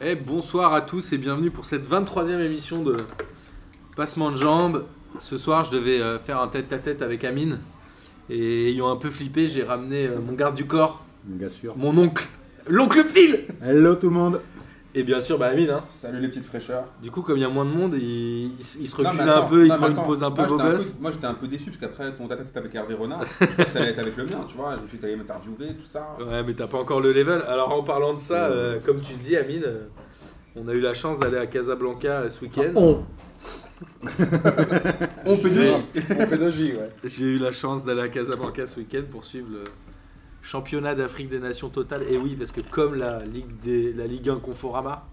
Eh, bonsoir à tous et bienvenue pour cette 23e émission de Passement de Jambes. Ce soir, je devais euh, faire un tête-à-tête avec Amine. Et ayant un peu flippé, j'ai ramené euh, mon garde du corps, Bien sûr. mon oncle, l'oncle Phil Hello tout le monde Et bien sûr, bah Amine. Hein. Salut les petites fraîcheurs. Du coup, comme il y a moins de monde, il, il s- il se Non, recule mais un attends, peu, il non, mais prend une attends. pause un peu Moi, j'étais bobasse. Moi j'étais un peu déçu parce qu'après ton tête avec Hervé Renard, je crois que ça allait être avec le mien, tu vois. Je me suis dit t'allais m'interviewer, tout ça. Ouais, mais t'as pas encore le level. Alors, en parlant de ça, euh, comme tu le dis, Amine, euh, on a eu la chance d'aller à Casablanca euh, ce week-end. On On peut Ouais. On pédagogie, ouais. J'ai eu la chance d'aller à Casablanca ce week-end pour suivre le championnat d'Afrique des Nations Total. Et oui, parce que comme la Ligue, des, la Ligue 1 Conforama,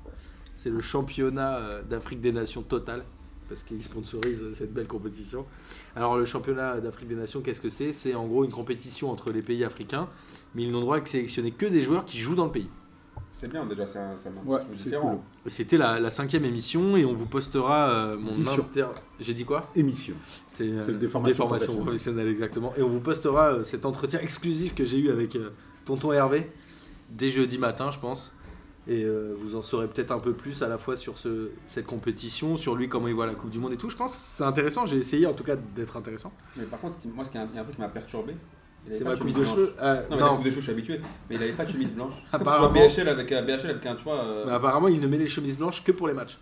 c'est le championnat euh, d'Afrique des Nations Total, parce qu'ils sponsorisent euh, cette belle compétition. Alors le championnat d'Afrique des Nations, qu'est-ce que c'est C'est en gros une compétition entre les pays africains, mais ils n'ont droit à sélectionner que des joueurs qui jouent dans le pays. C'est bien déjà, c'est un, c'est un petit Ouais, truc c'est différent. C'était la, la cinquième émission et on vous postera euh, mon Édition. inter... J'ai dit quoi Émission. C'est euh, C'est des formations formations professionnelles, exactement. Et on vous postera euh, cet entretien exclusif que j'ai eu avec euh, Tonton Hervé dès jeudi matin, je pense. Et euh, vous en saurez peut-être un peu plus à la fois sur ce- cette compétition, sur lui, comment il voit la Coupe du Monde et tout. Je pense que c'est intéressant. J'ai essayé en tout cas d'être intéressant. Mais par contre, ce qui- moi, ce qui est un- il y a un truc qui m'a perturbé. il avait C'est pas ma coupe chemise de blanche. cheveux. Ah, Non, mais la non. coupe de cheveux, je suis habitué. Mais il avait pas de chemise blanche. C'est comme si je vois Apparemment. BHL avec, euh, BHL avec un, tu vois. euh, Mais apparemment, il ne met les chemises blanches que pour les matchs.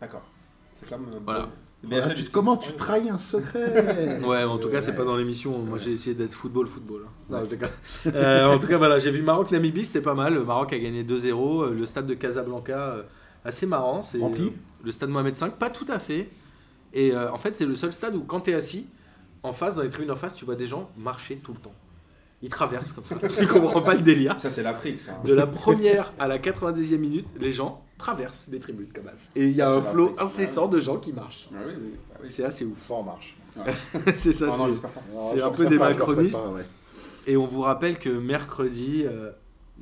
D'accord. C'est comme. euh, Voilà. bon. Ah, BHL, tu, il- comment tu trahis un secret Ouais, en tout cas, c'est ouais. pas dans l'émission. Moi, j'ai essayé d'être football, football. hein. Non, je déconne. Euh, en tout cas, voilà, j'ai vu Maroc-Namibie, c'était pas mal. Le Maroc a gagné 2-0. euh, Le stade de Casablanca, euh, assez marrant. C'est, Rempli euh, Le stade Mohamed V, pas tout à fait. Et euh, en fait, c'est le seul stade où, quand t'es assis, en face, dans les tribunes en face, tu vois des gens marcher tout le temps. Ils traversent comme ça. tu comprends pas le délire. Ça, c'est l'Afrique, ça. De la première à la 90e minute, les gens traversent les tribunes comme ça. Et il y a Ça, un c'est flot l'Afrique. incessant de gens qui marchent. Ah oui, oui. ah oui. C'est assez ouf. Ça en marche. c'est ça. Ah non, c'est- j'espère pas. Non, C'est je un leur peu des souhaite pas, je leur souhaite macronistes. pas, ouais. Et on vous rappelle que mercredi, euh,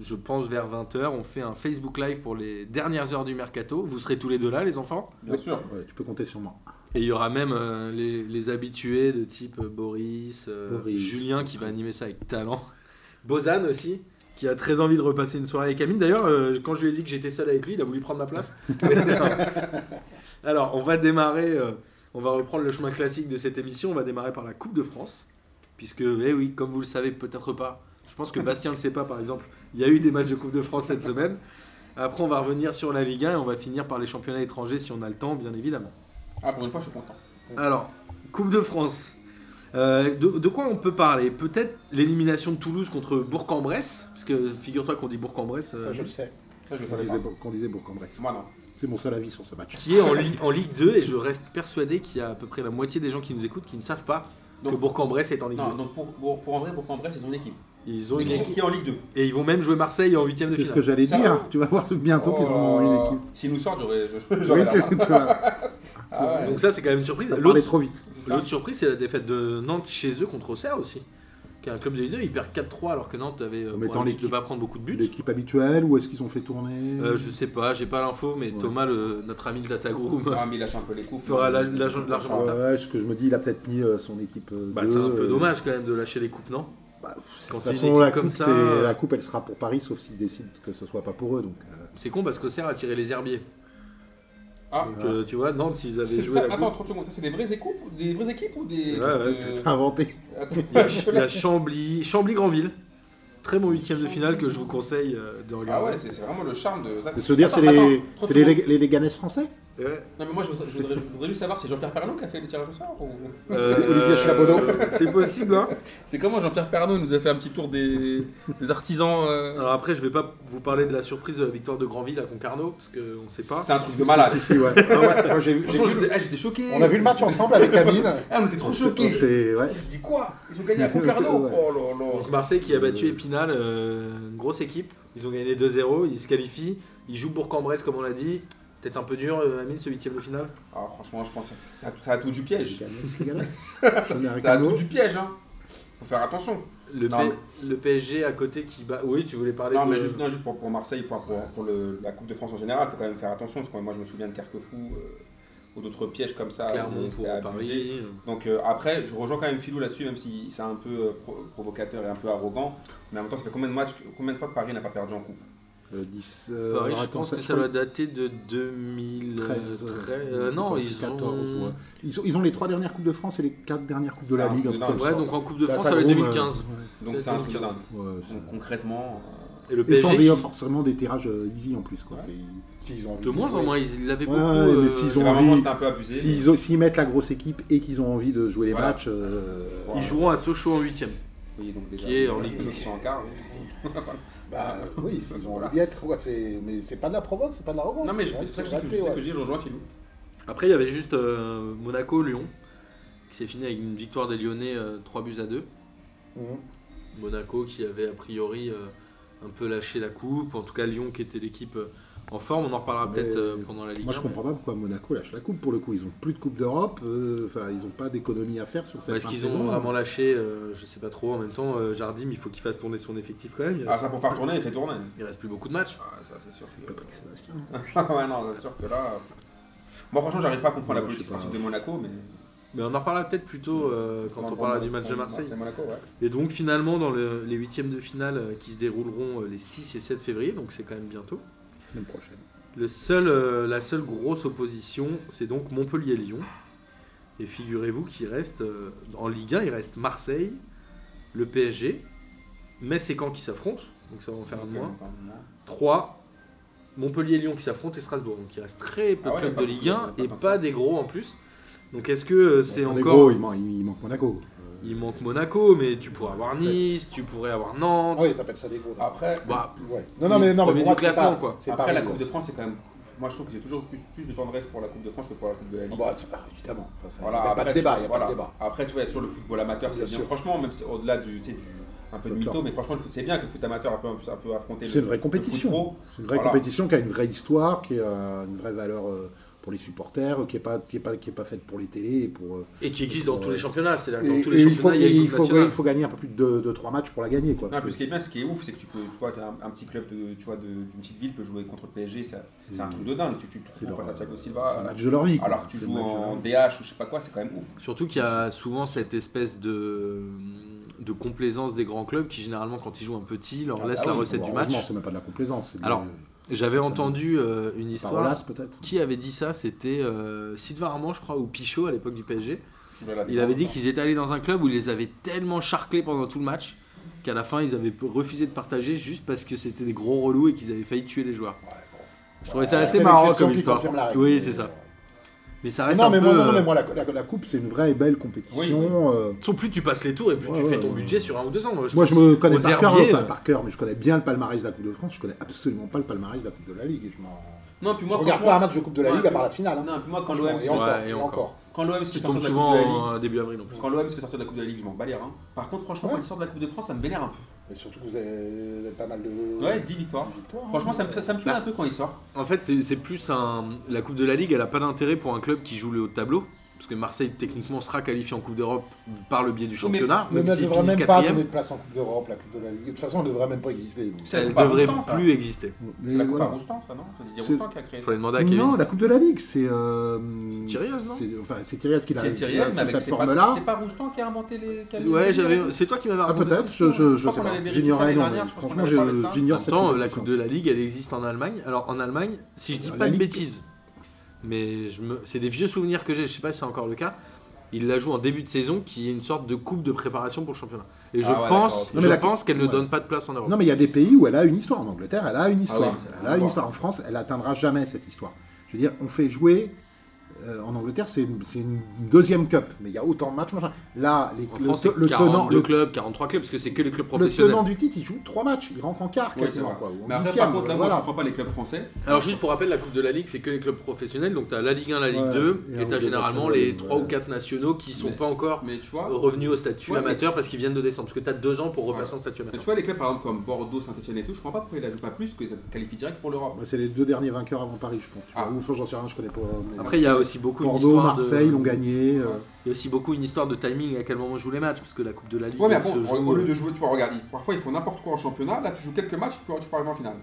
je pense vers 20h, on fait un Facebook Live pour les dernières heures du mercato. Vous serez tous les deux là, les enfants. Bien sûr. Ouais, tu peux compter sur moi. Et il y aura même euh, les, les habitués de type euh, Boris, euh, Boris. Julien qui va animer ça avec talent. Bozan aussi, qui a très envie de repasser une soirée avec Amine. D'ailleurs, euh, quand je lui ai dit que j'étais seul avec lui, il a voulu prendre ma place. Alors, on va démarrer, euh, on va reprendre le chemin classique de cette émission. On va démarrer par la Coupe de France. Puisque, eh oui, comme vous le savez peut-être pas, je pense que Bastien le sait pas par exemple, il y a eu des matchs de Coupe de France cette semaine. Après, on va revenir sur la Ligue 1 et on va finir par les championnats étrangers si on a le temps, bien évidemment. Ah, pour une fois, je suis content. Alors, Coupe de France. Euh, de, de quoi on peut parler Peut-être l'élimination de Toulouse contre Bourg-en-Bresse, parce que figure-toi qu'on dit Bourg-en-Bresse, euh, sais. Ça, je le Qu'on savais disait, pas. qu'on disait Bourg-en-Bresse. Moi, non. C'est mon seul avis sur ce match. qui est en, Li- en Ligue 2, et je reste persuadé qu'il y a à peu près la moitié des gens qui nous écoutent qui ne savent pas que Donc- Bourg-en-Bresse est en Ligue Non, 2. donc pour, pour, pour en vrai, pour en bref, ils ont une équipe. Ils ont Une une équipe équipe- qui est en Ligue 2. et ils vont même jouer Marseille en huitième de C'est ce finale. que j'allais Ça dire. Tu vas voir bientôt qu'ils ont Oh, une équipe. S'ils nous sortent, j'aurais je- j'aurais Oui, la tu, main. tu vas Ah ouais. Donc ça c'est quand même une surprise. t'as parlé L'autre trop vite. C'est ça. l'autre surprise c'est la défaite de Nantes chez eux contre Auxerre aussi, qui est un club de Ligue 2. Ils perdent 4-3 alors que Nantes avait euh, En pour mettant habitude de l'équipe- pas prendre beaucoup de buts. L'équipe habituelle ou est-ce qu'ils ont fait tourner Euh, je sais pas, j'ai pas l'info, mais Ouais. Thomas, le- notre ami le Datagroom, Ah, mais il lâche un peu les coups. Fera la- la- largement. Ouais, ouais, ce que je me dis, il a peut-être mis euh, son équipe. euh, Bah, deux, c'est un peu euh, dommage quand même de lâcher les coupes, non bah, pff, de Quand toute il y a une façon, la équipe comme coupe, ça, c'est- euh, la coupe, elle sera pour Paris, sauf s'ils décident que ce soit pas pour eux. Donc, euh, C'est con parce qu'Auxerre a tiré les herbiers. Ah, Donc euh, tu vois, Nantes, s'ils avaient c'est joué ça, la attends, coupe. 30 secondes. Ça, c'est des vraies équipes ou des vraies équipes ou des. Ouais, ouais, trucs de- t'as inventé. Attends. Il y a, il y a Chambly, Chambly-Granville. Très bon huitième de finale que je vous conseille euh, de Ah regarder. ouais, c'est c'est vraiment le charme de. De se dire, Attends, c'est les, attends, 30 c'est les, secondes. les Léganais français Ouais. Non, mais moi, je voudrais, je voudrais- je voudrais juste savoir si Jean-Pierre Pernaud qui a fait le tirage au sort ou. Euh, Olivier Chabodeau. C'est possible, hein C'est comment Jean-Pierre Pernaud nous a fait un petit tour des, des artisans. euh, Alors après, je vais pas vous parler de la surprise de la victoire de Granville à Concarneau, parce qu'on sait pas. C'est un truc de malade. Si, ouais. Ah ouais, moi, j'ai vu- j'ai Franchement, vu- j'étais ah, j'étais choqué. On a vu le match ensemble avec Amine. Ah, on était trop choqués. C'est- ouais. Je dis quoi Ils ont gagné à Concarneau Ouais. Oh là là. Donc Marseille qui a battu Épinal, euh, une grosse équipe. Ils ont gagné 2-0, ils se qualifient. Ils jouent Bourg-en-Bresse, comme on l'a dit. Peut-être un peu dur, euh, Amine, ce huitième de finale. Ah, franchement, je pense que ça, ça a tout du piège. Léganès, Léganès. Ça a tout du piège, hein. Faut faire attention. Le, Non, P- le PSG à côté qui bat. Oui, tu voulais parler Non, de. mais juste, non, juste pour, pour Marseille, pour, pour, pour le- la Coupe de France en général, faut quand même faire attention. Parce que moi, je me souviens de Carquefou euh, ou d'autres pièges comme ça. Clermont où pour c'était abusé. Paris. Donc euh, après, je rejoins quand même Philou là-dessus, même si c'est un peu euh, pro- provocateur et un peu arrogant. Mais en même temps, ça fait combien de, matchs, que- combien de fois que Paris n'a pas perdu en Coupe Euh, 10, euh, Paris, alors je attends, pense que je ça crois- doit dater de 2013. 13, euh, Euh, non, ils 14, ont. ouais. ils ont. Ils ont les trois dernières Coupes de France et les quatre dernières Coupes de C'est la un Ligue. truc un de truc comme dingue, Ouais, ça. donc en Coupe de La France, ça doit être Talbot, 2015. euh, Donc c'est un truc de dingue. ouais, ouais, c'est- Donc, concrètement, euh, Et le Et sans PSG, ayant qui, forcément des tirages euh, easy en plus. Quoi. Ouais. C'est- S'ils ont envie de moins en jouer. moins, ils l'avaient Ouais, beaucoup. ouais, mais euh, s'ils euh, ont vraiment, envie- c'était un peu abusé. S'ils ont- s'ils mettent la grosse équipe et qu'ils ont envie de jouer les Voilà. matchs, euh, Ils joueront à Sochaux en 8ème. Oui, donc déjà, Qui est en les Ligue deux un. qui sont en quart. oui. Bah oui, ils ont Voilà. envie d'y être, quoi. C'est... Mais c'est pas de la provoque, c'est pas de l'arrogance. Non, mais je- c'est c'est vrai pour ça que c'est je- raté, que je- que ouais. je dis, je rejoins Philou. Après, il y avait juste euh, Monaco-Lyon, qui s'est fini avec une victoire des Lyonnais 3 buts à 2. Mhm. Monaco qui avait a priori euh, un peu lâché la coupe, en tout cas Lyon qui était l'équipe euh, en forme. On en reparlera Mais- peut-être euh, pendant la Ligue moi je 1, comprends pas pourquoi Monaco lâche la coupe pour le coup. Ils ont plus de Coupe d'Europe, euh, enfin ils ont pas d'économie à faire sur mais- cette Est-ce fin de qu'ils ont saison. vraiment lâché euh, Je sais pas trop. En même temps, euh, Jardim, il faut qu'il fasse tourner son effectif quand même. Il Ah, reste, ça pour faire tourner, il fait tourner. il reste plus beaucoup de matchs. Ah, ça, c'est sûr. que- Patrick Sébastien. ouais, non, c'est sûr que là. euh, Moi, franchement, j'arrive pas à comprendre la Ouais, je politique sais pas. sportive de Monaco, mais. Mais on en reparlera peut-être plus tôt euh, quand on parlera du match de Marseille. Monaco, ouais. Et donc finalement, dans le- les huitièmes de finale euh, qui se dérouleront euh, les 6 et 7 février, donc c'est quand même bientôt. Semaine prochaine. Le seul, euh, la seule grosse opposition, c'est donc Montpellier-Lyon. Et figurez-vous qu'il reste euh, en Ligue 1, il reste Marseille, le PSG, Metz et Caen qui s'affrontent, donc ça va en faire un de Ok, moins. un de moins. 3, Montpellier-Lyon qui s'affrontent et Strasbourg. Donc il reste très peu de Ah ouais, clubs pas de beaucoup, Ligue 1 pas et tant que pas ça. des gros en plus. Donc est-ce que euh, c'est Enfin, les encore. gros, il, man- il manque Monaco. Euh, Il manque Monaco, mais tu pourrais avoir Nice, tu pourrais avoir Nantes. Ouais, ils appellent Ah ça des gros. Après, Bah, Ouais. Non, non, mais non, mais Premier pour moi, du c'est classement, pas, quoi. C'est après pas la rigolo. Coupe de France, c'est quand même. Moi, je trouve que j'ai toujours plus, plus de tendresse pour la Coupe de France que pour la Coupe de la Ligue. Ah bah, tu- bah, évidemment. Enfin, ça, Voilà, y a pas après, de tu- débat, il y a voilà. pas de débat. Après, tu vois, il y a toujours le football amateur, c'est Bien bien. sûr. Franchement, même si- au-delà du, tu sais, du un peu de Folklore. mytho, mais franchement, le foot, c'est bien que le foot amateur a peu, un peu affronté le. C'est une vraie le foot compétition. pro. C'est une vraie Voilà. compétition qui a une vraie histoire, qui a une vraie valeur euh, pour les supporters, euh, qui n'est pas, qui est pas, qui est pas faite pour les télés. Et, pour, euh, Et qui existe dans tous les championnats. C'est-à-dire que et- dans tous et les il, faut, championnats, il y a il une faut- Coupe il nationale. faut gagner un peu plus de 2-3 matchs pour la gagner. Quoi, Non, parce plus ce que- qui est bien, ce qui est ouf, c'est que tu peux, tu vois, t'as un, un petit club de, tu vois, de- d'une petite ville peut jouer contre le PSG, ça- c'est un Mm. truc de dingue. Tu, tu te c'est retrouves leur- face à Thiago c'est un Silva, euh, match de leur vie. quoi. alors que tu C'est joues le euh, match de leur en vie. DH ou je sais pas quoi, c'est quand même ouf. Surtout qu'il y a souvent cette espèce de, de complaisance des grands clubs qui, généralement, quand ils jouent un petit, leur Ah, laissent bah la oui, recette bon, du heureusement, match. C'est même pas de la complaisance. c'est de- Alors, J'avais entendu euh, une par histoire. relasse, peut-être. Qui avait dit ça C'était euh, Sylvain Armand, je crois, ou Pichot à l'époque du PSG. Voilà, Il avait dit qu'ils étaient allés dans un club où ils les avaient tellement charclés pendant tout le match qu'à la fin, ils avaient refusé de partager juste parce que c'était des gros relous et qu'ils avaient failli tuer les joueurs. Je trouvais ça Ouais, assez c'est marrant l'exception comme qui histoire. confirme la règle. Oui, c'est ça. Mais ça reste euh, Non, un mais peu. moi, non, euh, mais moi, la, la- la coupe, c'est une vraie et belle compétition. Oui, oui. euh, Surtout plus tu passes les tours et plus Ouais, tu ouais, fais ton ouais. budget sur un ou deux ans. Moi, je, Moi, pense. je me connais aux par cœur, Herbiers, pas euh, par cœur, mais je connais bien le palmarès de la Coupe de France. Je connais absolument pas le palmarès de la Coupe de la Ligue. Et je m'en. Non, puis Je moi, regarde franchement, pas un match de Coupe de la Ouais, Ligue à part la finale. hein. Non, puis moi, quand l'OM Franchement, se Et encore, Ouais, et et encore. encore. quand l'OM se fait qui sortir tombe de la Coupe de la Ligue, souvent en début avril en plus. quand l'OM se fait sortir de la Coupe de la Ligue, je m'en bats les reins. Par contre, franchement, quand Ouais. ils sortent de la Coupe de France, ça me vénère un peu. Et surtout que vous avez vous avez pas mal de. Ouais, 10 victoires. victoires. hein. Franchement, ça me, ça me saoule Bah. un peu quand ils sortent. En fait, c'est c'est plus un. La Coupe de la Ligue, elle a pas d'intérêt pour un club qui joue le haut de tableau. Parce que Marseille, techniquement, sera qualifié en Coupe d'Europe par le biais du championnat, Mais même ne s'ils devrait finissent même pas quatrième. donner de place en Coupe d'Europe, la Coupe de la Ligue. De toute façon, elle devrait même pas exister. donc. C'est la Elle Coupe à devrait Roustan, ça. plus exister. Mais C'est la Coupe à voilà. Roustan, ça, non C'est Didier C'est- Roustan qui a créé ça. Faut aller demander à Bah, Kevin. Non, la Coupe de la Ligue, c'est. euh, C'est Thierry Rez, non c'est- Enfin, Bah, c'est Thierry Rez qui l'a C'est Thierry, mais sous avec cette c'est pas- forme-là. c'est pas Roustan qui a inventé les cabinets ouais, de j'avais. Ligue C'est toi qui m'avais Ah, raconté. peut-être, ça. je, je, Je je crois sais qu'on pas. avait vérifié ça J'ignorais, l'année non, dernière, mais je pense qu'on franchement, avait parlé de ça. je- En j'ignore même cette temps, la Coupe compétition. de la Ligue, elle existe en Allemagne. Alors en Allemagne, si je dis La pas de Ligue- bêtises, mais je me... c'est des vieux souvenirs que j'ai, je sais pas si c'est encore le cas. Il la joue en début de saison, qui est une sorte de coupe de préparation pour le championnat. Et je Ah pense, ouais, d'accord. Non, je mais la- pense qu'elle ne ouais. donne pas de place en Europe. Non, mais il y a des pays où elle a une histoire. En Angleterre, elle a une histoire. Ah ouais, c'est elle a une bon. histoire. En France, elle atteindra jamais cette histoire. Je veux dire, on fait jouer. euh, en Angleterre, c'est c'est une deuxième cup, mais il y a autant de matchs. machin. Là, les, en le, France, te- c'est le tenant, 42 le, clubs, 43 clubs, parce que c'est que les clubs le professionnels. tenant du titre, il joue trois matchs. Il rentre en quart Ouais, c'est quasiment. vrai. quoi, ou en Mais après, huitième, euh, par contre, là, moi, voilà. je comprends pas les clubs français. Alors juste pour rappel, la Coupe de la Ligue, c'est que les clubs professionnels. Donc tu as la Ligue 1, la Ligue Ouais, 2, et un et ou tu as deux généralement nationaux, les ouais. 3 ou 4 nationaux qui sont Mais- pas encore Mais tu vois, revenus au statut Ouais, mais- amateur parce qu'ils viennent de descendre. Parce que tu as 2 ans pour repasser en statut mais amateur. tu vois, les clubs par exemple comme Bordeaux, Saint-Etienne et tout, je comprends pas pourquoi ils la jouent pas plus, que ça qualifie direct pour l'Europe. Bah, c'est les deux derniers vainqueurs avant Paris, je pense. Tu vois. Ah. Ou enfin, j'en sais rien, je connais pas. mais- Après, il y a aussi beaucoup une Bordeaux, histoire de- Marseille l'ont gagné. euh, Il y a aussi beaucoup une histoire de timing à quel moment jouent les matchs, parce que la Coupe de la Ligue Ouais, mais elle bon, se joue- au lieu de jouer, tu vois, regarde, ils- parfois ils font n'importe quoi en championnat, là tu joues quelques matchs, tu peux, tu peux arriver en finale. Ouais,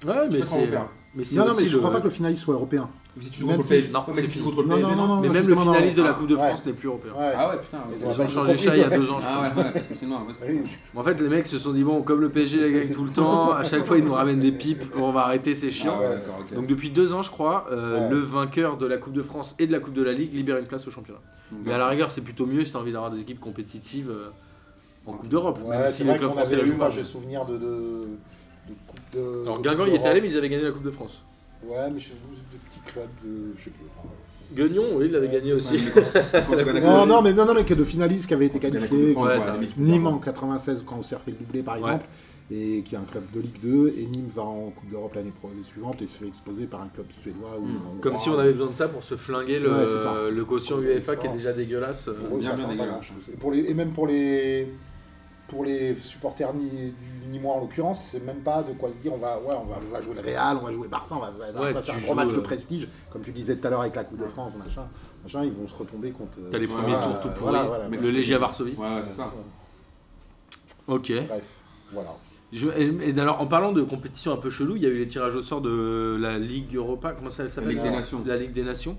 Tu mais peux te rendre c'est. bien. Mais c'est Non, non, aussi mais je le- crois pas que le finaliste soit européen. Mais si tu joues Même contre le si- PSG, non, mais c'est si tu fini. joues contre le Non, PSG, non, non, non, Mais même le justement, non. ah, finaliste de la Coupe de Ouais. France n'est plus européen. Ouais. Ah ouais, putain. ouais. Ils Ils bah, ont ont pas changé compris. ça il y a deux ans, je Ah pense. ouais, ouais, parce que sinon, ouais, c'est- Oui, En fait, les mecs se sont dit bon, comme le PSG les gagne tout le temps, à chaque fois ils nous ramènent des pipes, on va arrêter, c'est Ah chiant. ouais, d'accord, ok. Donc depuis deux ans, je crois, euh, Ouais. le vainqueur de la Coupe de France et de la Coupe de la Ligue libère une place au championnat. Donc, Mais à la rigueur, c'est plutôt mieux si t'as envie d'avoir des équipes compétitives euh, en Coupe d'Europe, Ouais, même si c'est le vrai club qu'on français avait la eu, joue moi pas. j'ai souvenir de, de, de coupe de. Alors de Guingamp, Coupe il était allé, d'Europe. mais ils avaient gagné la Coupe de France. Ouais, mais je de petits clubs de. Je sais plus. enfin, Guignon, oui, il l'avait gagné ouais, aussi. mais quand- quand tu Ah, gagnes la Non, Coupe- non, mais non, non, mais que de finalistes qui avaient été quand tu gagnes la Coupe de qualifiés. France, Ouais, ouais, ça à la va. limite, tu Nîmes perds. en 96 quand on s'est refait le doublé par Ouais. exemple et qui est un club de Ligue 2 et Nîmes va en Coupe d'Europe l'année pro- suivante et se fait exploser par un club suédois ou Mm. hongrois. Hmm. Comme si on avait besoin de ça pour se flinguer le, Ouais, c'est ça. le quotient Pour UEFA qui est l'effort. déjà dégueulasse. euh. pour eux, Bien, ça bien fait un dégueulasse. balance. hein. Et, pour les, et même pour les, pour les supporters ni, du Nîmois en l'occurrence, c'est même pas de quoi se dire on va, ouais, on va, on va jouer le Real, on va jouer Barça, on va, on va Ouais, faire tu un gros joues, match de euh, prestige comme tu disais tout à l'heure avec la Coupe de France machin, machin, ils vont se retomber contre T'as les contre- premiers voilà, tours tout euh, pourris, voilà, voilà. mais- le Légia Varsovie. Ouais, ouais, c'est ça. Ok. bref, voilà. Je- et et alors, en parlant de compétition un peu chelou, il y a eu les tirages au sort de la Ligue Europa, comment ça s'appelle La Ligue des là Nations. La Ligue des Nations.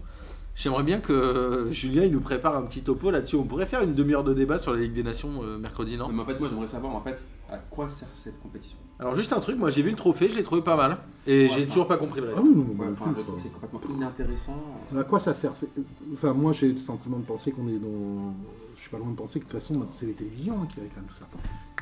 J'aimerais bien que euh, Julien il nous prépare un petit topo là-dessus. On pourrait faire une demi-heure de débat sur la Ligue des Nations euh, mercredi, non Non, Mais en fait, moi, j'aimerais savoir en fait à quoi sert cette compétition. Alors juste un truc, moi j'ai vu le trophée, je l'ai trouvé pas mal, et Ouais, j'ai enfin. toujours pas compris le reste. Ah oui, non, non, Ouais, non, enfin, plus, le truc, ça. c'est complètement inintéressant. à quoi ça sert C'est- Enfin, moi, j'ai le sentiment de penser qu'on est dans. Je suis pas loin de penser que de toute façon, c'est les télévisions hein, qui réclament tout ça.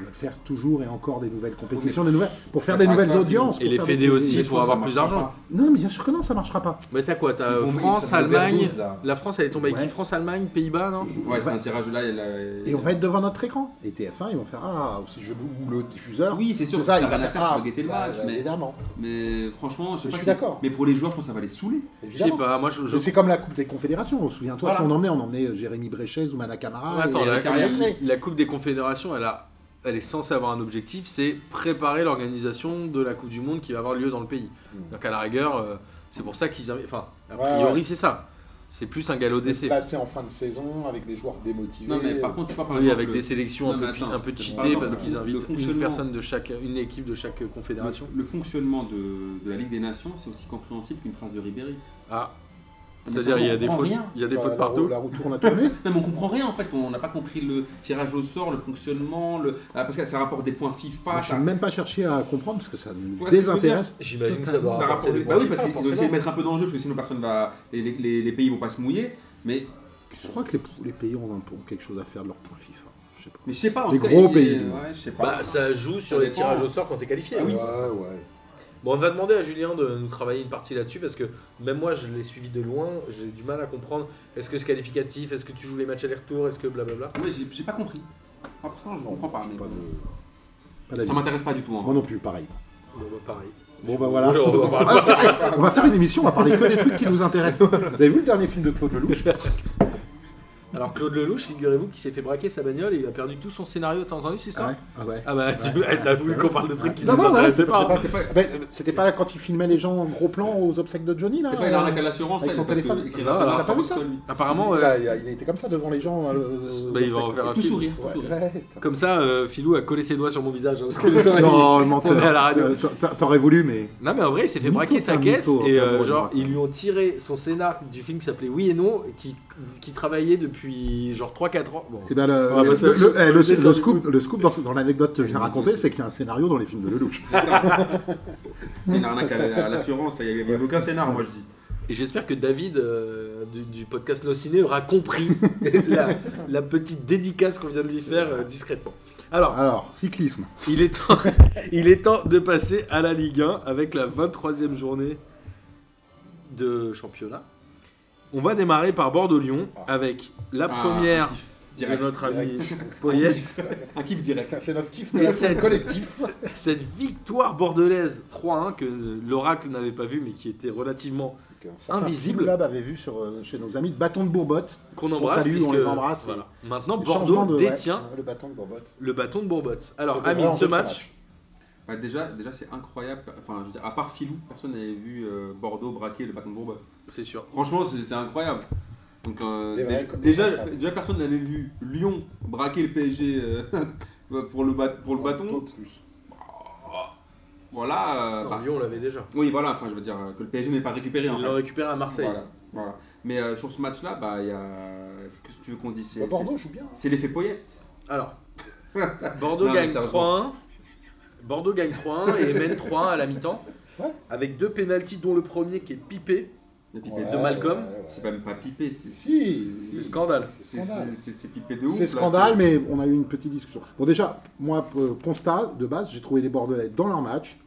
Ils veulent faire toujours et encore des nouvelles compétitions, des nouvelles pour faire ça des marche nouvelles pas, audiences. Et pour les faire des- fédés aussi. des- pour avoir plus d'argent. Non, mais bien sûr que non, ça marchera pas. Mais t'as quoi T'as Ils euh, vont- France, ça me fait Allemagne. dose, là. La France elle est tombée avec Ouais. qui France, Allemagne, Pays-Bas, non Ouais, c'est un tirage là. Et, la- bah. Et on va être devant notre écran. Et TF1, ils vont faire ah, si je ou le diffuseur. Oui, c'est sûr, ça, t'as il va rien à faire faire, tu ah, vas guetter le bah, match, bah, mais- Évidemment, Mais franchement, je sais Mais pas. je suis si- d'accord. Mais pour les joueurs, je pense que ça va les saouler. Je sais évidemment. pas, moi je... je- Mais C'est comme la Coupe des Confédérations. Souviens-toi Voilà. qui on emmenait, on emmenait euh, Jérémy Bréchez ou Manakamara. Ouais, attends, et- la, et- carrière, et- la Coupe des Confédérations, elle, a, elle est censée avoir un objectif, c'est préparer l'organisation de la Coupe du Monde qui va avoir lieu dans le pays. Hmm. Mm. Donc à la rigueur, euh, c'est pour ça qu'ils... avaient- Enfin, a Ouais, priori ouais. c'est ça. C'est plus un galop d'essai. Placé en fin de saison avec des joueurs démotivés. Non, mais par contre, tu vois, par Oui, exemple. avec le- des sélections Non, un, mais peu, pi- attends, un peu par cheatées exemple, parce le qu'ils fon- le invitent une, fonctionnement. personne de chaque, une équipe de chaque confédération. Le, le fonctionnement de, de la Ligue des Nations, c'est aussi compréhensible qu'une phrase de Ribéry. Ah, Mais c'est-à-dire ça, il y a on des comprend fautes, rien. oh il y a des la- fautes la partout. roue- La roue tourne à tourner. Non, mais on comprend rien en fait, on n'a pas compris le tirage au sort, le fonctionnement, le... Ah, parce que ça rapporte des points FIFA. Moi, Je ça... n'ai même pas cherché à comprendre parce que ça vois nous ce que je veux désintéresse. J'imagine que ça totalement. doit ça rapporter rapporte des des- points. Bah oui, parce qu'ils ont essayé de forcément. mettre un peu d'enjeu, parce que sinon personne va. Les, les- les- les pays vont pas se mouiller. Mais, Je crois que les, les pays ont, un- ont quelque chose à faire de leur point FIFA. Je sais pas. mais je sais pas. en Les tout cas, gros il- pays, nous. Ouais, je sais pas. Bah, ça joue sur les dépend. tirages au sort quand t'es qualifié. Ah oui. Ouais, ouais. Bon, on va demander à Julien de nous travailler une partie là-dessus parce que même moi, je l'ai suivi de loin. J'ai du mal à comprendre. Est-ce que c'est qualificatif Est-ce que tu joues les matchs aller-retour Est-ce que blablabla Ouais, j'ai j'ai pas compris. Ah, pour ça, je comprends pas. j'ai mais pas bon. de- pas d'avis. Ça m'intéresse pas du tout. hein. Moi non plus, pareil. Bon, bah, pareil. Bon bah voilà. Bonjour, Donc, on on, va va on va faire une émission, on va parler que des trucs qui nous intéressent. Vous avez vu le dernier film de Claude Lelouch Alors, Claude Lelouch, figurez-vous qu'il s'est fait braquer sa bagnole et il a perdu tout son scénario. T'as entendu cette histoire Ah ouais. Ah bah, tu- t'as voulu qu'on parle de trucs qui Non, ne nous non, non, intéressaient c'est- pas. c'est Ben, C'était pas quand il filmait les gens en gros plan aux obsèques de Johnny là C'était pas une arnaque à l'assurance, Avec elle, son parce que téléphone. écrire Ah, ça, alors, là, t'as pas vu ça seul, lui. Apparemment, Il euh, a- il, a, il a été comme ça devant les gens. hein, euh, le- aux bah, il va obsèques. en faire un Tout film. sourire, tout Ouais, sourire. ouais, t'as- Comme ça, euh, Philou a collé ses doigts sur mon visage. hein, parce que les gens, ils- Non, le On est à la radio. menteur. Euh, T'a- T'aurais voulu, mais. Non mais en vrai il s'est fait Mytho, braquer c'est sa un caisse mytho, et enfin, euh, bon, genre je me ils lui ont tiré son scénar du film qui s'appelait Oui et Non qui, qui travaillait depuis genre 3-4 ans. Bon. Eh ben, le, On va le- passer le- au- sur- eh, le- sur- le sur- scoop, le scoop dans, dans l'anecdote que je viens de raconter, c'est qu'il y a un scénario dans les films de Lelouch. Ah. C'est une arnaque à à l'assurance, il n'y avait aucun scénar, moi je dis. Et j'espère que David euh, du, du podcast Nos Ciné aura compris la, la petite dédicace qu'on vient de lui faire euh, discrètement. Alors Alors, cyclisme. il est, temps, il est temps de passer à la Ligue 1 avec la 23e journée de championnat. On va démarrer par Bordeaux-Lyon avec la Ah, première un kiff de direct. notre ami direct. Poyet. Un kiff direct. C'est c'est notre kiff Et de la cette- collectif. cette victoire bordelaise 3-1 que l'oracle n'avait pas vu mais qui était relativement Invisible. Lab avait vu sur, euh, chez nos amis de Bâton de Bourbotte. qu'on embrasse. salue, on puisque- les embrasse. voilà. Maintenant, Le Bordeaux changement de- détient Le bâton de Bourbotte. le bâton de Bourbotte. Alors, C'était Amine, vraiment ce un bon match, Bah, déjà, déjà c'est incroyable. Enfin, je veux dire, à part Filou, personne n'avait vu euh, Bordeaux braquer le bâton de Bourbon. c'est sûr. Franchement, c'est c'est incroyable. Donc, euh, Les vrais dé- co- déjà, responsables. déjà, personne n'avait vu Lyon Oh, braquer le PSG euh, pour, le ba- pour le bâton. Plus. Voilà. euh, Non, bah, Lyon, on l'avait déjà. oui, voilà, enfin, je veux dire euh, que le PSG n'est pas récupéré en Il fait. l'a récupéré à Marseille. Voilà, voilà. Mais euh, sur ce match-là, bah, il y a. Qu'est-ce que tu veux qu'on dise C'est- Bah, Bordeaux joue bien. c'est- C'est l'effet Poyette. Alors, Bordeaux Non, mais gagne sérieusement. 3-1. Bordeaux gagne 3-1 et mène 3-1 à la mi-temps. Ouais. Avec deux pénalties, dont le premier qui est pipé. Le pipé Ouais, de Malcolm. ouais, ouais. C'est même pas pipé, c'est. Si, c'est- C'est si. scandale. C'est c'est- scandale. c'est- C'est c'est pipé de ouf. C'est là, scandale, mais on a eu une petite discussion. Bon, déjà, moi, euh, constat de base, j'ai trouvé les Bordelais dans leur match,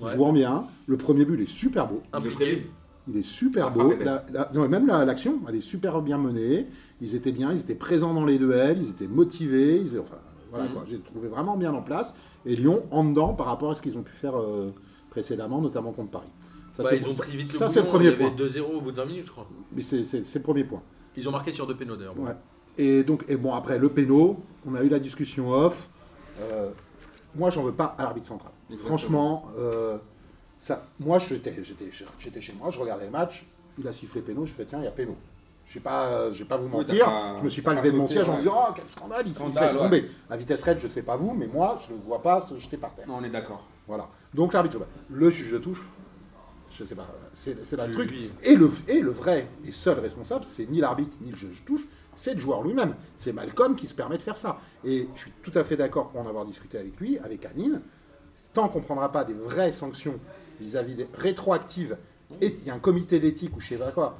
Ouais. jouant bien. Le premier but, il est super beau. Il est Impliqué. prévu. Il est super Ah, La beau. frappe est La- la- non, et même la- l'action, elle est super bien menée. Ils étaient bien, ils étaient présents dans les duels, ils étaient motivés. Ils, enfin, voilà Mhm. quoi. J'ai trouvé vraiment bien en place. Et Lyon en dedans par rapport à ce qu'ils ont pu faire euh, précédemment, notamment contre Paris. Ça, Bah, c'est ils ont pris vite le ça, c'est le bouillon, premier il y point. avait 2-0 au bout de 20 minutes, je crois. Mais c'est- c'est c'est le premier point. Ils ont marqué sur deux pénaux d'ailleurs. Ouais. Et donc, et bon, après le péno, on a eu la discussion off. Euh, moi, j'en veux pas à l'arbitre central. Exactement. Franchement, euh, ça, moi, j'étais, j'étais, j'étais chez moi, je regardais le match. Il a sifflé péno, je fais tiens, il y a péno. Je vais pas, euh, je vais pas vous Oui, t'as mentir. pas- je me suis pas t'as levé de pas mon sauté, siège en ouais. disant ah quel scandale, il se- il se Scandale, laisse ouais. tomber. À vitesse raide, je sais pas vous, mais moi, je le vois pas se jeter par terre. Non, on est d'accord. Voilà. Donc l'arbitre, bah, le juge de touche, je sais pas, c'est c'est là le Lui. truc. Et le, et le vrai et seul responsable, c'est ni l'arbitre ni le juge de touche, c'est le joueur lui-même. C'est Malcolm qui se permet de faire ça. Et je suis tout à fait d'accord pour en avoir discuté avec lui, avec Anine. Tant qu'on prendra pas des vraies sanctions vis-à-vis des rétroactives, et il y a un comité d'éthique ou je sais pas quoi,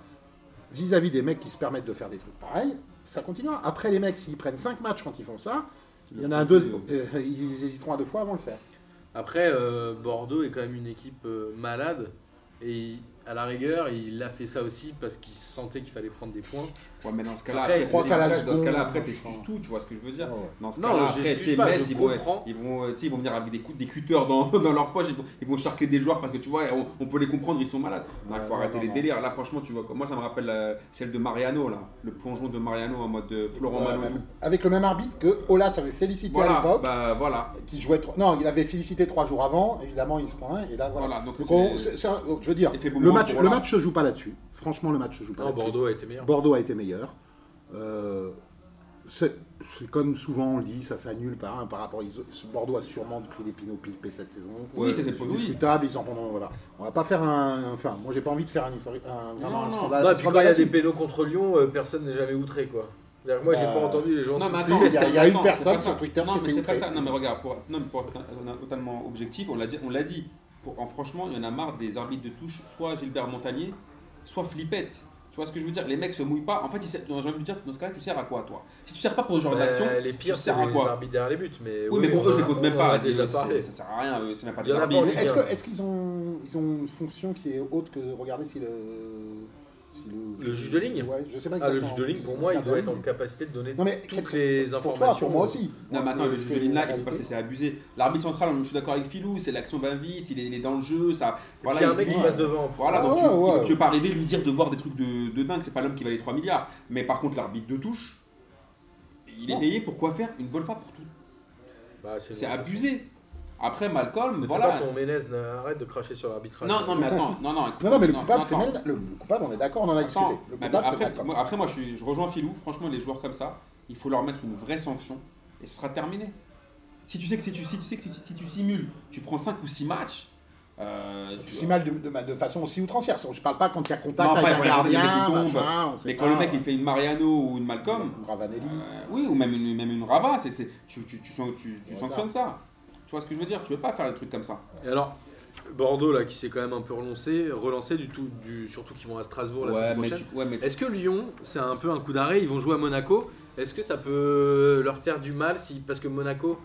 vis-à-vis des mecs qui se permettent de faire des trucs pareils, ça continuera. Après, les mecs, s'ils prennent 5 matchs quand ils font ça, il y en a un deux, euh, ils hésiteront à deux fois avant de le faire. Après, euh, Bordeaux est quand même une équipe euh, malade. Et il- à la rigueur, il a fait ça aussi parce qu'il sentait qu'il fallait prendre des points. Ouais, mais dans ce cas-là, Après, après, je crois tu- qu'à la après, dans ce cas-là, seconde, après, je t'excuses crois. tout, tu vois ce que je veux dire. Ouais, ouais. Dans ce Non, cas-là, je après, tu l'excuse sais, pas, Metz, je ils vont, comprends. ils vont, euh, tu sais, ils vont venir avec des coups, des cuteurs dans, dans leur poche, ils vont, ils vont charcler des joueurs parce que tu vois, on, on peut les comprendre, ils sont malades. Non, il faut Ouais, arrêter non, les non. délires. Là, franchement, tu vois, moi, ça me rappelle euh, celle de Mariano, là, le plongeon de Mariano en mode euh, Florent Ouais, Manodou. même- Avec le même arbitre que Olas avait félicité à Voilà, l'époque, bah voilà. qui jouait trois- Non, il avait félicité trois jours avant, évidemment, il se prend un, et là, voilà. Voilà, donc Donc, c'est- on- c'est- c'est un- je veux dire, Effet Le boomerang match, pour le Lens. match se joue pas là-dessus. Franchement, le match se joue pas Non, là-dessus. Ah, Bordeaux a été meilleur. Bordeaux a été meilleur. Euh, c'est c'est comme souvent on le dit, ça s'annule par un par rapport. Ils, Bordeaux a sûrement pris des pinots pipés cette saison. Oui, ça, c'est Ils sont pour- oui. discutables. Ils en prendront- voilà. On va pas faire un. Enfin, moi j'ai pas envie de faire un, histori- un, vraiment un Non, non. Bah, scandale. Non, un Bah, et puis quand scandale il y a des là-dessus. pénaux contre Lyon, euh, personne n'est jamais outré, quoi. C'est-à-dire que Moi, j'ai Bah, pas entendu les gens Non, mais se attends, soucier. il y a- il y a une attends, c'est personne pas sur ça. Twitter Non, qui mais était c'est pas outrée. ça. Non, mais regarde, pour, non, mais pour être totalement objectif, on l'a dit. On l'a dit. Pour, en, franchement, il y en a marre des arbitres de touche, soit Gilbert Montagnier, soit Flippette. Tu vois ce que je veux dire Les mecs se mouillent pas. En fait, ils ser- j'ai envie de dire, dans ce cas-là, tu sers à quoi, toi Si tu sers pas pour ce genre Bah, d'action, les tu pires, c'est sers à les quoi arbitres derrière les buts. Mais Oui, mais bon, on eux, je en- les compte même on en pas. a vas-y, déjà c'est- parlé. Ça sert à rien, eux, c'est même pas Il des y en a pas arbitres. en Ligue Est-ce un. que- est-ce qu'ils ont, ils ont une fonction qui est autre que de regarder si le. si Le juge de ligne Ouais, je sais pas Ah, le exactement. juge de ligne, pour moi, il Garde doit la être en ligne. capacité de donner Non, mais quelles toutes sont- les Pour toi, informations. pour moi aussi. Non, mais attends, le juge de ligne là, il peut pas se Réalité. laisser abuser. L'arbitre central, je suis d'accord avec Philou, c'est l'action va vite, il est, il est dans le jeu, ça. Et puis, il y a un il mec qui glisse. passe devant. Voilà, Ah donc tu, ouais, tu- ouais. tu veux pas arriver à lui dire de voir des trucs de, de dingue, c'est pas l'homme qui va les 3 milliards. Mais par contre, l'arbitre de touche, il est Non. payé pour quoi faire une bonne fois pour tout. Bah, c'est C'est une- abusé. Après Malcolm, Ne fais voilà. pas ton Ménez, n'a- arrête de cracher sur l'arbitrage. Non, non, mais attends, non, non, écoute, Non, non, mais le non, coupable, non, c'est attends. même. Le coupable, on est d'accord, on en a discuté. Attends, Le bah, coupable, c'est après, Malcolm. moi, après, moi, je, suis- je rejoins Philou. Franchement, les joueurs comme ça, il faut leur mettre une vraie sanction et ce sera terminé. Si tu sais que si tu, si tu sais que tu, si tu simules, tu prends 5 ou 6 matchs. euh, Tu tu- si mal de, de- de façon aussi outrancière. Je parle pas quand il y a contact Non, après, avec un il faut regarder gardien, les mecs qui tombent. machin, on sait Mais pas. quand le mec il fait une Mariano ou une Malcolm, Ah, Ravanelli. Euh, oui, ou même une, même une Rava, c'est, c'est- tu, tu, tu, san- tu- tu Au sanctionnes ça. Tu vois ce que je veux dire Tu veux pas faire des trucs comme ça. Et alors, Bordeaux, là, qui s'est quand même un peu relancé, relancé du tout, du, surtout qu'ils vont à Strasbourg la semaine mais prochaine. tu- ouais, mais tu- Est-ce que Lyon, c'est un peu un coup d'arrêt Ils vont jouer à Monaco. Est-ce que ça peut leur faire du mal si, Parce que Monaco,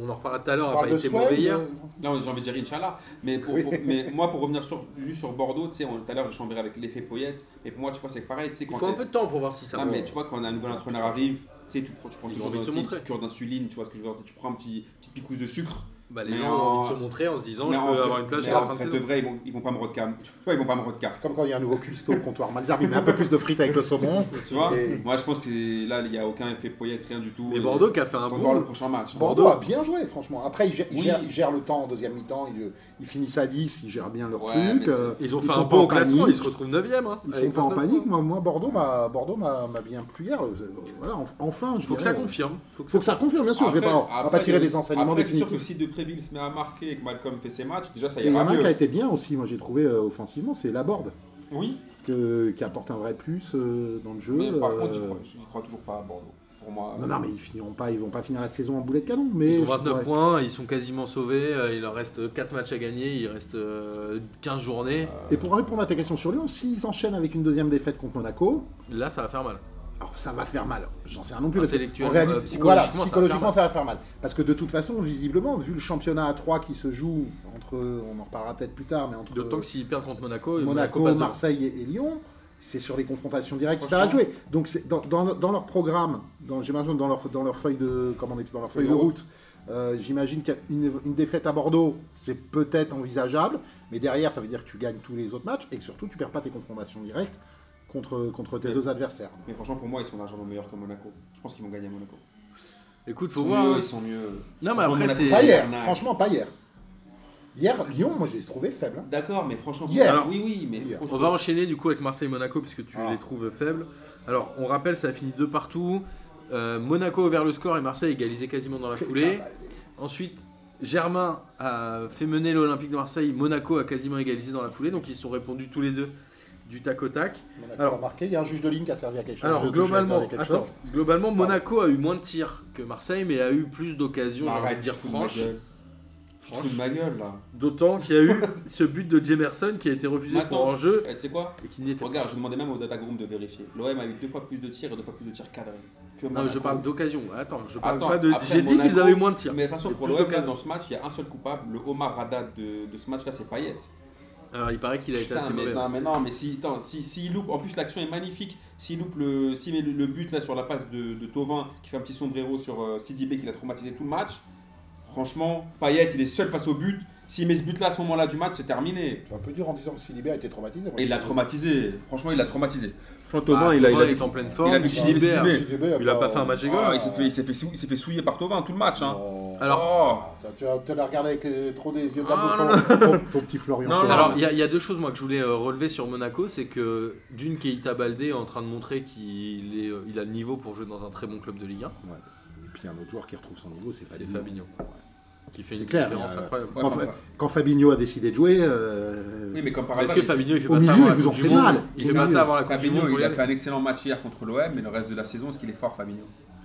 on en reparlera tout à l'heure, On n'a pas parle de été Swell, bah, mauvais hier. euh, Non, j'ai envie de dire Inch'Allah. Mais, pour, pour- mais moi, pour revenir sur, juste sur Bordeaux, tu sais, on- tout à l'heure, j'ai chambéré avec l'effet Poyette. Et pour moi, tu vois, c'est pareil. Tu sais, Il quand faut un t'es- peu de temps pour voir si ça Ah, va. mais tu vois, quand un nouvel entraîneur arrive, tu sais, tu prends, tu prends Ils ont toujours envie une de se petite montrer. cure d'insuline, tu vois ce que je veux dire Tu prends un petit, petit picousse de sucre. Bah, les mais gens en- ont envie de se montrer en se disant Mais je en peux vrai- avoir une place mais à la en fin de vrai, saison. vrai, ils vont, ils vont pas me rodcar. Tu vois, ils vont pas me rodcar. C'est comme quand il y a un nouveau cuistot au comptoir Malzerbi, mais un peu plus de frites avec le saumon. Tu vois Et Moi, je pense que là, il n'y a aucun effet Poyette, rien du tout. Mais Et- Bordeaux qui a fait un Attends de voir le bon. prochain match. hein. Bordeaux a bien joué, franchement. Après, ils gèrent, ils Oui. gèrent- ils gèrent le temps en deuxième mi-temps. Ils, ils finissent à 10, ils gèrent bien leur Ouais, mais truc. c'est- euh, Ils ont fait sont un pas bon en classement, panique. ils se retrouvent 9ème. Hein, Ils avec sont pas en 29 panique. points. Moi, moi, Bordeaux m'a Bordeaux m'a m'a bien plu hier. Euh, Voilà, enf- enfin, je Faut que ça dirais. confirme. Faut que Faut que ça confirme, bien sûr. je vais Après- pas, on va après, pas tirer c'est- des enseignements après, c'est sûr que définitifs. si de près Capdeville se met à marquer et que Malcolm fait ses matchs, déjà ça Et il y en a ira un qui a mieux. été bien aussi, moi j'ai trouvé euh, offensivement, c'est Laborde, Oui, que- qui apporte un vrai plus euh, dans le jeu. mais par euh, contre, j'y crois, j'y crois toujours pas à Bordeaux. Pour moi, Non, non, mais ils finiront pas, ils vont pas finir la saison en boulet de canon. Mais Ils ont je 29 pourrais- points, ils sont quasiment sauvés, euh, il leur reste 4 matchs à gagner, il reste euh, 15 journées. euh, Et pour répondre à ta question sur Lyon, s'ils enchaînent avec une deuxième défaite contre Monaco, Là, ça va faire mal. alors ça va faire mal. J'en sais rien non plus. Parce que, en Intellectuellement, réalité, euh, psychologiquement, voilà, ça va faire psychologiquement, mal. ça va faire mal. Parce que de toute façon, visiblement, vu le championnat à 3 qui se joue entre, on en reparlera peut-être plus tard, mais entre D'autant que s'ils perdent contre Monaco, Monaco, passe devant. Marseille et, et Lyon, c'est sur les confrontations directes que ça va jouer. Donc c'est dans, dans- dans leur programme, dans- j'imagine dans leur dans leur feuille de comment on dit, dans leur feuille de de route, euh, j'imagine qu'il y a une, une défaite à Bordeaux, c'est peut-être envisageable, mais derrière ça veut dire que tu gagnes tous les autres matchs et que surtout tu perds pas tes confrontations directes contre contre tes Mais- deux adversaires. mais franchement, pour moi, ils sont largement meilleurs que Monaco. Je pense qu'ils vont gagner à Monaco. Écoute, Ils faut sont voir. mieux, hein. ils sont mieux. Non, mais Ils sont après, Monaco, c'est- c'est Pas Pas hier, Bernard. franchement pas hier. Hier Lyon, moi je les trouvais faibles. hein. D'accord, mais franchement, Hier. alors, oui, oui, mais Hier. On franchement, va enchaîner du coup avec Marseille-Monaco puisque tu Ah. les trouves faibles. Alors, on rappelle, ça a fini deux partout. Euh, Monaco a ouvert le score et Marseille égalisé quasiment dans la foulée. Ah, bah, Ensuite, Germain a fait mener l'Olympique de Marseille. Monaco a quasiment égalisé dans la foulée. Donc, ils se sont répondus tous les deux du tac au tac. Monaco Alors- a marqué, il y a un juge de ligne qui a servi à quelque chose. Alors, Le juge a servi à globalement, quelque attends, chose. globalement, Monaco a eu moins de tirs que Marseille, mais a eu plus d'occasions, j'ai envie arrête, de tu dire te fous de ma franches. gueule. Tu te fous de Franche. ma gueule là. D'autant qu'il y a eu ce but de Jemerson qui a été refusé pour Maintenant. un jeu Eh, tu sais quoi et qui n'était pas. Regarde, je demandais même au Datagroup de vérifier. L'OM a eu deux fois plus de tirs et deux fois plus de tirs cadrés. Que Non, je Monaco. parle d'occasion. Attends, je parle Attends, pas de. après, J'ai dit qu'ils Monaco- avaient eu moins de tirs. Mais de toute façon, Et pour plus l'OM, là, d'occasions. dans ce match, il y a un seul coupable. Le Omar Rada de, de ce match-là, c'est Payet. Alors, il paraît qu'il a été Putain, assez mais mauvais. hein. non, mais non, mais si, attends, si, si il loupe, en plus l'action est magnifique. S'il loupe le, s'il met le, le but là sur la passe de, de Tovin qui fait un petit sombrero sur euh, Sidibé qui l'a traumatisé tout le match. Franchement, Payet, il est seul face au but. S'il met ce but là à ce moment-là du match, c'est terminé. C'est un peu dur en disant que Silibé a été traumatisé. moi, Et il l'a je- traumatisé. Franchement, il l'a traumatisé. Franchement, Ah, Tovin, il a, il a- est en pleine forme. il a dû Gilbert, signer Sidibé. Sidibé bah, Il a pas fait un match Ah, dégueulasse. il s'est fait, il s'est fait, sou- il s'est fait souiller par Tovin tout le match. Hein. Oh. Alors, Oh. Ça, Tu as- tu l'as regardé avec les- trop des yeux de la Ah, bouche, ton, ton- ton petit Florian. Non, toi. Oh, non, alors, il y, a- il y a deux choses moi que je voulais euh, relever sur Monaco, c'est que d'une Keita Baldé est en train de montrer qu'il est, euh, il a le niveau pour jouer dans un très bon club de Ligue 1, Et puis un autre joueur qui retrouve son niveau, c'est c'est Fabinho. Fabinho, qui fait C'est une clair, différence mais, euh, incroyable. Ouais, Quand, enfin, Fa- quand Fabinho a décidé de jouer, euh, Oui, mais comme par Parce hasard, que il- Fabinho, il fait au pas ça milieu, avant la ils vous Coupe ont du fait Monde. mal. Il fait Au pas milieu. ça avant la Coupe du Fabinho, Monde. pour il y a aller. fait un excellent match hier contre l'OM, mais le reste de la saison, est-ce qu'il est fort, Fabinho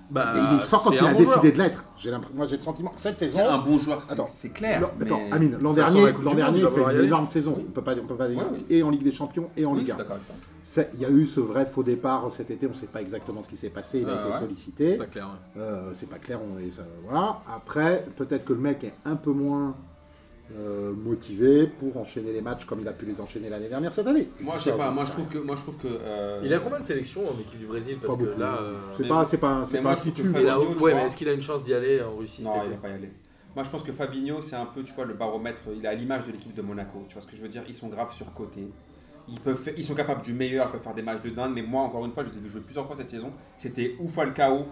Bah, il est fort quand c'est il un a bon décidé joueur. de l'être. J'ai l'impression- Moi, j'ai le sentiment que cette C'est saison. un bon joueur, c'est- Attends. c'est clair. l'an- mais- Attends, Amine, l'an Ça sort la Coupe dernier, l'an du Monde, dernier, il il va fait falloir y une aller. énorme saison. On peut pas, on peut pas dire. Ouais, oui. Et en Ligue des Champions et en Oui, je Ligue suis 1. d'accord avec toi. C'est- Il y a eu ce vrai faux départ euh, cet été. On ne sait pas exactement ce qui s'est passé. Il a Ah, été ouais. sollicité. C'est pas clair, ouais. Euh, c'est pas clair, on est, ça- voilà. Après, peut-être que le mec est un peu moins euh, motivé pour enchaîner les matchs comme il a pu les enchaîner l'année dernière cette année. Moi, je sais pas, moi je trouve que. Moi, je trouve que euh, Il a combien de sélections en équipe du Brésil Parce Pas que beaucoup. là, euh, C'est mais- pas, c'est pas, c'est mais pas moi, un je trouve que titu. il Fabinho, a- je ouais, crois- mais est-ce qu'il a une chance d'y aller en Russie Non, cet il été va pas y aller. Moi, je pense que Fabinho, c'est un peu, tu vois, le baromètre. Il est à l'image de l'équipe de Monaco. Tu vois ce que je veux dire Ils sont graves surcotés. Ils, peuvent faire- ils sont capables du meilleur, ils peuvent faire des matchs de dingue. Mais moi, encore une fois, je les ai vus jouer plusieurs fois cette saison. C'était ou Falcao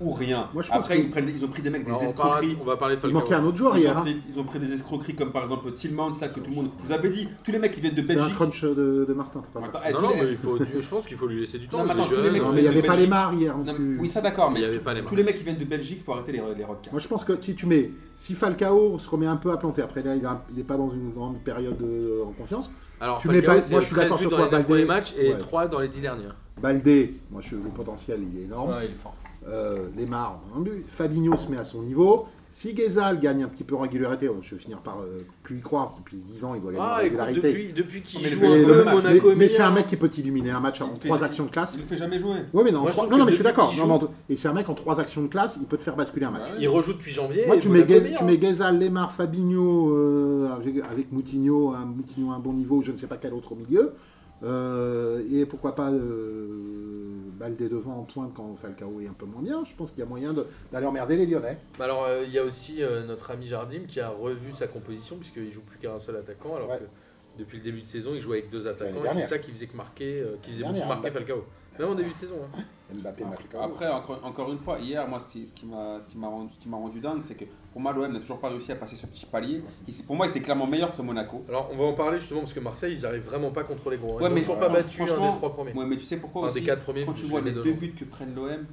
ou rien. Moi, je pense Après, que- ils, prennent, des- ils ont pris des mecs, des Alors, on, parlera- escroqueries. on va parler de Il Falcao. manquait un autre joueur Ils ont, hier. hein. pris, ils ont pris des escroqueries comme par exemple Tillmans, là que tout le monde. Je vous avais dit, tous les mecs qui viennent de C'est un Belgique. crunch de, de Martin. c'est pas mal. Attends, eh, Non, tous non, les- mais il faut du- je pense qu'il faut lui laisser du temps. Non, mais il est attends, tous les jeune, mecs- hein. Non, mais il n'y de avait pas Belgique. les mares hier non Non, plus. mais- oui, ça d'accord, Il mais y avait pas les tous les mecs qui viennent de Belgique, faut arrêter les, les roadcars. Moi, je pense que si tu mets, si Falcao se remet un peu à planter, après là, il a- il n'est pas dans une grande période euh, en confiance. Alors, Tu Falcao, mets pas- c'est moi, je suis 13 d'accord buts sur dans toi, les 9 Baldé. premiers matchs et Ouais. 3 dans les 10 dernières. Baldé, moi, je, le potentiel, il est énorme. il est fort. Euh, Lemar, on a entendu. Fabinho se met à son niveau. Si Guézal gagne un petit peu en régularité, je vais finir par euh, plus y croire. Depuis 10 ans, il doit gagner en Ah, écoute, régularité. depuis, depuis qu'il Mais joue les un mais deux peu, le- matchs, Monaco mais- est mais c'est un meilleur. mec qui peut illuminer un match en Il fait trois jamais- actions de classe. Il ne fait jamais jouer. Oui, mais non, en Moi, je trois- trouve non, que non, mais je suis depuis d'accord. qu'il Non, mais en- Et c'est un mec en trois actions de classe, il peut te faire basculer un match. Ouais. Il rejoue depuis janvier. Moi, et tu mets, Monaco est Guez, meilleur. tu mets Guézal, Lemar, Fabinho euh, avec, avec Moutinho, un Moutinho à un bon niveau, je ne sais pas quel autre au milieu. Euh, et pourquoi pas euh, Baldé devant en pointe quand Falcao est un peu moins bien. Je pense qu'il y a moyen de- d'aller emmerder les Lyonnais. Mais Alors, euh, il y a aussi euh, notre ami Jardim qui a revu sa composition puisqu'il joue plus qu'un seul attaquant. Alors Ouais. que depuis le début de saison, il jouait avec deux attaquants. et dernière. C'est ça qui faisait que marquer, euh, qui faisait dernière, beaucoup marquer hein, Falcao. Même en début de saison. hein. Mbappé, Falcao. Ah, Après, encore, encore une fois, hier, moi, ce qui, ce qui m'a ce qui m'a rendu, ce qui m'a rendu dingue, c'est que pour moi, l'OM n'a toujours pas réussi à passer ce petit palier. Il- pour moi, il était clairement meilleur que Monaco. Alors, on va en parler justement parce que Marseille, ils arrivent vraiment pas contre les gros. hein. Ils Ouais, ont mais toujours pas fran- battu un des franchement, trois premiers. Ouais, mais tu sais pourquoi Enfin, aussi des quatre premiers, Quand tu je vois les les donne. deux buts que prennent l'OM,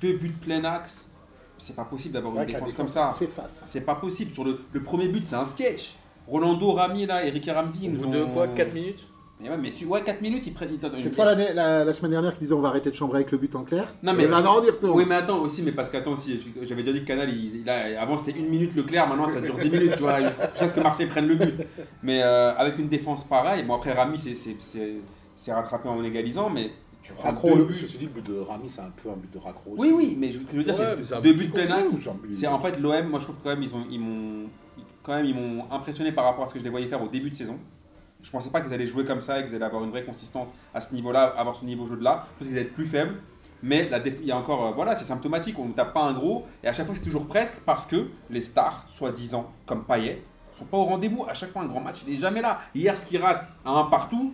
deux buts plein axe, c'est pas possible d'avoir vrai une que la défense comme défense ça. hein. s'efface. C'est pas possible. Sur le, le premier but, c'est un sketch. Rolando, Rami, là, Eric Ramsey, ils Au nous bout ont. de quoi 4 minutes Mais ouais, mais su- ouais, 4 minutes, ils prennent. ils- C'est toi l'année- la, la semaine dernière qui disait on va arrêter de chambrer avec le but en clair. Non, Non mais- mais maintenant on y retourne. Oui, mais attends aussi, mais parce qu'attends aussi, j- j'avais déjà dit que Canal, il- il a- avant c'était une minute Leclerc, maintenant ça dure 10 minutes, tu vois, jusqu'à ce que Marseille prenne le but. Mais euh, avec une défense pareille, bon après Rami s'est- s'est- s'est s'est rattrapé en égalisant, mais tu prends Raccro, deux le, buts. ceci dit, le but de Rami, c'est un peu un but de raccro. Oui, oui, mais je, je veux dire, Ouais, mais c'est c'est un deux petit buts plein concours. axe. C'est C'est en fait l'OM, moi je trouve quand même ils ont ils m'ont quand même ils m'ont impressionné par rapport à ce que je les voyais faire au début de saison. Je pensais pas qu'ils allaient jouer comme ça et qu'ils allaient avoir une vraie consistance à ce niveau-là, avoir ce niveau jeu de là. Je pense qu'ils allaient être plus faibles. Mais la déf- il y a encore, euh, voilà, c'est symptomatique. On ne tape pas un gros et à chaque fois c'est toujours presque parce que les stars, soi-disant comme Payet, sont pas au rendez-vous. À chaque fois un grand match, il est jamais là. Hier, ce qui rate à un partout,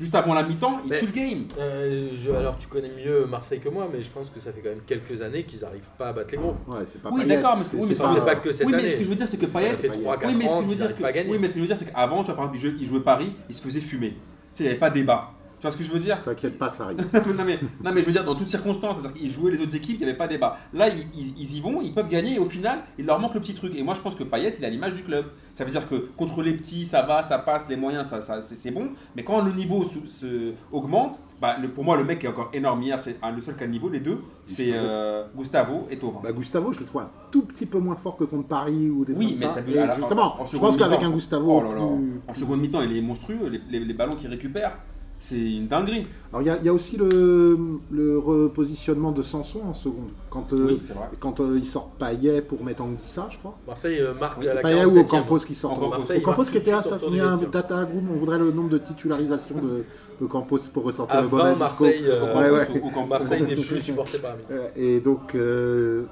juste avant la mi-temps, il Mais- tue le game. Euh, je- alors tu connais mieux Marseille que moi, mais je pense que ça fait quand même quelques années qu'ils n'arrivent pas à battre les gros. Ouais, c'est pas Oui, Payet, d'accord, mais- c'est- oui, mais c'est Enfin, pas- c'est pas que cette oui, année. mais ce que je veux dire, c'est que Ça Payet, fait 3 4 Oui, mais ce ans que je veux qu'ils dire, n'arrivent que, pas à gagner. oui, mais ce que je veux dire, c'est qu'avant, tu vois, par exemple, il jouait, il jouait Paris, il se faisait fumer. Tu sais, il n'y avait pas débat. Tu vois ce que je veux dire T'inquiète pas, ça arrive. non, mais, non, mais- non, mais je veux dire, dans toutes circonstances, c'est-à-dire qu'ils jouaient les autres équipes, il n'y avait pas débat. Là, ils, ils- ils y vont, ils peuvent gagner, et au final, il leur manque le petit truc. Et moi, je pense que Payet, il a l'image du club. Ça veut dire que contre les petits, ça va, ça passe, les moyens, ça, ça- c'est, c'est bon. Mais quand le niveau se, se augmente, bah, le- pour moi, le mec qui est encore énorme hier, c'est un- le seul qui a le niveau, les deux, c'est euh, Gustavo et Tovin. Bah, Gustavo, je le trouve un tout petit peu moins fort que contre Paris ou des Oui, trucs mais comme t'as ça. vu, Et à la- en- justement, en je seconde pense qu'avec mi-temps. un Gustavo. Oh là là. plus- En seconde mi-temps, il est monstrueux. Les, les- les ballons qu'il récupère, c'est une dinguerie. Alors, il y, a- il y a aussi le, le repositionnement de Sanson en seconde. Quand, euh, Oui, c'est vrai. quand euh, il sort Payet pour mettre Anguissa, je crois. Marseille euh, marque Oui, à la Payet ou 47 e Ocampos qui sort. Ocampos. Marseille Ocampos marque qui était tout à de suite ça. autour Il y du a un vestiaire. data group, on voudrait le nombre de titularisations de, de Campos pour ressortir Ah, À le bonnet 20, disco. Marseille, euh, Ouais, ouais. Au- au camp- Marseille n'est plus supporté par Amiens. Euh, Et donc, euh,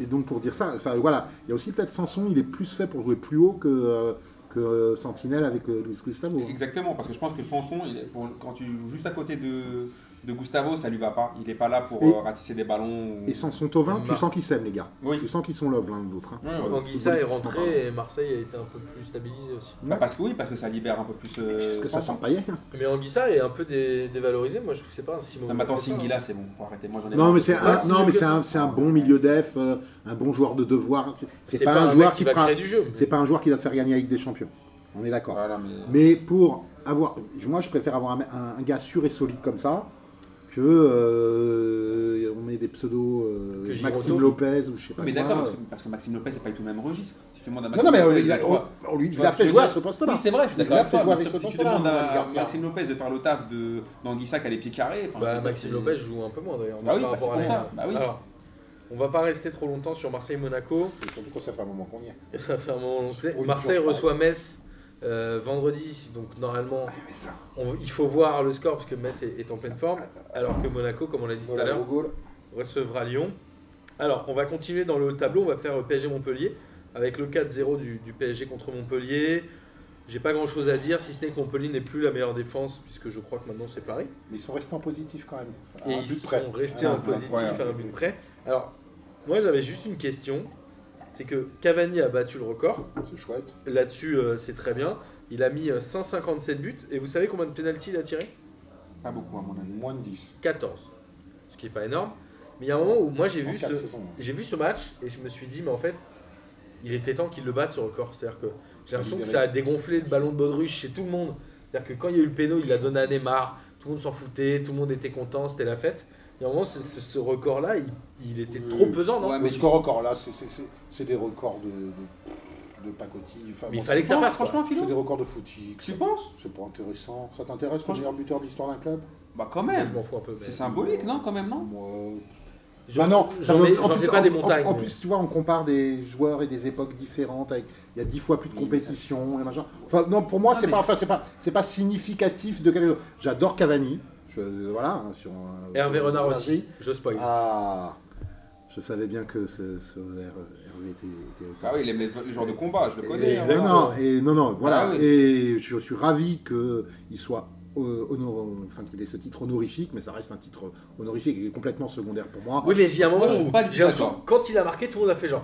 et donc pour dire ça, enfin voilà, il y a aussi peut-être Sanson, il est plus fait pour jouer plus haut que, euh, que euh, Sentinelle avec euh, Luis Gustavo. hein. Exactement, parce que je pense que Sanson, il est- pour- quand tu joues juste à côté de, de Gustavo, ça lui va pas. Il n'est pas là pour Et- euh, ratisser des ballons. ou- Et Sanson Tovin, tu Mar- sens qu'ils s'aiment les gars. Oui. Tu sens qu'ils sont love l'un de l'autre. hein. Ouais, ouais. Euh, Anguissa est footballiste. rentré et Marseille a été un peu plus stabilisé aussi. Bah, parce que oui, parce que ça libère un peu plus. euh, Parce que ça Sanson. sent Payet. hein. Mais Anguissa est un peu dé- dévalorisé, moi je trouve que c'est pas un hein. si mauvais. Non, Ah, mais attends, joueur. Singila, c'est bon, faut arrêter. Moi, j'en ai Non marre. mais c'est Ouais, un, c'est non, une mais c'est gueule. un, c'est un bon milieu def, euh, un bon joueur de devoir. C'est- C'est pas, un mec joueur qui va fera, créer du jeu. mais- c'est pas un joueur qui va te faire gagner avec des champions. On est d'accord. Voilà, mais- Mais pour avoir. Moi, je préfère avoir un, un- un gars sûr et solide comme ça que. euh, on met des pseudos. euh, Que Giroud. Maxime Lopez ou je sais pas Mais quoi. d'accord, parce que, parce que Maxime Lopez, c'est pas du tout le même registre. Si tu demandes à Non, Maxime non, mais euh, on, Lopez, lui- il a on- trois- on lui Tu l'a vois ce fait que jouer je à veux ce poste-là. Oui, c'est vrai, je suis Il d'accord l'a fait avec toi. jouer mais avec si ce tu demandes poste-là, à Garcia. Maxime Lopez de faire le taf de- d'Anguissa qui a les pieds carrés. enfin, Bah, ça, Maxime Ah, c'est- Lopez joue un peu moins d'ailleurs. Bah oui, par bah, c'est rapport à pour la- ça, bah oui. Alors, on va pas rester trop longtemps sur Marseille-Monaco. Et Surtout que ça fait un moment qu'on y est. Ça fait un moment long. Oui, Marseille toujours, reçoit Metz euh, vendredi, donc normalement, Ah, Mais ça, on- il faut voir le score parce que Metz est, est en pleine forme, alors que Monaco, comme on l'a dit tout à voilà l'heure, le goal. recevra Lyon. Alors, on va continuer dans le haut de tableau. On va faire euh, PSG Montpellier avec le 4-0 du, du PSG contre Montpellier. J'ai pas grand chose à dire si ce n'est que Montpellier n'est plus la meilleure défense puisque je crois que maintenant c'est Paris. Mais ils sont restés en positif quand même. À Et Ah, un ils but sont près. restés Ah, en positif incroyable. à un but près. Alors, moi j'avais juste une question c'est que Cavani a battu le record. C'est chouette. Là-dessus, euh, c'est très bien. Il a mis euh, 157 buts et vous savez combien de pénalty il a tiré Pas beaucoup, à mon avis. Moins de 10. 14. Ce qui est pas énorme. Mais il y a un moment où moi j'ai En vu 4 ce, saisons. hein. J'ai vu ce match et je me suis dit, mais en fait, il était temps qu'il le batte ce record. C'est-à-dire que j'ai l'impression que libéré. ça a dégonflé le ballon de Baudruche chez tout le monde. C'est-à-dire que quand il y a eu le péno, il l'a donné à Neymar, tout le monde s'en foutait, tout le monde était content, c'était la fête. Et à un moment, ce, ce- ce record-là, il, il était Oui. trop pesant, non Ouais, Mais mais ce je- record là, c'est- c'est c'est- c'est des records de, de, de pacotille. Enfin, Mais il bon, fallait que ça Pense, passe, quoi. Franchement, C'est des Philo records de footy. Tu penses C'est pas intéressant. Ça t'intéresse le Franchement- meilleur buteur de l'histoire d'un club Bah, quand Moi, même. Je m'en fous un peu. mais- C'est symbolique, non, quand même, non Moi, Je- Bah non, j'en ça mets- veut- j'en fais pas en- des montagnes. En, en mais- plus, tu vois, on compare des joueurs et des époques différentes. Avec, il y a dix fois plus de Oui, compétition bah, mais et ça, machin. Enfin, non, pour moi, Non, c'est mais pas, je- enfin, c'est pas, c'est pas significatif de quelque chose. J'adore Cavani. Je- voilà. hein, sur, un- Hervé sur- Renard aussi, je spoil. Ah, je savais bien que ce, ce Hervé était, était au top. Ah oui, il aime les, le genre de combat, je le connais. Et hein. non, non, et non, non, voilà. Ah oui. Et je suis ravi qu'il soit euh, honor- enfin qu'il ait ce titre honorifique, mais ça reste un titre honorifique et complètement secondaire pour moi. Oui, mais j'ai un moment Moi, je suis où pas du tout j'ai l'impression d'accord. que quand il a marqué, tout le monde a fait genre.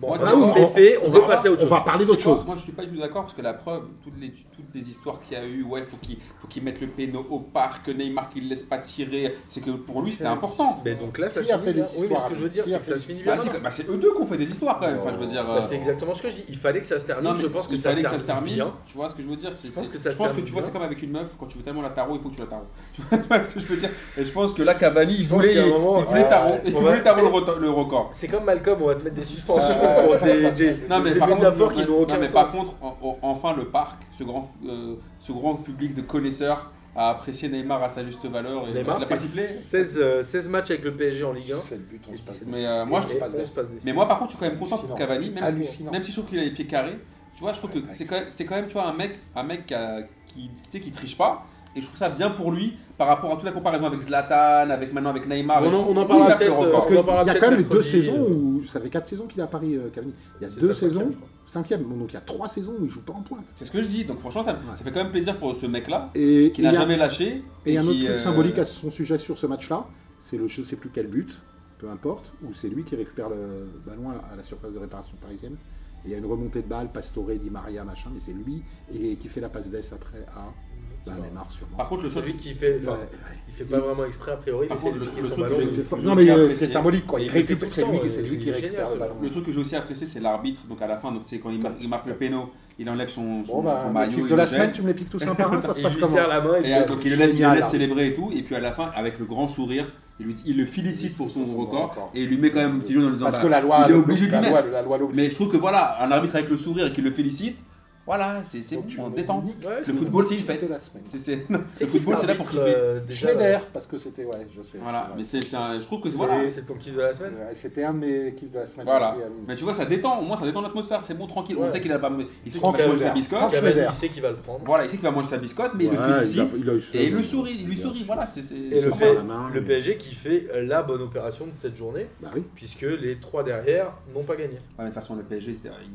Bon, Moi, bah, tu oui, vois, c'est on- fait, on on veut va- passer à autre On chose. va parler d'autre C'est quoi chose. Moi, je suis pas du tout d'accord parce que la preuve, toutes les, toutes les histoires qu'il y a eu, ouais, faut qu'il faut qu'ils mettent le péno au parc, Neymar qu'il laisse pas tirer, c'est que pour lui c'était Ouais. important. Mais donc là, ça Qui a se fait finit bien. des Oui, mais ce histoires que je veux dire, Qui a c'est que fait ça des se finit bien. Bah, c'est que- bah, c'est eux deux qui ont fait des histoires quand même. Enfin, je veux dire. Bah, c'est euh, exactement ce que je dis. Il fallait que ça se termine. Ah non, mais je pense que il ça se fallait que termine, bien. Tu vois ce que je veux dire c'est- c'est- Je pense que ça se termine tu vois, bien. c'est comme avec une meuf, quand tu veux tellement la tarot, il faut que tu la tarot. Tu vois ce que je veux dire Et je pense que là, Cavani, il Je pense voulait, qu'à un moment, il voulait ouais, tarot, ouais, il on voulait va- tarot le, reto- le record. C'est comme Malcolm, on va te mettre des suspensions Ah, pour ça des, va. des, Non mais, des par contre, métaphores non, qui n'ont aucun non, mais sens. par contre, en- en- enfin le parc, ce grand, euh, ce grand public de connaisseurs a apprécié Neymar à sa juste valeur. Et Neymar, l'a c'est pas sifflé. 16, euh, 16 matchs avec le PSG en Ligue 1. 7 buts, on se passe. Mais, euh, moi, je- on se passe Et on des- se passe des- Mais moi, par contre, je suis quand même content pour Hallucinant. Cavani, même si, Hallucinant. même si je trouve qu'il a les pieds carrés. Tu vois, je trouve que Ouais, c'est quand même, c'est quand même, tu vois, un mec, un mec qui, a- qui, tu sais, qui triche pas. Et je trouve ça bien pour lui par rapport à toute la comparaison avec Zlatan, avec maintenant avec Neymar. On en- on en Il parlera tape le peut-être, record. euh, Parce On qu'il y en parlera a peut-être quand même les deux mercredi, saisons euh, où. Ça fait 4 saisons qu'il est à Paris, euh, Cavani. Il y a C'est deux sa cinquième, saisons, je crois. 5ème, donc il y a 3 saisons où il joue pas en pointe. C'est ce que je dis. Donc franchement, ça, Ouais. ça fait quand même plaisir pour ce mec-là Et et qui il y n'a a- jamais lâché. et il y a un autre qui, truc euh, symbolique à son sujet sur ce match-là, c'est le je sais plus quel but, peu importe, où c'est lui qui récupère le ballon à la- à la surface de réparation parisienne. Et Il y a une remontée de balle, Pastore, Di Maria, machin, mais c'est lui et qui fait la passe d'ess après à bah, Neymar sûrement. Par contre, le seul Celui qui fait. Ah, enfin, Ouais, ouais. Il fait pas vraiment exprès a priori, Par mais c'est contre, lui le- qui est le son truc, ballon. c'est- c'est fort. je Non me suis mais euh, apprécié. c'est symbolique quoi. Il Il le fait tout récupère, le c'est temps, lui qui, euh, c'est lui il qui est génial, récupère ce le ballon. Le truc que j'ai aussi apprécié, c'est l'arbitre. Donc à la fin, donc c'est quand il, mar- il marque le péno, il enlève son, son, Bon bah, son le maillot, kiff il de la le jette. semaine, tu me les piques tous un par un, ça se Il passe lui comment serre la main et Et puis, euh, euh, donc il le laisse, il le Génial, laisse hein. célébrer et tout, et puis à la fin, avec le grand sourire, il, lui, dit- il le félicite pour son Son record record. et il lui met quand même un petit jeu dans le disant, Parce bah, que la loi, il est obligé de la lui loi, mettre. la loi l'oblige. Mais je trouve que voilà, un arbitre avec le sourire et qui le félicite, voilà, c'est c'est Donc, tu bon, on me détente. dis- ouais, Le c'est- football, c'est une C'était fête. la semaine. C'est- c'est- non, c'est Le qui football, cet c'est là pour arbitre, kiffer. euh, déjà, Schneider, parce que c'était, ouais, je sais. Voilà, Ouais. mais c'est c'est un- je trouve que c'est- c'est- voilà. C'est ton kiff de la semaine. Euh, Ouais, C'était un de mes kiffs de la semaine. Voilà. aussi, Amine. Mais tu vois, ça détend, au moins ça détend l'atmosphère, c'est bon, tranquille. On Ouais. sait qu'il a pas- il sait qu'il va Franck se manger Schneider. sa biscotte. Franck Cavani, Schneider. il sait qu'il va le prendre. Voilà, il sait qu'il va manger sa biscotte, mais il le Ouais, a- félicite. il a eu ce- Et il le sourit, il lui sourit, voilà, c'est. c'est- Et le, se P- prend la main, le mais- PSG qui fait euh, la bonne opération de cette journée, Ah, Bah oui. puisque les trois derrière n'ont pas gagné. Ouais, mais de toute façon, le PSG, c'était- euh, ils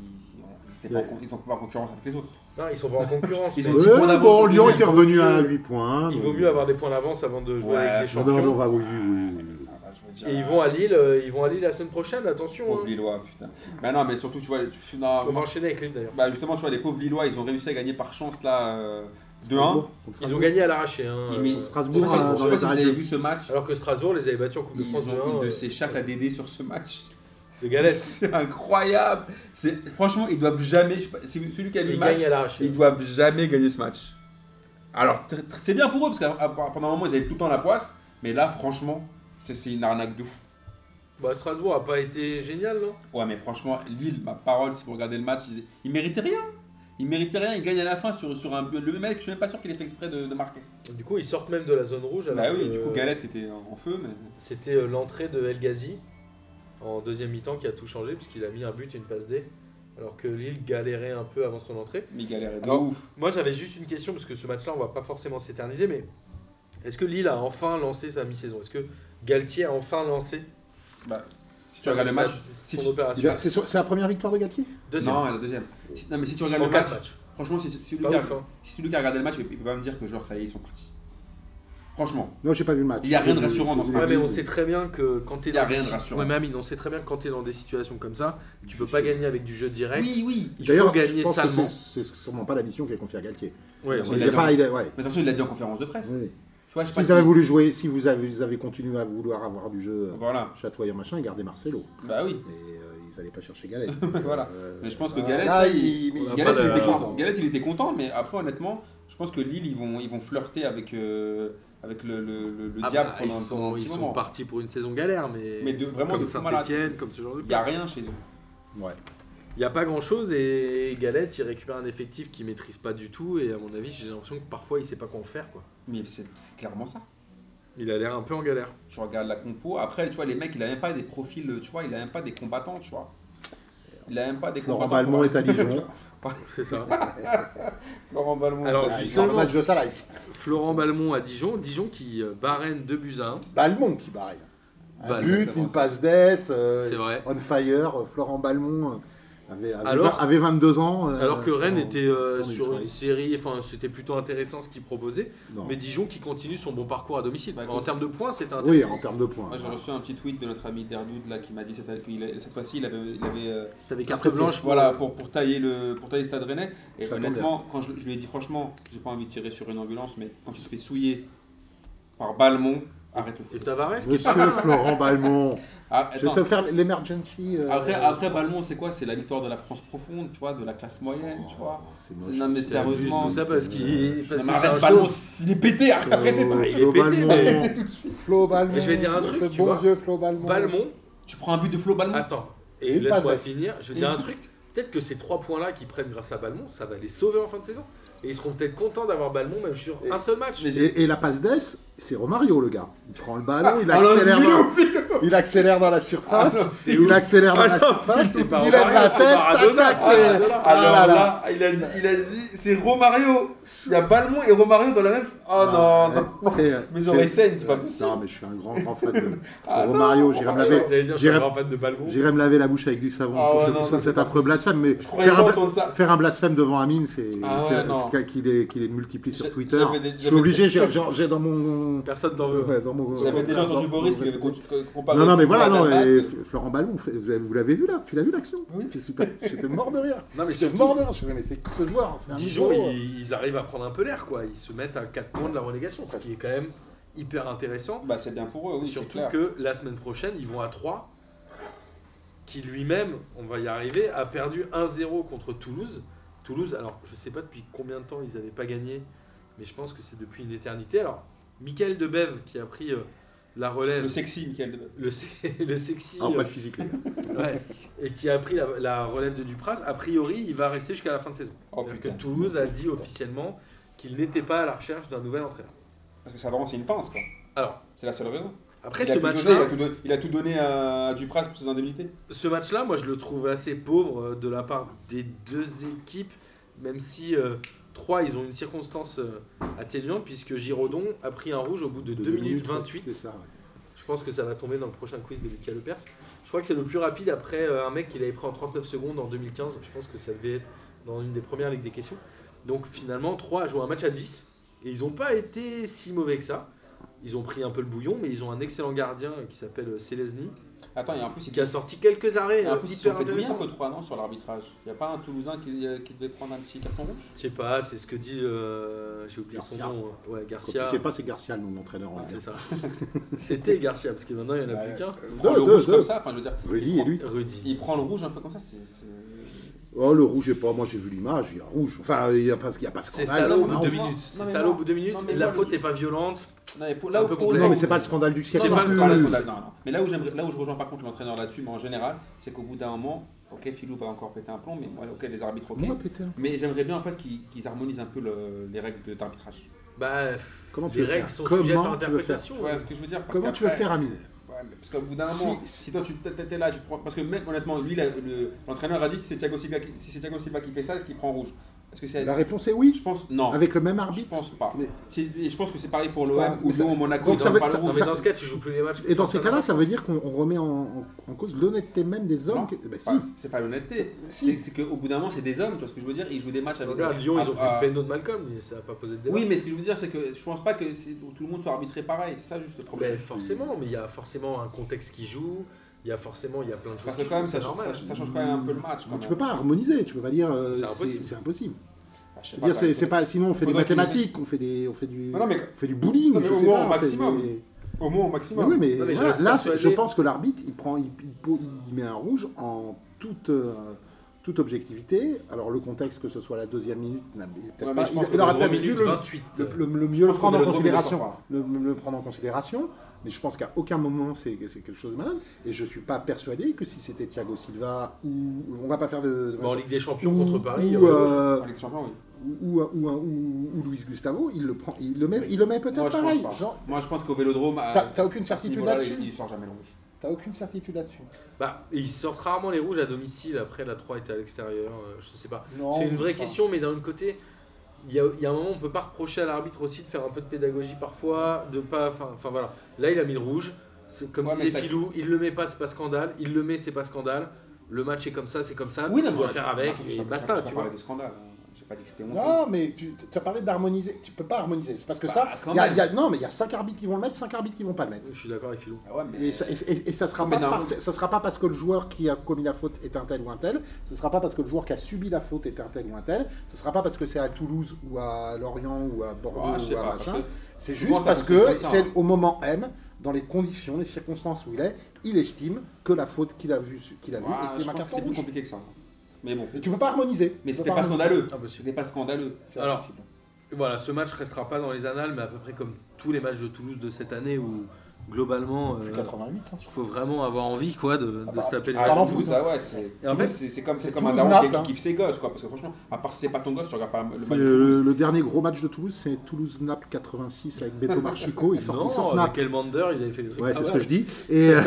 ils étaient pas Ouais. en con- ils sont pas en concurrence avec les autres. Non, ils sont pas en concurrence. Ils mais ont dit- Dix points Ouais, d'avance bon, au Lyon deuxième. était revenu à 8 points. il donc- vaut mieux avoir des points d'avance avant de jouer Ouais, avec des Non, non, on champions. va Ah euh, oui, oui, oui, oui. Enfin, Ah, bah, je veux dire, Et ils vont à Lille, euh, ils vont à Lille la semaine prochaine, attention. Pauvres hein. Lillois, putain. Bah non, mais surtout, tu vois, tu- non, On va enchaîner avec Lille d'ailleurs. bah justement, tu vois, les pauvres Lillois, ils ont réussi à gagner par chance là euh, 2-1. Contre Ils ont Strasbourg. gagné à l'arraché. hein, Ils mettent- euh, Je sais Strasbourg pas si- euh, je dans sais pas les si vous arrêts avez de vu ce match. Alors que Strasbourg les avait battus en Coupe de Ils France ont 2-1, une de euh, ces chattes à DD sur ce match. de Galès. C'est incroyable. C'est franchement, ils doivent jamais. je sais pas, c'est celui qui a vu le Ils match. gagnent à l'arraché. Ils doivent jamais gagner ce match. Alors tr- tr- c'est bien pour eux parce que pendant un moment ils avaient tout le temps la poisse, mais là franchement, c'est c'est une arnaque de fou. Bah, Strasbourg a pas été génial, non Ouais, mais franchement, Lille, ma parole, si vous regardez le match, ils, ils méritaient rien. Ils méritaient rien, ils gagnent à la fin sur, sur un but. Le mec, je suis même pas sûr qu'il ait fait exprès de, de marquer. Du coup, ils sortent même de la zone rouge. Bah alors oui, que du coup, Galette était en en feu, mais. C'était euh, l'entrée de El Ghazi en deuxième mi-temps qui a tout changé puisqu'il a mis un but et une passe D. Alors que Lille galérait un peu avant son entrée. Mais il galérait de Alors, Ah, ouf. Moi, j'avais juste une question parce que ce match-là, on va pas forcément s'éterniser, mais est-ce que Lille a enfin lancé sa mi-saison Est-ce que Galtier a enfin lancé Bah, si tu sa- regardes le sa- match. Si son tu... opération Lille. C'est sur- c'est la première victoire de Galtier Deuxième. Non, la deuxième. Si- Non, mais si tu regardes en le match, quatre matchs. franchement, si, si, celui Pas qui a- ouf, hein. si celui qui a regardé le match, il peut pas me dire que genre, ça y est, ils sont partis. Franchement. Non, j'ai pas vu le match. Euh, Il y a rien de rassurant dans ce J'ai- Ouais, match. mais on sait très bien que quand t'es Y a dans rien de des- rassurant. Ouais, mais Amine, on sait très bien que quand t'es dans des situations comme ça, tu peux Je pas sais. gagner avec du jeu direct. Oui, oui. Il faut D'ailleurs, gagner je pense que salement. c'est- c'est sûrement pas la mission qui est confiée à Galtier. Ouais, Parce ouais. qu'il Il a est dit pas, en- il est- ouais. Mais attention, il l'a dit en conférence de presse. Oui. Tu vois, je sais pas S'ils si- avaient voulu jouer, si vous avez, ils avaient continué à vouloir avoir du jeu euh, Voilà. chatoyant machin, ils gardaient Marcelo. Bah oui. Et euh, ils allaient pas chercher Galette. Voilà. Euh, Mais je pense que bah, Galette, là, il- il- on a Galette, pas il la- était content. Galette, il était content, mais après, honnêtement, je pense que Lille, ils vont, ils vont flirter avec, euh, avec le, le, le, le Ah diable bah, pendant, ils pendant sont, un ils petit sont moment. partis pour une saison galère, mais, Mais de- vraiment comme de fou malade. Saint-Etienne, comme ce genre de Il n'y club. a rien chez eux. Ouais. Il n'y a pas grand-chose et Galette, il récupère un effectif qu'il maîtrise pas du tout et à mon avis, j'ai l'impression que parfois, il sait pas quoi en faire. Quoi. Mais c'est c'est clairement ça. Il a l'air un peu en galère. Tu regardes la compo. Après, tu vois, les mecs, il n'a même pas des profils, tu vois, il n'a même pas des combattants, tu vois. Il n'a même pas des Laurent combattants. Balmont est à Dijon. C'est ça. Laurent Balmont. Alors, est à- juste- Dans le match de sa life. Florent Balmont à Dijon. Dijon qui euh, bat Rennes 2 buts à 1. Balmont qui barre. Un Balmont, but, exactement une ça. passe d'ess, C'est euh, vrai. Ouais. On Fire, euh, Florent Balmont. euh, avait, avait Alors- vingt- avait 22 ans. euh, Alors que Rennes quand- était euh, attends, mais sur je une série, enfin c'était plutôt intéressant ce qu'il proposait, non. mais Dijon qui continue son bon parcours à domicile. Bah, en termes de points, c'était intéressant. Oui, en termes de points. Moi, j'ai reçu un petit tweet de notre ami Derdoud là qui m'a dit cette, qu'il a- cette fois-ci il avait, il avait euh, T'avais Parce carte que c'est- blanche. Voilà, pour, pour, tailler le, pour tailler le Stade Rennais. Et Ça honnêtement, quand je, je lui ai dit franchement, j'ai pas envie de tirer sur une ambulance, mais quand tu te fais souiller par Balmont, arrête le Et foot. Tavares qui Monsieur Florent Balmont, Ah, je vais attends, te faire l'emergency. euh, après, après Balmont, c'est quoi C'est la victoire de la France profonde, tu vois, de la classe moyenne, tu Oh, vois. C'est moche. Non, qui mais abuse de sérieusement. tout ça parce qu'il. parce Non, mais que c'est arrête, un Balmont, chauve. il est pété, arrêtez Flo- tout. il est euh, Flo pété, mais- Balmont. Flo Balmont. Mais je vais dire un truc, Ce tu bon vois. vieux Flo Balmont. Balmont, Tu prends un but de Flo Balmont attends, et Une laisse-moi passe. finir. Je vais Et dire une un truc. Peut-être que ces trois points-là qu'ils prennent grâce à Balmont, ça va les sauver en fin de saison. Et ils seront peut-être contents d'avoir Balmont même sur Et- un seul match. Et, et la passe d'Es, c'est Romario le gars. Il prend le ballon, il, Ah, là, accélère Philo, dans, il accélère dans la surface, Ah, c'est il ouf. accélère dans la Ah non, surface, c'est il pas lève Romario, la c'est tête, tac, Maradona, tac, c'est c'est... Maradona. Ah Alors là là, là. il, a dit, il a dit, c'est Romario Il y a Balmont et Romario dans la même. Oh non, non. Ah, Ouais, c'est- euh, Mes oreilles c'est- saignent, c'est pas possible. Non, mais je suis un grand, grand fan de, de Ah non, Romario. J'irai me, laver- J'allais dire, je suis j'irai- un grand fan de Balmont. j'irai me laver la bouche avec du savon Ah pour ouais, ce- non, pour ça, ça, c'est cet pas affreux blasphème. Mais Je croyais faire pas un, bla- entendre ça. faire un blasphème devant Amine, c'est Ah ouais, c'est- non. c'est qu'il est, qu'il est multiplié sur J'ai- Twitter. j'avais des- Je suis j'avais- obligé, j'ai genre, j'ai dans mon. Personne n'en veut. Ouais, dans mon J'avais déjà entendu dans- Boris qui dans- avait con- comparé. Non, non, mais Flo voilà, à non, Balmont. et F- Florent Ballon, f- vous, avez- vous l'avez vu là, tu l'as vu l'action Oui. C'est super. J'étais mort de rire. Non, mais J'étais surtout, mort de rire. Je me mais c'est qui ce joueur C'est un Dijon, nouveau, euh. ils, ils arrivent à prendre un peu l'air, quoi. Ils se mettent à 4 points de la relégation, ce qui est quand même hyper intéressant. Bah, c'est bien pour eux, oui, c'est surtout clair. que la semaine prochaine, ils vont à 3, qui lui-même, on va y arriver, a perdu 1-0 contre Toulouse. Toulouse, alors je sais pas depuis combien de temps ils n'avaient pas gagné, mais je pense que c'est depuis une éternité. Alors, Michael Debève qui a pris euh, la relève, Le sexy, Michael Debelle. le, se- le sexy. Ah, euh, pas le physique, les gars. Ouais. et qui a pris la, la relève de Dupraz, a priori, il va rester jusqu'à la fin de saison. Oh, C'est-à-dire putain. que Toulouse a dit officiellement qu'il n'était pas à la recherche d'un nouvel entraîneur. Parce que ça vraiment c'est une pince, quoi. Alors, C'est la seule raison. après il, a ce tout donné, il, a match-là, tout donné, il a tout donné à Dupras pour ses indemnités. ce match-là, moi, je le trouve assez pauvre euh, de la part des deux équipes, même si euh, trois, ils ont une circonstance euh, atténuante, puisque Giraudon a pris un rouge au bout de, De 2 minutes C'est 28. ça, ouais. Je pense que ça va tomber dans le prochain quiz de Lucas Lepers. Je crois que c'est le plus rapide après euh, un mec qu'il avait pris en 39 secondes en 2015. Je pense que ça devait être dans une des premières Ligues des questions. Donc finalement, 3 a joué un match à 10. Et ils n'ont pas été si mauvais que ça. Ils ont pris un peu le bouillon, mais ils ont un excellent gardien euh, qui s'appelle Selesny, Attends, il y a un plus, il qui a sorti quelques arrêts y a un euh, plus ils se hyper Ah, sont fait bouillir intéressants. que 3 non sur l'arbitrage. Il n'y a pas un Toulousain qui, euh, qui devait prendre un petit carton rouge Je sais pas, c'est ce que dit. euh, J'ai oublié Garcia. son nom. euh, Ouais, Quand Garcia. tu sais pas, c'est Garcia, le nom de l'entraîneur en hein. Ouais, anglais. c'est ça. C'était Garcia, parce que maintenant il n'y en a plus Ouais. qu'un. Il Deux, prend le deux, rouge deux. comme ça, enfin je veux dire. Rudy et lui. Rudy. Il prend le rouge un peu comme ça, c'est. c'est- Oh, le rouge, je sais pas. Moi, j'ai vu l'image, il y a rouge. Enfin, il n'y a pas, il y a pas C'est scandale. salaud au bout Non, de deux non, minutes. non, C'est mais salaud au moi- bout de deux minutes. non, mais La moi, faute je- n'est pas violente. Non, mais pour- C'est là un où peu pour- complexe. là Non, où- mais c'est pas le scandale du siècle. C'est Non, pas non, le c'est pas scandale. la scandale, non, non. Mais là où, j'aimerais- là où je rejoins par contre l'entraîneur là-dessus, mais en général, c'est qu'au bout d'un moment, ok, Philou va encore péter un plomb, mais moi, ok, les arbitres, ok. Moi, péter. Mais j'aimerais bien en fait qu'ils qu'ils harmonisent un peu le- les règles de- d'arbitrage. Bah, Comment tu les veux faire règles sont Comment sujettes à tu veux faire interprétation. Tu vois ce que je veux dire Parce Comment tu veux qu'après- faire, Amine Ouais, mais parce qu'au bout d'un moment, si, toi tu étais là, tu prends. Parce que même honnêtement, lui, la- le- l'entraîneur a dit si c'est Thiago Silva, qui- si c'est Thiago Silva qui fait ça, est-ce qu'il prend rouge Est-ce que c'est. La réponse est oui, Je pense non. avec le même je arbitre. pense pas. Mais- Si- et je pense que c'est pareil pour l'OM Ouais, ou mais ça- Lyon ou Monaco. donc ils ça donnent veut- pas le ça- Non, rouge. mais ça- dans ce cas, tu joues plus les matchs. Et dans ces cas-là, ça veut dire qu'on on remet en, en- en cause l'honnêteté même des hommes. Non. que- Bah, si. Enfin, c'est pas l'honnêteté. C'est c'est qu'au bout d'un moment, c'est des hommes. Tu vois ce que je veux dire Ils jouent des matchs avec. Regarde, Lyon, ils ont pris Ah, le péno de Malcolm, mais ça n'a pas posé de débat. Oui, mais ce que je veux dire, c'est que je pense pas que c'est- tout le monde soit arbitré pareil. C'est ça juste Mais le problème. forcément, mais il y a forcément un contexte qui joue, il y a forcément il y a plein de choses Parce que qui quand même, jouent, c'est ça, change- normal. ça- ça change quand même un peu le match. Quand tu même. peux pas harmoniser, tu peux pas dire euh, C'est c'est impossible. c'est impossible. Bah, je Je sais veux pas, dire, quand c'est même. c'est pas sinon on fait des Faudrait qu'ils mathématiques, on fait des on fait du Non, non, mais on fait du bowling, Non, mais je au sais moins pas, au on fait maximum. des- au moins au Mais maximum. oui, mais, Non, mais je voilà, reste là persuadé- c'est- je pense que l'arbitre il prend il, il po- il met un rouge en toute euh, toute objectivité. Alors le contexte que ce soit la deuxième minute, n'a- il est peut-être Ouais, mais pas- je pense il- que il aura le Trois peut-être demi- dû minutes le- 28. le, euh, le- le mieux le pense prendre que en le droit de le considération. sortir. Le, le prendre en considération, mais je pense qu'à aucun moment c'est c'est quelque chose de malade. Et je suis pas persuadé que si c'était Thiago Silva ou on va pas faire de, de- bah, en Ligue des Champions ou, contre Paris, il y ou, aurait autre. euh, En Ligue des Champions, oui. ou, ou, ou- ou Luis Gustavo, il le prend, il le met, il le met peut-être Moi, je pense pareil. pas. Genre, Moi, je pense qu'au Vélodrome, à- T'as- t'as aucune à ce certitude niveau-là, là-dessus Il, il sort jamais le rouge. t'as aucune certitude là-dessus. Bah, ils sortent rarement les rouges à domicile, après la 3 était à l'extérieur, euh, je sais pas. Non, C'est une vraie enfin, question, mais d'un autre côté, il y a, il y a un moment, on peut pas reprocher à l'arbitre aussi de faire un peu de pédagogie parfois, de pas. Enfin enfin, voilà. Là, il a mis le rouge. C'est comme Ouais, mais disait ça- Filou, il le met pas, c'est pas scandale. Il le met, c'est pas scandale. le match est comme ça, c'est comme ça, Oui, tu non, dois mais faire je- avec, je- je- et je- je- basta, je- je- tu je- vois. parler de scandale. J'ai pas dit que c'était mon Non, mais tu as parlé d'harmoniser. Tu peux pas harmoniser. C'est parce que Bah, ça. quand y a- même. y a- non, mais il y a 5 arbitres qui vont le mettre, 5 arbitres qui vont pas le mettre. Je suis d'accord avec Philou. Ah ouais, mais Et ça, et- et- et ça sera Mais pas non. parce- ça sera pas parce que le joueur qui a commis la faute est un tel ou un tel, ce sera pas parce que le joueur qui a subi la faute est un tel ou un tel, ce sera pas parce que c'est à Toulouse ou à Lorient ou à Bordeaux Ah, je sais ou à pas, parce machin. que C'est souvent, juste ça parce fonctionne que comme ça, c'est hein. au moment M, dans les conditions, les circonstances où il est, il estime que la faute qu'il a vue, qu'il a vue, Ah, estime je un pense que carton c'est plus rouge. compliqué que ça. Mais bon. Mais tu peux pas harmoniser. Mais Tu c'était peux pas harmoniser. scandaleux. Impossible. C'était pas scandaleux. C'est Alors, impossible. Voilà, ce match restera pas dans les annales, mais à peu près comme tous les matchs de Toulouse de cette année où globalement, euh, Depuis il 88. hein, je crois. faut vraiment avoir envie quoi de, de se taper les Ah, Ah, parlant en foot, foot, ça, ouais, c'est. Et en fait, c'est c'est comme, c'est c'est comme un Toulouse daron Naples, hein. qui, qui kiffe ses gosses, quoi. Parce que franchement, à part si c'est pas ton gosse, tu regardes pas le match. C'est de Le, le dernier gros match de Toulouse, c'est Toulouse-Naples 86 avec Beto Marchico. Ils sortent, ils sortent Non, Naples. avec Elmander, ils avaient fait des trucs. Ouais, Ah c'est ce ouais. que je dis. Et euh,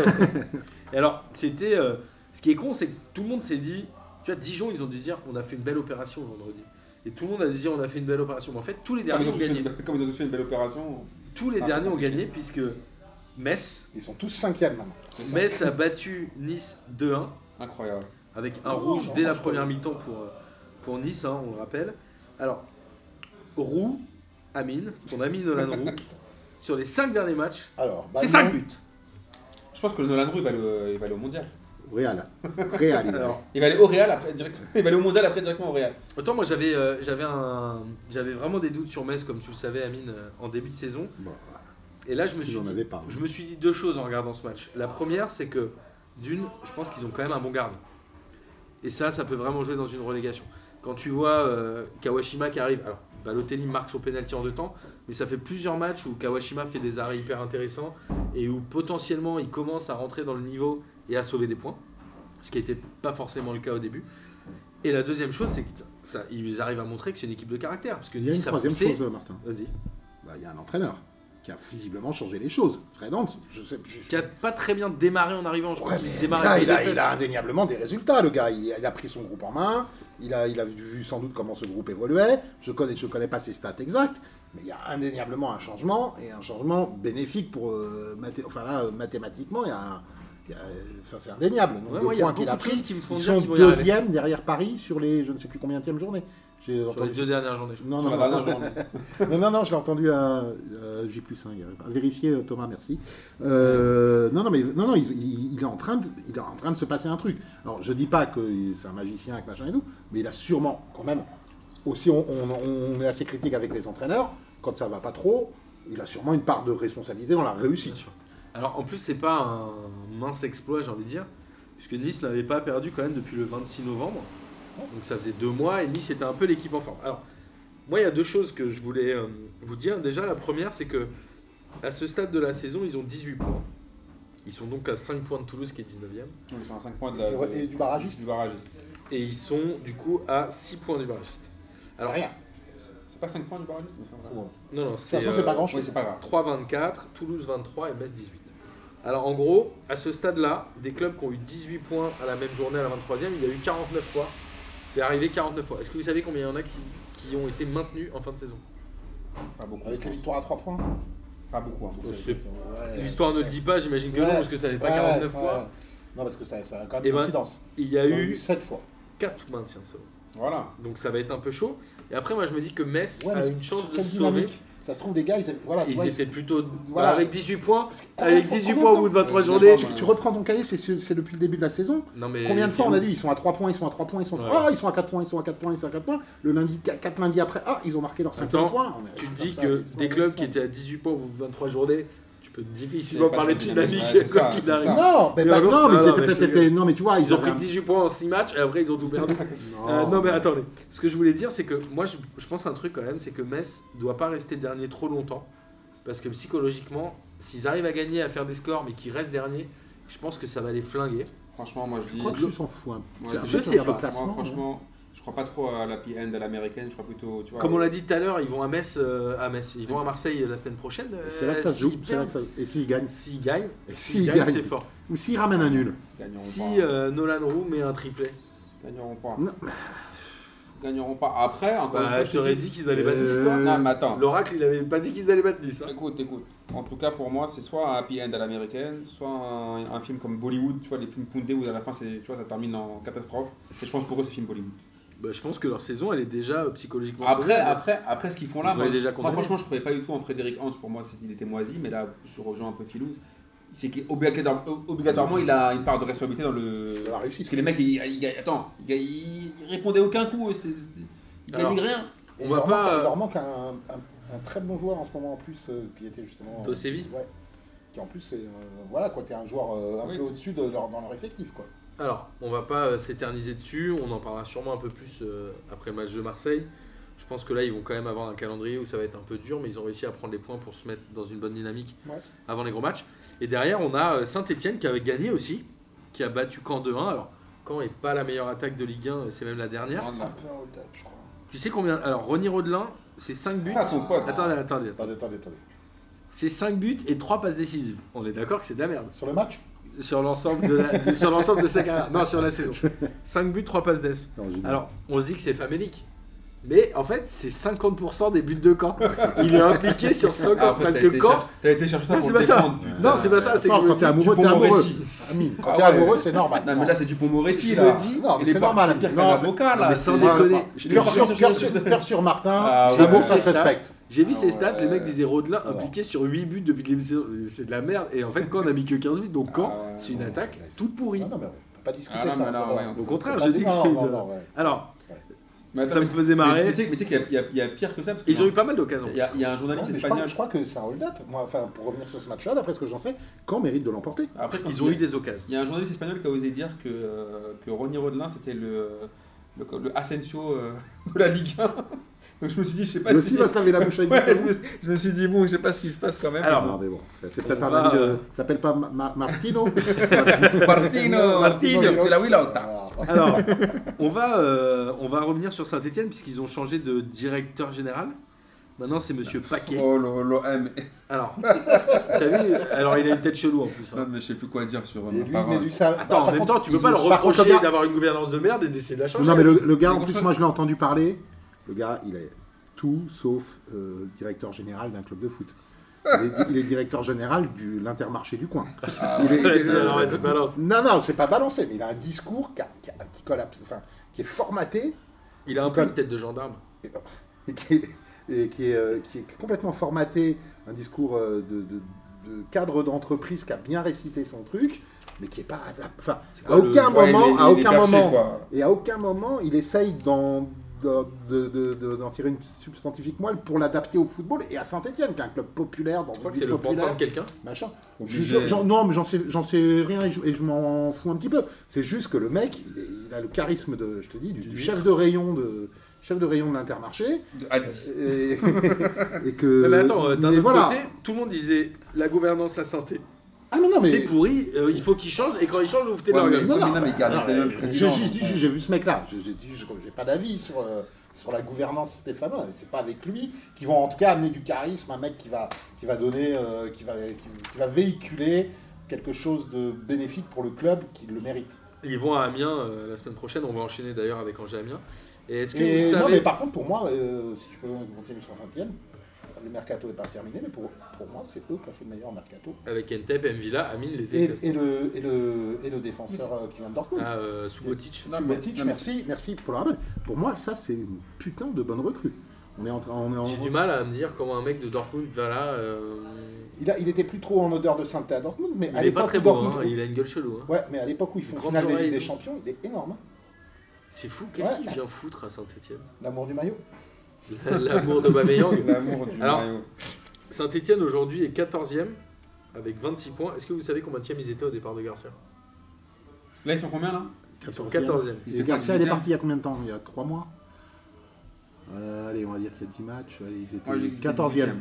Et alors, c'était. euh, ce qui est con, c'est que tout le monde s'est dit. Tu vois, Dijon, ils ont dû dire on a fait une belle opération vendredi. Et tout le monde a dû dire on a fait une belle opération. Mais en fait, tous Ah, les Comme derniers ils ont ont tous fait gagné. une- comme ils ont tous fait une belle opération. Tous les Ah, derniers ont compliqué. gagné puisque Metz, ils sont tous cinquièmes maintenant. Metz a battu Nice 2-1 Incroyable. avec un Non, rouge Oh, non, dès la je première mi-temps pour, euh, pour Nice, hein, on le rappelle. Alors, Roux, Amine, ton ami Nolan Roux, sur les 5 derniers matchs, Alors, c'est Bagnon- 5 buts. Je pense que le Nolan Roux, il va aller au- il va aller au mondial. Real. Real. il va. Alors, Il va aller au Real après directement. Il va aller au mondial après directement au Real. Autant moi j'avais euh, j'avais un j'avais vraiment des doutes sur Metz comme tu le savais Amine euh, en début de saison Bon, et là je me suis j'en dit- avais parlé. je me suis dit deux choses en regardant ce match. La première c'est que d'une je pense qu'ils ont quand même un bon garde et ça ça peut vraiment jouer dans une relégation. Quand tu vois euh, Kawashima qui arrive alors Balotelli marque son penalty en deux temps mais ça fait plusieurs matchs où Kawashima fait des arrêts hyper intéressants et où potentiellement il commence à rentrer dans le niveau et à sauver des points ce qui n'était pas forcément le cas au début. Et la deuxième chose, c'est que ça, ils arrivent à montrer que c'est une équipe de caractère. Parce que Il y a une Nice a troisième poussé. chose, euh, Martin. Vas-y. Bah, il y a un entraîneur qui a visiblement changé les choses. Fred Hans, je sais. je- je- Qui a pas très bien démarré en arrivant, je crois. Ouais, qu'il mais démarrait là, avec il, a, des il défaites. a indéniablement des résultats, le gars. Il, il a pris son groupe en main. Il a, il a vu sans doute comment ce groupe évoluait. Je connais, je connais pas ses stats exactes, mais il y a indéniablement un changement et un changement bénéfique pour euh, mathé- enfin là, euh, mathématiquement, il y a, un- il y a- enfin, c'est indéniable. Donc, Ouais, le ouais, il y a point qu'il a beaucoup de pris, choses qui me font ils dire sont qu'ils vont y arriver. deuxième derrière Paris sur les, je ne sais plus combien de journée. J'ai Sur les entendu. deux dernières journées, je crois. Non, Sur non, la non, dernière journée. non, non, non, je l'ai entendu à, à J1 hier. À vérifier, euh, Thomas, merci. Euh, non, non, mais non, non, il, il- il est en train de, il est en train de se passer un truc. Alors, je dis pas que c'est un magicien avec machin et tout, mais il a sûrement, quand même, aussi, on, on- on est assez critique avec les entraîneurs, quand ça va pas trop, il a sûrement une part de responsabilité dans la réussite. Alors en plus, c'est pas un mince exploit, j'ai envie de dire. Puisque Nice n'avait pas perdu quand même depuis le 26 novembre. Donc ça faisait deux mois et Nice était un peu l'équipe en forme. Alors, moi, il y a deux choses que je voulais euh, vous dire. Déjà, la première, c'est que à ce stade de la saison, ils ont 18 points. Ils sont donc à 5 points de Toulouse qui est 19ème. Ils sont à 5 points de Et, la. re- et de- du barragiste, Du barragiste. Et ils sont du coup à 6 points du barragiste. c'est Alors, rien. C'est pas 5 points du barragiste mais enfin, voilà. De non, euh, non, toute façon, c'est pas grand Oui, chose. c'est pas grave. 3-24, Toulouse 23 et Metz 18. Alors en gros, à ce stade-là, des clubs qui ont eu 18 points à la même journée à la 23e, il y a eu 49 fois. C'est arrivé 49 fois. Est-ce que vous savez combien il y en a qui, qui ont été maintenus en fin de saison Pas beaucoup. Avec les victoires à 3 points. Pas beaucoup. hein, faut C'est- savoir. Ouais. L'histoire ne le dit pas, j'imagine que Ouais, non, parce que ça n'est pas Ouais, 49 ouais. fois. Non, parce que ça, ça a quand même Eh une ben, incidence. Il y a Il eu 7 fois. 4 maintiens seulement. Voilà. Donc ça va être un peu chaud. Et après, moi je me dis que Metz Ouais, mais a sur- une chance sur de quelle se sauver. dynamique Ça se trouve, les gars, ils, avaient- voilà, tu Ils vois, ils- étaient plutôt Voilà. bah, avec 18 points. Parce que combien de Avec fois- 18 combien points au temps- bout de 23 Ouais, journées. je- Tu reprends ton cahier, c'est c'est depuis le début de la saison. Non, mais Combien de fois on a Philou, dit ils sont à 3 points, ils sont à 3 points, ils sont à 3 Ouais. ah, ils sont à 4 points, ils sont à 4 points, ils sont à 4 points. Le lundi, 4 lundis après, ah, ils ont marqué leurs 5 Attends, points. On est- Tu te comme dis ça, que ils sont des en clubs qui descente. étaient à 18 points au bout de 23 journées, tu peux C'est difficilement pas parler de très dynamique, dynamique ouais, c'est quoi ça, qu'il c'est arrive. ça. Non, mais Mais bah, alors- non, mais Ah, non, ils non, étaient mais peut-être je rigole. été- Non, mais tu vois, Ils ont avaient pris un- 18 points en 6 matchs et après ils ont tout perdu. Euh, non mais attendez, ce que je voulais dire c'est que moi je, je pense un truc quand même, c'est que Metz doit pas rester dernier trop longtemps parce que psychologiquement, s'ils arrivent à gagner, à faire des scores mais qu'ils restent derniers, je pense que ça va les flinguer. Franchement, moi je dis. Je crois que je s'en fous. hein. Ouais, C'est un je peu sais bah, faire le pas. classement, Moi, hein. franchement, je crois pas trop à la P-End à l'américaine. Je crois plutôt. Tu vois, Comme on l'a dit tout à l'heure, ils vont à Metz, euh, à Metz, ils vont à Marseille euh, la semaine prochaine. C'est là que ça se euh, joue. s'ils c'est là que ça- gagnent- Et s'ils gagnent. S'ils gagnent, Et s'ils s'ils gagnent, gagnent. c'est fort. Ou s'ils ramènent un nul. Gagneront Si pas. euh, Nolan Roux met un triplé, Gagneront pas. Non. gagneront pas. Après, encore une Bah, fois, Euh. je je te t'aurais dis- dit qu'ils allaient battre Euh, Nice, toi. Non, mais attends. L'oracle, il avait pas dit qu'ils allaient battre Nice. hein. Écoute, écoute. En tout cas, pour moi, c'est soit un happy end à l'américaine, soit un, un film comme Bollywood, tu vois, les films Pundé où à la fin, c'est- tu vois, ça termine en catastrophe. Et je pense pour eux, c'est film Bollywood. Bah, je pense que leur saison, elle est déjà euh, psychologiquement. Après, solide. après, après ce qu'ils font là, Ils moi, ont déjà moi, condamné. franchement, je ne croyais pas du tout en Frédéric Hans. Pour moi, c'est- il était moisi, mais là, je rejoins un peu Filouz. C'est qu'obligatoirement, obligatoirement, il a une part de responsabilité dans le. La réussite. Parce que les mecs, ils, ils, ils- attends, ils, ils- ils répondaient aucun coup. c'était- c'était- Ils Alors, gagnaient rien. Et On il va leur pas, manque- euh, il leur manque un, un- un très bon joueur en ce moment en plus, euh, qui était justement. euh, Tosevi Ouais. Qui en plus, c'est, euh, voilà, quoi, t'es un joueur euh, un Oui. peu au-dessus de leur, dans leur effectif, quoi. Alors, on va pas euh, s'éterniser dessus, on en parlera sûrement un peu plus euh, après le match de Marseille. Je pense que là, ils vont quand même avoir un calendrier où ça va être un peu dur, mais ils ont réussi à prendre les points pour se mettre dans une bonne dynamique Ouais. avant les gros matchs. Et derrière, on a euh, Saint-Etienne qui avait gagné aussi, qui a battu Caen 2-1. Alors, Caen n'est pas la meilleure attaque de Ligue 1, c'est même la dernière. Loin de Un là. peu un hold-up, je crois. Tu sais combien Alors, Ronny Rodelin, c'est 5 buts. Ah, son pote. Attendez, attendez. Attendez, attendez, attendez. C'est 5 buts et 3 passes décisives. On est d'accord que c'est de la merde. Sur le match Sur l'ensemble de, la- de- sur l'ensemble de sa carrière. Non, sur la saison. 5 buts, 3 passes décisives. Non, j'ai- Alors, on se dit que c'est famélique. Mais en fait, c'est 50% des buts de camp. Il est impliqué sur 50 Ah, en fait, parce t'as que été camp. chercher- T'as été chercher Ah, ça Non, pour c'est le pas ça. défendre. putain. Non, c'est pas ça. C'est que Attends, je me quand dis- t'es amoureux, Dupont t'es amoureux. Moretti. Amine, quand Ah t'es ouais. amoureux, c'est normal. Non, mais là, c'est du Pomoretti. Je là. le dis. Non, mais il est c'est parti, normal. c'est pire Non, qu'un mais- avocat, là. mais sans C'est- déconner. Ouais, ouais. Je Cœur l'ai sur, pas fait, cœur je- sur- je- cœur sur Martin, Ah ouais. j'avoue, ça C'est se ça. respecte. J'ai vu Ah ces stats, ouais. les mecs disaient Rodelin Alors. impliqué sur 8 buts depuis le début de saison. C'est de la merde. Et en fait, quand on a mis que 15 buts, donc quand Ah ouais, c'est une ouais, attaque ouais, c'est- toute pourrie. Non, non, mais on peut pas discuter Ah, non, ça. mais là, voilà. ouais, on- Au On peut contraire, pas j'ai dit dire- que non, c'est non, une- non, ouais. Alors, Mais attends, ça me mais- faisait mais marrer. tu sais- Mais tu sais qu'il y a- il y, a- il y a pire que ça. parce que Ils ont eu pas mal d'occasions. Il y, a- il y a un Ouais, journaliste mais je, crois, espagnol. je crois que c'est un hold-up. Moi, Enfin, pour revenir sur ce match-là, d'après ce que j'en sais, quand mérite de l'emporter. Après, quand Ils ont il- eu des occasions. Il y a un journaliste espagnol qui a osé dire que, euh, que Ronny Rodelin, c'était le, le, le Asensio euh, de la Ligue 1. Donc je me suis dit, je sais pas Lui si. aussi va se laver la bouche avec du Bah, Ouais, savon. je me suis dit, bon, je sais pas ce qui se passe quand même. Alors, Non, mais bon, c'est peut-être On un va- ami de. Ça s'appelle pas Ma- Ma- Martino Martino, Martino, de la Willauta. Ah, Alors, on va, euh, on va revenir sur Saint-Etienne puisqu'ils ont changé de directeur général. Maintenant, c'est monsieur Paquet. Oh là là, eh, mais, Alors, t'as vu Alors, il a une tête chelou en plus. hein. non, mais je sais plus quoi dire sur Et euh, ma lui, il met parole. du sale. Attends, en même temps, tu peux pas leur reprocher d'avoir une gouvernance de merde et d'essayer de la changer. Non, mais le, le gars, en Mais plus, bon, moi, je l'ai entendu parler. Le gars, il est tout sauf euh, directeur général d'un club de foot. Il est, di- il est directeur général de l'Intermarché du coin. Ah, Il est- il Ouais, est- c'est- alors, ouais, c'est balance. Non, non, c'est pas balancé, mais il a un discours qui, a- qui a- qui colle à- enfin, qui est formaté Il a un peu une tête de gendarme. et qui est, et qui est, euh, qui est complètement formaté, un discours euh, de, de- de cadre d'entreprise qui a bien récité son truc, mais qui est pas adap- enfin, à aucun Ouais, moment, il est- à il est aucun perché, moment, quoi. et à aucun moment il essaye d'en d'en- de- de- de- d'en tirer une substantifique moelle pour l'adapter au football et à Saint-Etienne, qui est un club populaire dans Je crois une que c'est ville le pantin populaire, de quelqu'un. machin. Je- Obligé. je- j'en- non, mais j'en sais, j'en sais rien et je, et je m'en fous un petit peu. C'est juste que le mec, il, est- il a le charisme de, je te dis, du, du chef de rayon de chef de rayon de l'Intermarché. De Aldi. Et, et que. mais attends, euh, d'un mais autre voilà. côté, tout le monde disait la gouvernance à santé. Ah non, non, mais. C'est pourri, euh, il faut qu'ils changent et quand ils changent, vous foutez de Ouais, leur mais- gueule. Non, non, mais mais garde, alors, t'as même euh, président, hein J'ai juste dit, donc, j'ai j'ai vu ce mec-là. J'ai j'ai dit, je- j'ai pas d'avis sur, euh, sur la gouvernance stéphanoise. C'est pas avec lui qu'ils vont en tout cas amener du charisme, un mec qui va, qui va donner, euh, qui, va, qui, qui va véhiculer quelque chose de bénéfique pour le club qui le mérite. Ils vont à Amiens euh, la semaine prochaine, on va enchaîner d'ailleurs avec Angers Amiens. Et est-ce que Et vous non, mais savez. par contre, pour moi, euh, si je peux continuer sur Saint-Etienne, le mercato est pas terminé, mais pour, pour moi, c'est eux qui ont fait le meilleur mercato. Avec Entep, Mvila, Amine les Et, déteste. et le, et, le, et le défenseur euh, qui vient de Dortmund. Ah, euh, Subotic. Non, mais- Subotic, non, mais- merci, merci Pour le rappel, pour moi, ça, c'est une putain de bonne recrue. On est en train. On est en... J'ai du mal à me dire comment un mec de Dortmund va là. euh, Il, a, il était plus trop en odeur de sainteté à Dortmund, mais à Il est pas l'époque très où beau, Dortmund- hein, il a une gueule chelou. hein. Ouais, mais à l'époque où ils Une font grande finale des, oreille et Ligues des tout. champions, il est énorme. hein. C'est fou, qu'est-ce Ouais. qu'il vient foutre à Saint-Etienne L'amour du maillot. L'amour de Babayang. L'amour du Alors, Mario. Saint-Etienne aujourd'hui est 14ème avec 26 points. Est-ce que vous savez combien ils étaient au départ de Garcia Là, ils sont combien là Ils sont 14e. 14e. Ils étaient Et pas Garcia, il est dixième. parti il y a combien de temps Il y a 3 mois Euh, Allez, on va dire qu'il y a 10 matchs. Allez, ils étaient Moi, j'ai dit 14e. dixième.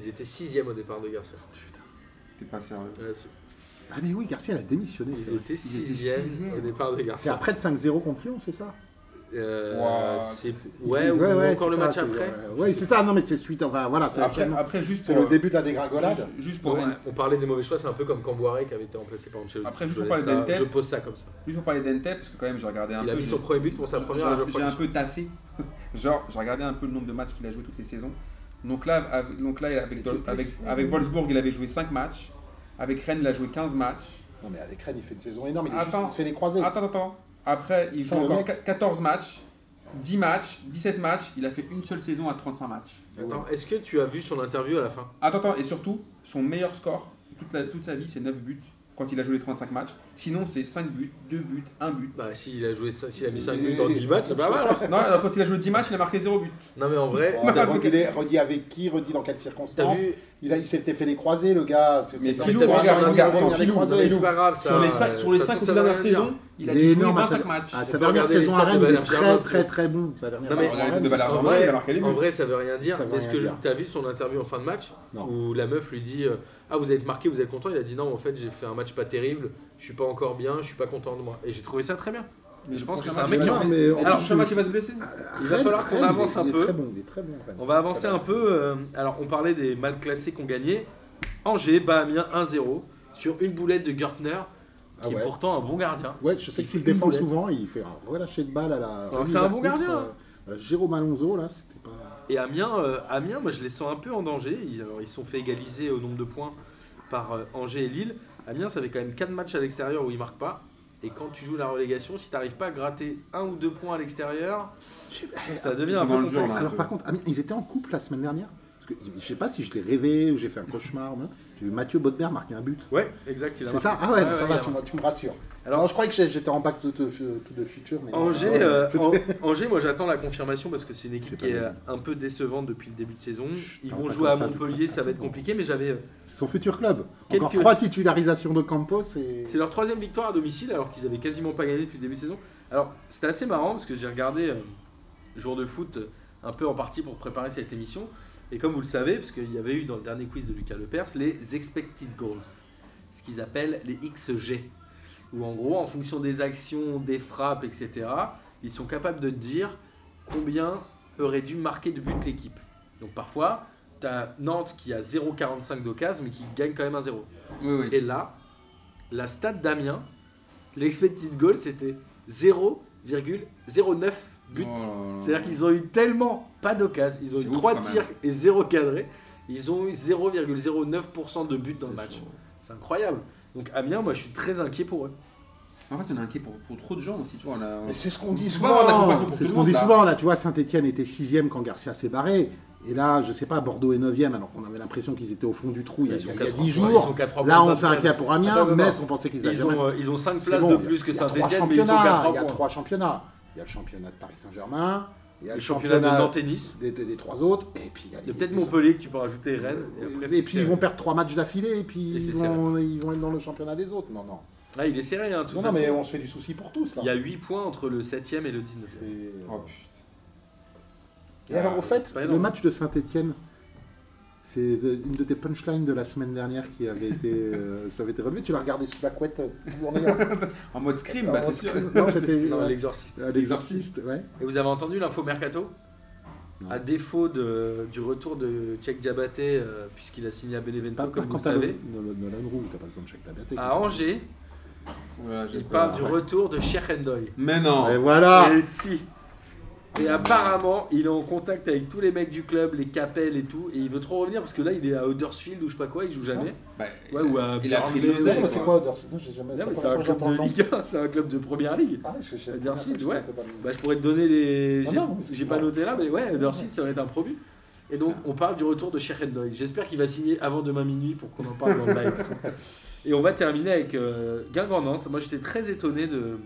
Ils étaient 6ème au départ de Garcia. Putain. T'es pas sérieux. Ouais, c'est- Ah, mais oui, Garcia, elle a démissionné. c'est Ils vrai. étaient sixième. 6ème au départ de C'est Garcia. après le 5-0 contre Lyon, c'est ça Euh, Ouah, c'est- C'est- Ouais, ou ouais, ouais, encore c'est le ça, match c'est- après. ouais, Ouais, c'est ça, non mais c'est suite, enfin voilà, c'est Après, c'est- après, juste c'est pour. le euh, début de la dégringolade. Juste, juste pour, Ouais, On parlait des mauvais choix, c'est un peu comme Camboire qui avait été remplacé par Ancelotti. Après, je, juste pour laisse parler ça- d'Entep. je pose ça comme ça. juste pour parler d'Entep, parce que quand même, j'ai regardé un Il a peu. mis je- son premier but pour sa j'ai- première. à j'ai- J'ai Geoffroy un Guichard. peu taffé. Genre, j'ai regardé un peu le nombre de matchs qu'il a joué toutes les saisons. Donc là, avec, donc là avec, était avec, blessé. avec Wolfsburg, il avait joué 5 matchs. Avec Rennes, il a joué 15 matchs. Non mais avec Rennes, il fait une saison énorme, il, est juste, Attends. il se fait les croisés. Attends, attends. Après, il joue Attends, le encore mec- qu- 14 matchs, 10 matchs, 17 matchs. Il a fait une seule saison à 35 matchs. Attends, est-ce que tu as vu son interview à la fin Attends, attends. Et surtout, son meilleur score toute, la- toute sa vie, c'est 9 buts quand il a joué les 35 matchs. Sinon, c'est 5 buts, 2 buts, 1 but. Bah, s'il a joué, ça- s'il a mis C'est- 5 buts en 10 matchs, c'est pas mal. Non, alors quand il a joué 10 matchs, il a marqué 0 but. Non, mais en vrai, Oh, t'as- redis les- redis avec qui, redis dans quelles t'as circonstances. vu Il, a- il s'était fait les croisés, le gars. c'est- Mais c'est Filou, un- regarde, c'est un- regarde, il revient les Filou, Non, croisés. mais c'est pas grave, ça. sur les 5 euh, sur les de toute cinq façon, ou ça dernières veut rien dire. saisons, il a est dû jouer énorme à 25 sa- matchs. à Faut sa dernière regarder les saison à stats de Rennes, il est Valère très Germain, très très bon. Sa Non, mais dernière saison à regarde Rennes, de Valère il est En Germain. très vrai, il a marqué les buts. en vrai, ça veut rien dire. Ça veut Est-ce rien que dire. t'as vu son interview en fin de match Non. où la meuf lui dit euh, Ah, vous êtes marqué, vous êtes content Il a dit Non, en fait, j'ai fait un match pas terrible, je suis pas encore bien, je suis pas content de moi. Et j'ai trouvé ça très bien. Mais je pense que que c'est c'est un un mec mec qui qui a Non, mais en Alors, plus, Chama qui va se blesser Il va Rennes- falloir qu'on Rennes, il est- avance un Il peu. est très bon, il est très bon. Rennes. On va avancer Ça un peu. euh, alors, on parlait des mal classés qu'on gagnait. Angers bat Amiens 1-0 sur une boulette de Gartner, qui Ah ouais. est pourtant un bon gardien. Ouais, je sais que Il tu le fait une défends boulette. souvent, il fait un relâché de balle à la. Alors, remise c'est un à bon contre, gardien, euh, hein. voilà, Jérôme Alonso, là, c'était pas. Et Amiens, euh, Amiens, moi je les sens un peu en danger. Ils, alors, ils se sont fait égaliser au nombre de points par euh, Angers et Lille. Amiens, ça fait quand même 4 matchs à l'extérieur où ils marquent pas. Et quand tu joues la relégation, si t'arrives pas à gratter un ou deux points à l'extérieur, ça devient sont un peu dans le dur, complexe. là. Alors, par contre, Amiens, ils étaient en couple la semaine dernière. Parce que je sais pas si je l'ai rêvé ou j'ai fait un cauchemar. ou non. J'ai vu Mathieu Bodmer marquer un but. Ouais, exact. il a C'est marqué. ça Ah ouais, Ouais, ça ouais, il va, a tu, marqué. me- tu me rassures. Alors- Alors, je croyais que j'ai- j'étais en pack tout de, tout de futur. Mais Angers, Ouais, euh, c'était- An- Angers, moi j'attends la confirmation parce que c'est une J'ai équipe pas qui est vu. euh, un peu décevante depuis le début de saison. Chut, Ils parle vont pas jouer comme à ça, du Montpellier, coup. ça va être compliqué, mais j'avais. euh, C'est son futur club. Encore Quelques- trois titularisations de Campos et. C'est leur troisième victoire à domicile alors qu'ils avaient quasiment pas gagné depuis le début de saison. Alors c'était assez marrant parce que j'ai regardé euh, Jour de foot euh, un peu en partie pour préparer cette émission. Et comme vous le savez, parce qu'il y avait eu dans le dernier quiz de Lucas Lepers, les expected goals, ce qu'ils appellent les XG. Où en gros, en fonction des actions, des frappes, etc., ils sont capables de te dire combien aurait dû marquer de but l'équipe. Donc parfois, tu as Nantes qui a 0,45 d'occasion mais qui gagne quand même un 0. Oui, oui. Et là, la stade d'Amiens, l'expected goal, c'était 0,09 buts. Oh C'est-à-dire qu'ils ont eu tellement pas d'occasion, ils ont C'est eu ouf, 3 quand même. tirs et 0 cadré, ils ont eu 0,09% de buts dans le match. C'est incroyable. Donc Amiens, moi je suis très inquiet pour eux. En fait, on est inquiet pour, pour trop de gens aussi, tu vois. hein. on a- Mais c'est ce qu'on dit On peut pas avoir de la souvent. comparaison pour C'est ce tout le qu'on monde, dit là. souvent. Là, tu vois, Saint-Etienne était sixième quand Garcia s'est barré. Et là, je sais pas, Bordeaux est 9 alors qu'on avait l'impression qu'ils étaient au fond du trou il y a, Ils sont il y a quatre 10 points, ils sont jours. quatre points Là, de on Saint-Étienne. s'inquiète pour Amiens. Attends, attends. Metz, on pensait qu'ils Ils allaient ont, euh, ils ont 5 C'est places bon, de il y a- plus que il y a trois Saint-Etienne, mais ils sont 4 championnats, Il y a points. trois championnats. Il y a le championnat de Paris Saint-Germain, il y a Le le championnat de championnat Nantes et Nice. des, des- des trois autres, et puis il y a Il y les- a peut-être les- Montpellier que tu peux rajouter, Rennes. Et, Et, après, puis c'est ils serré. vont perdre trois matchs d'affilée, et puis Et c'est ils vont, ils vont être dans le championnat des autres. Non, non. Ah, il est serré, hein, de toute Non, non, mais façon. on se fait du souci pour tous là. Il y a 8 points entre le 7ème et le 19ème. C'est- Oh, putain. Et alors, au fait, c'est pas le énorme. match de Saint-Etienne, c'est de- une de tes punchlines de la semaine dernière qui avait été, euh, ça avait été relevé. Tu l'as regardé sous la couette euh, tout en ayant- En mode scream, bah, c'est sûr. Non, c'était Non, ouais, l'exorciste. euh, l'exorciste, ouais. Et vous avez entendu l'info mercato Non. À défaut de- du retour de Tchèque Diabaté, euh, puisqu'il a signé à Benevento, Pas comme vous quand le t'as le- savez, Ah, Nolan Nolan Roux, t'as pas besoin de chèque d'abatté. à Angers, Ouais, j'ai il peur. parle du retour de Cheikh Endoy. Mais non. Oh. Et voilà Et si Et apparemment, il est en contact avec tous les mecs du club, les Capel et tout, et il veut trop revenir parce que là, il est à Huddersfield ou je sais pas quoi, il joue Ça jamais. Bah, Ouais, ou à il a pris Bernabeu. le zèle, Non, mais C'est quoi. quoi Huddersfield Non, j'ai jamais. Non, mais c'est c'est la un club première fois que j'entends le de nom. Ligue 1, c'est un club de première ligue. Ah, je- je- je- Huddersfield, je ouais. connaissais pas le nom. Bah, je pourrais te donner les. Ah J'ai non, mais c'est j'ai pas Ah. pas noté là, mais ouais, Dorsit, ça va être un promu. Et donc, on parle du retour de Sheikh Doyle. J'espère qu'il va signer avant demain minuit pour qu'on en parle dans le live. Et on va terminer avec euh, Guingamp-Nantes. Moi, j'étais très étonné de.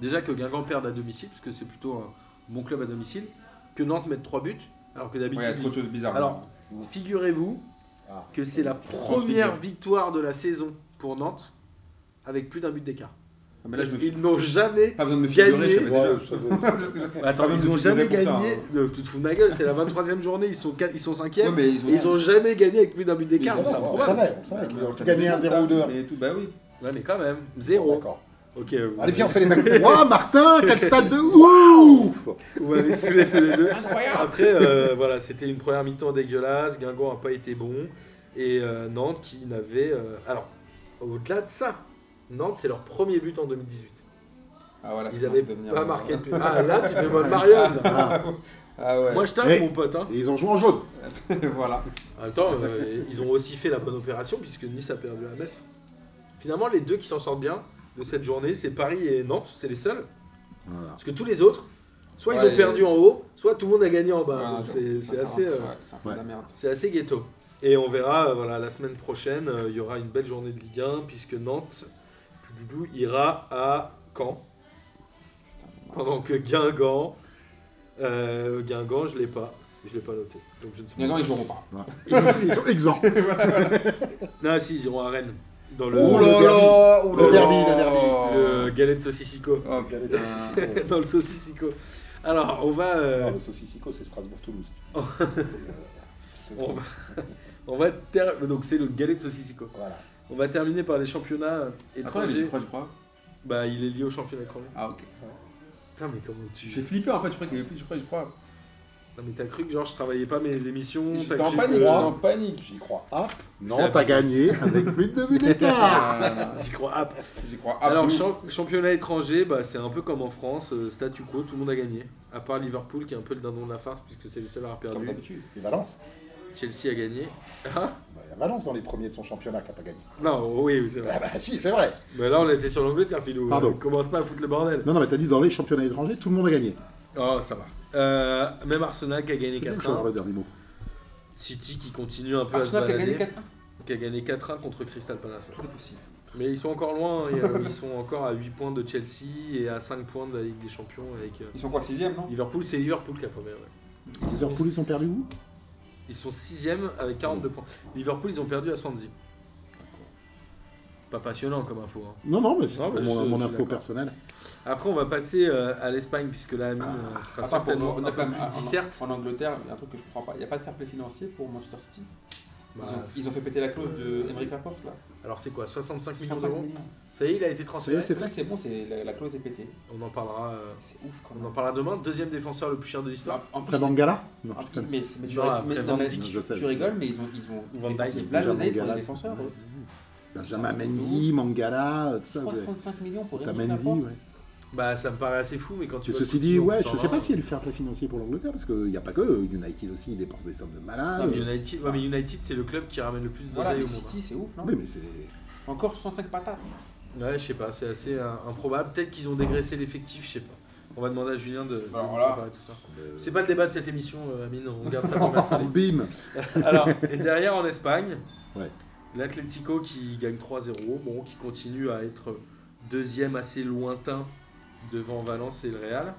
Déjà que Guingamp perde à domicile, parce que c'est plutôt un bon club à domicile, que Nantes mette 3 buts, alors que Ouais, d'habitude. il y a trop de choses bizarres. Alors, figurez-vous Ah. que c'est la Transfigure. première victoire de la saison pour Nantes, avec plus d'un but d'écart. Ah, mais là, je me suis. Ils n'ont jamais Pas besoin de me Gagné. figurer, je savais Ouais, déjà. je savais- Parce que je- Attends, Pas ils besoin ont de jamais figurer gagné. pour ça, hein. Ne, Tu te fous de ma gueule, c'est la 23e journée, ils sont, quatre- ils sont 5e. Ouais, mais ils ont- et Ils ont jamais gagné avec plus d'un but d'écart. Mais c'est non, on improbable. savait, on savait qu'ils Bah, ont ça gagné fait un déjà 0 ou ça, 2. mais tout, Bah oui. Ouais, mais quand même, zéro. D'accord. Ok, vous Allez, viens, on m'avez- fait les mecs. Ouah, Martin, quel stade de ouf vous m'avez saoulé tous les deux. Incroyable Après, euh, voilà, c'était une première mi-temps dégueulasse. Guingamp n'a pas été bon. Et euh, Nantes qui n'avait. euh, alors, au-delà de ça, Nantes, c'est leur premier but en 2018. Ah voilà, ça Ils commence n'avaient à devenir, pas euh, marqué de but. Ah, là, tu fais mode Marianne. Ah, Ah ouais, Moi, je tape, Eh. mon pote. Hein. Et ils ont joué en jaune. voilà. En même temps, euh, ils ont aussi fait la bonne opération puisque Nice a perdu à Metz. Finalement, les deux qui s'en sortent bien de cette journée, c'est Paris et Nantes. C'est les seuls. Voilà. Parce que tous les autres, soit ils Ouais, ont perdu en haut, soit tout le monde a gagné en bas. Voilà, Donc, je- c'est ça, c'est assez. un- euh, ouais, c'est un peu de la merde. C'est assez ghetto. Et on verra, euh, voilà, la semaine prochaine, euh, il y aura une belle journée de Ligue 1 puisque Nantes Poudoudou, ira à Caen pendant que Guingamp, euh, Guingamp, je l'ai pas, je l'ai pas noté. Donc je ne sais pas. Guingamp, ils joueront pas. Ils sont exempts. Non, si ils iront à Rennes dans le, Oh là Ouh là derby. là, ouh là Le derby, là. le derby. le galet de saucissico, Oh putain. dans le saucissico. Alors on va, euh, Non, Oh, le saucissico, c'est Strasbourg-Toulouse. euh, on va, on va ter- donc c'est le galet de saucissico. Voilà. On va terminer par les championnats euh, Attends, je étrangers. crois, je crois. Bah il est lié au championnat étranger. Ah ok. Putain mais comment tu J'ai flippé en fait, je crois qu'il y avait plus, je crois, je crois. Non mais t'as cru que genre je travaillais pas mes émissions J'étais t'as en cru panique, que- j'étais en panique. J'y crois. Ah, Non, t'as gagné avec plus de deux buts d'écart. Ah, J'y crois. Ah, J'y crois. Ah, Alors ouf. champ- championnat étranger, bah, c'est un peu comme en France, euh, statu quo, tout le monde a gagné. À part Liverpool qui est un peu le dindon de la farce puisque c'est le seul à avoir comme perdu. d'habitude. et Valence Chelsea a gagné. Ah, Bah, Il y a Valence dans les premiers de son championnat qui n'a pas gagné. non, oui, c'est vrai. Ah bah si, c'est vrai. Mais là on était sur l'Angleterre, Philou. Pardon. Euh, Commence pas à foutre le bordel. Non, non, mais t'as dit dans les championnats étrangers, tout le monde a gagné. Oh, ça va. Euh, même Arsenal qui a C'est gagné bien que je vais avoir 4-1. le dernier mot. City qui continue un peu Arsenal à qui se a gagné balader. 4-1. Qui a gagné 4-1 contre Crystal Palace. ouais. Tout est possible. Mais ils sont encore loin. hein, et, euh, ils sont encore à 8 points de Chelsea et à 5 points de la Ligue des Champions avec. euh, Ils sont quoi, 6ème, non Liverpool, c'est Liverpool qui a premier. ouais. Ils Liverpool, ils sont perdus où Ils sont sixième avec 42 points. Liverpool, ils ont perdu à Swansea. Pas passionnant comme info. hein. Non, non, mais c'est Non, pour mais mon, je- je mon suis info d'accord. personnelle. Après, on va passer euh, à l'Espagne puisque la Amine euh, sera Attends, pour- certainement on a un peu quand même, plus en- disserte. en, Angleterre, il y a un truc que je comprends pas. Il n'y a pas de fair play financier pour Manchester City. Ils, Bah, euh, ont, ils ont fait péter la clause de Emeric Laporte là. alors c'est quoi 65 millions 65 d'euros millions. Ça y est, il a été transféré. Ça y est, C'est vrai, c'est bon, c'est- la, la clause est pétée. On en parlera. euh, C'est ouf quand on en même. Bah, parlera demain. Deuxième défenseur le plus cher de l'histoire. En plus, T'as Mangala Non, en je plus, connais. mais, mais tu, Non, rigoles- après mais- non, Van mais Dijk, tu- je sais, tu je rigoles, mais ils ont, ils ont, Van Dijk, dépensé c'est plein déjà d'oseille pour les Mangala, défenseurs. c'est- eux. Benjamin Mendy, Mangala, tout ça. c'est- 65 millions pour T'as Emeric Mendy, Laporte. ouais. Ah. Bah, ça me paraît assez fou, mais quand tu. Et vois ceci le dit, foot, ouais, ils ont je sais pas 120. s'il y a du fair play financier pour l'Angleterre, parce qu'il n'y a pas que eux. United aussi, ils dépensent des sommes de Non, malades. mais United, ouais, mais United, c'est le club qui ramène le plus Voilà, d'oseille mais au monde. City, c'est ouf, non Oui, mais c'est. euh, Encore 65 patates. hein. Ouais, je sais pas, c'est assez euh, improbable. Peut-être qu'ils ont dégraissé l'effectif, je sais pas. On va demander à Julien de, de Alors nous là- préparer tout ça. C'est pas le débat de cette émission, euh, Amine, on garde ça pour mercredi. Bim Alors, et derrière en Espagne, Ouais. l'Atlético qui gagne 3-0, bon, qui continue à être deuxième assez lointain devant Valence et le Real.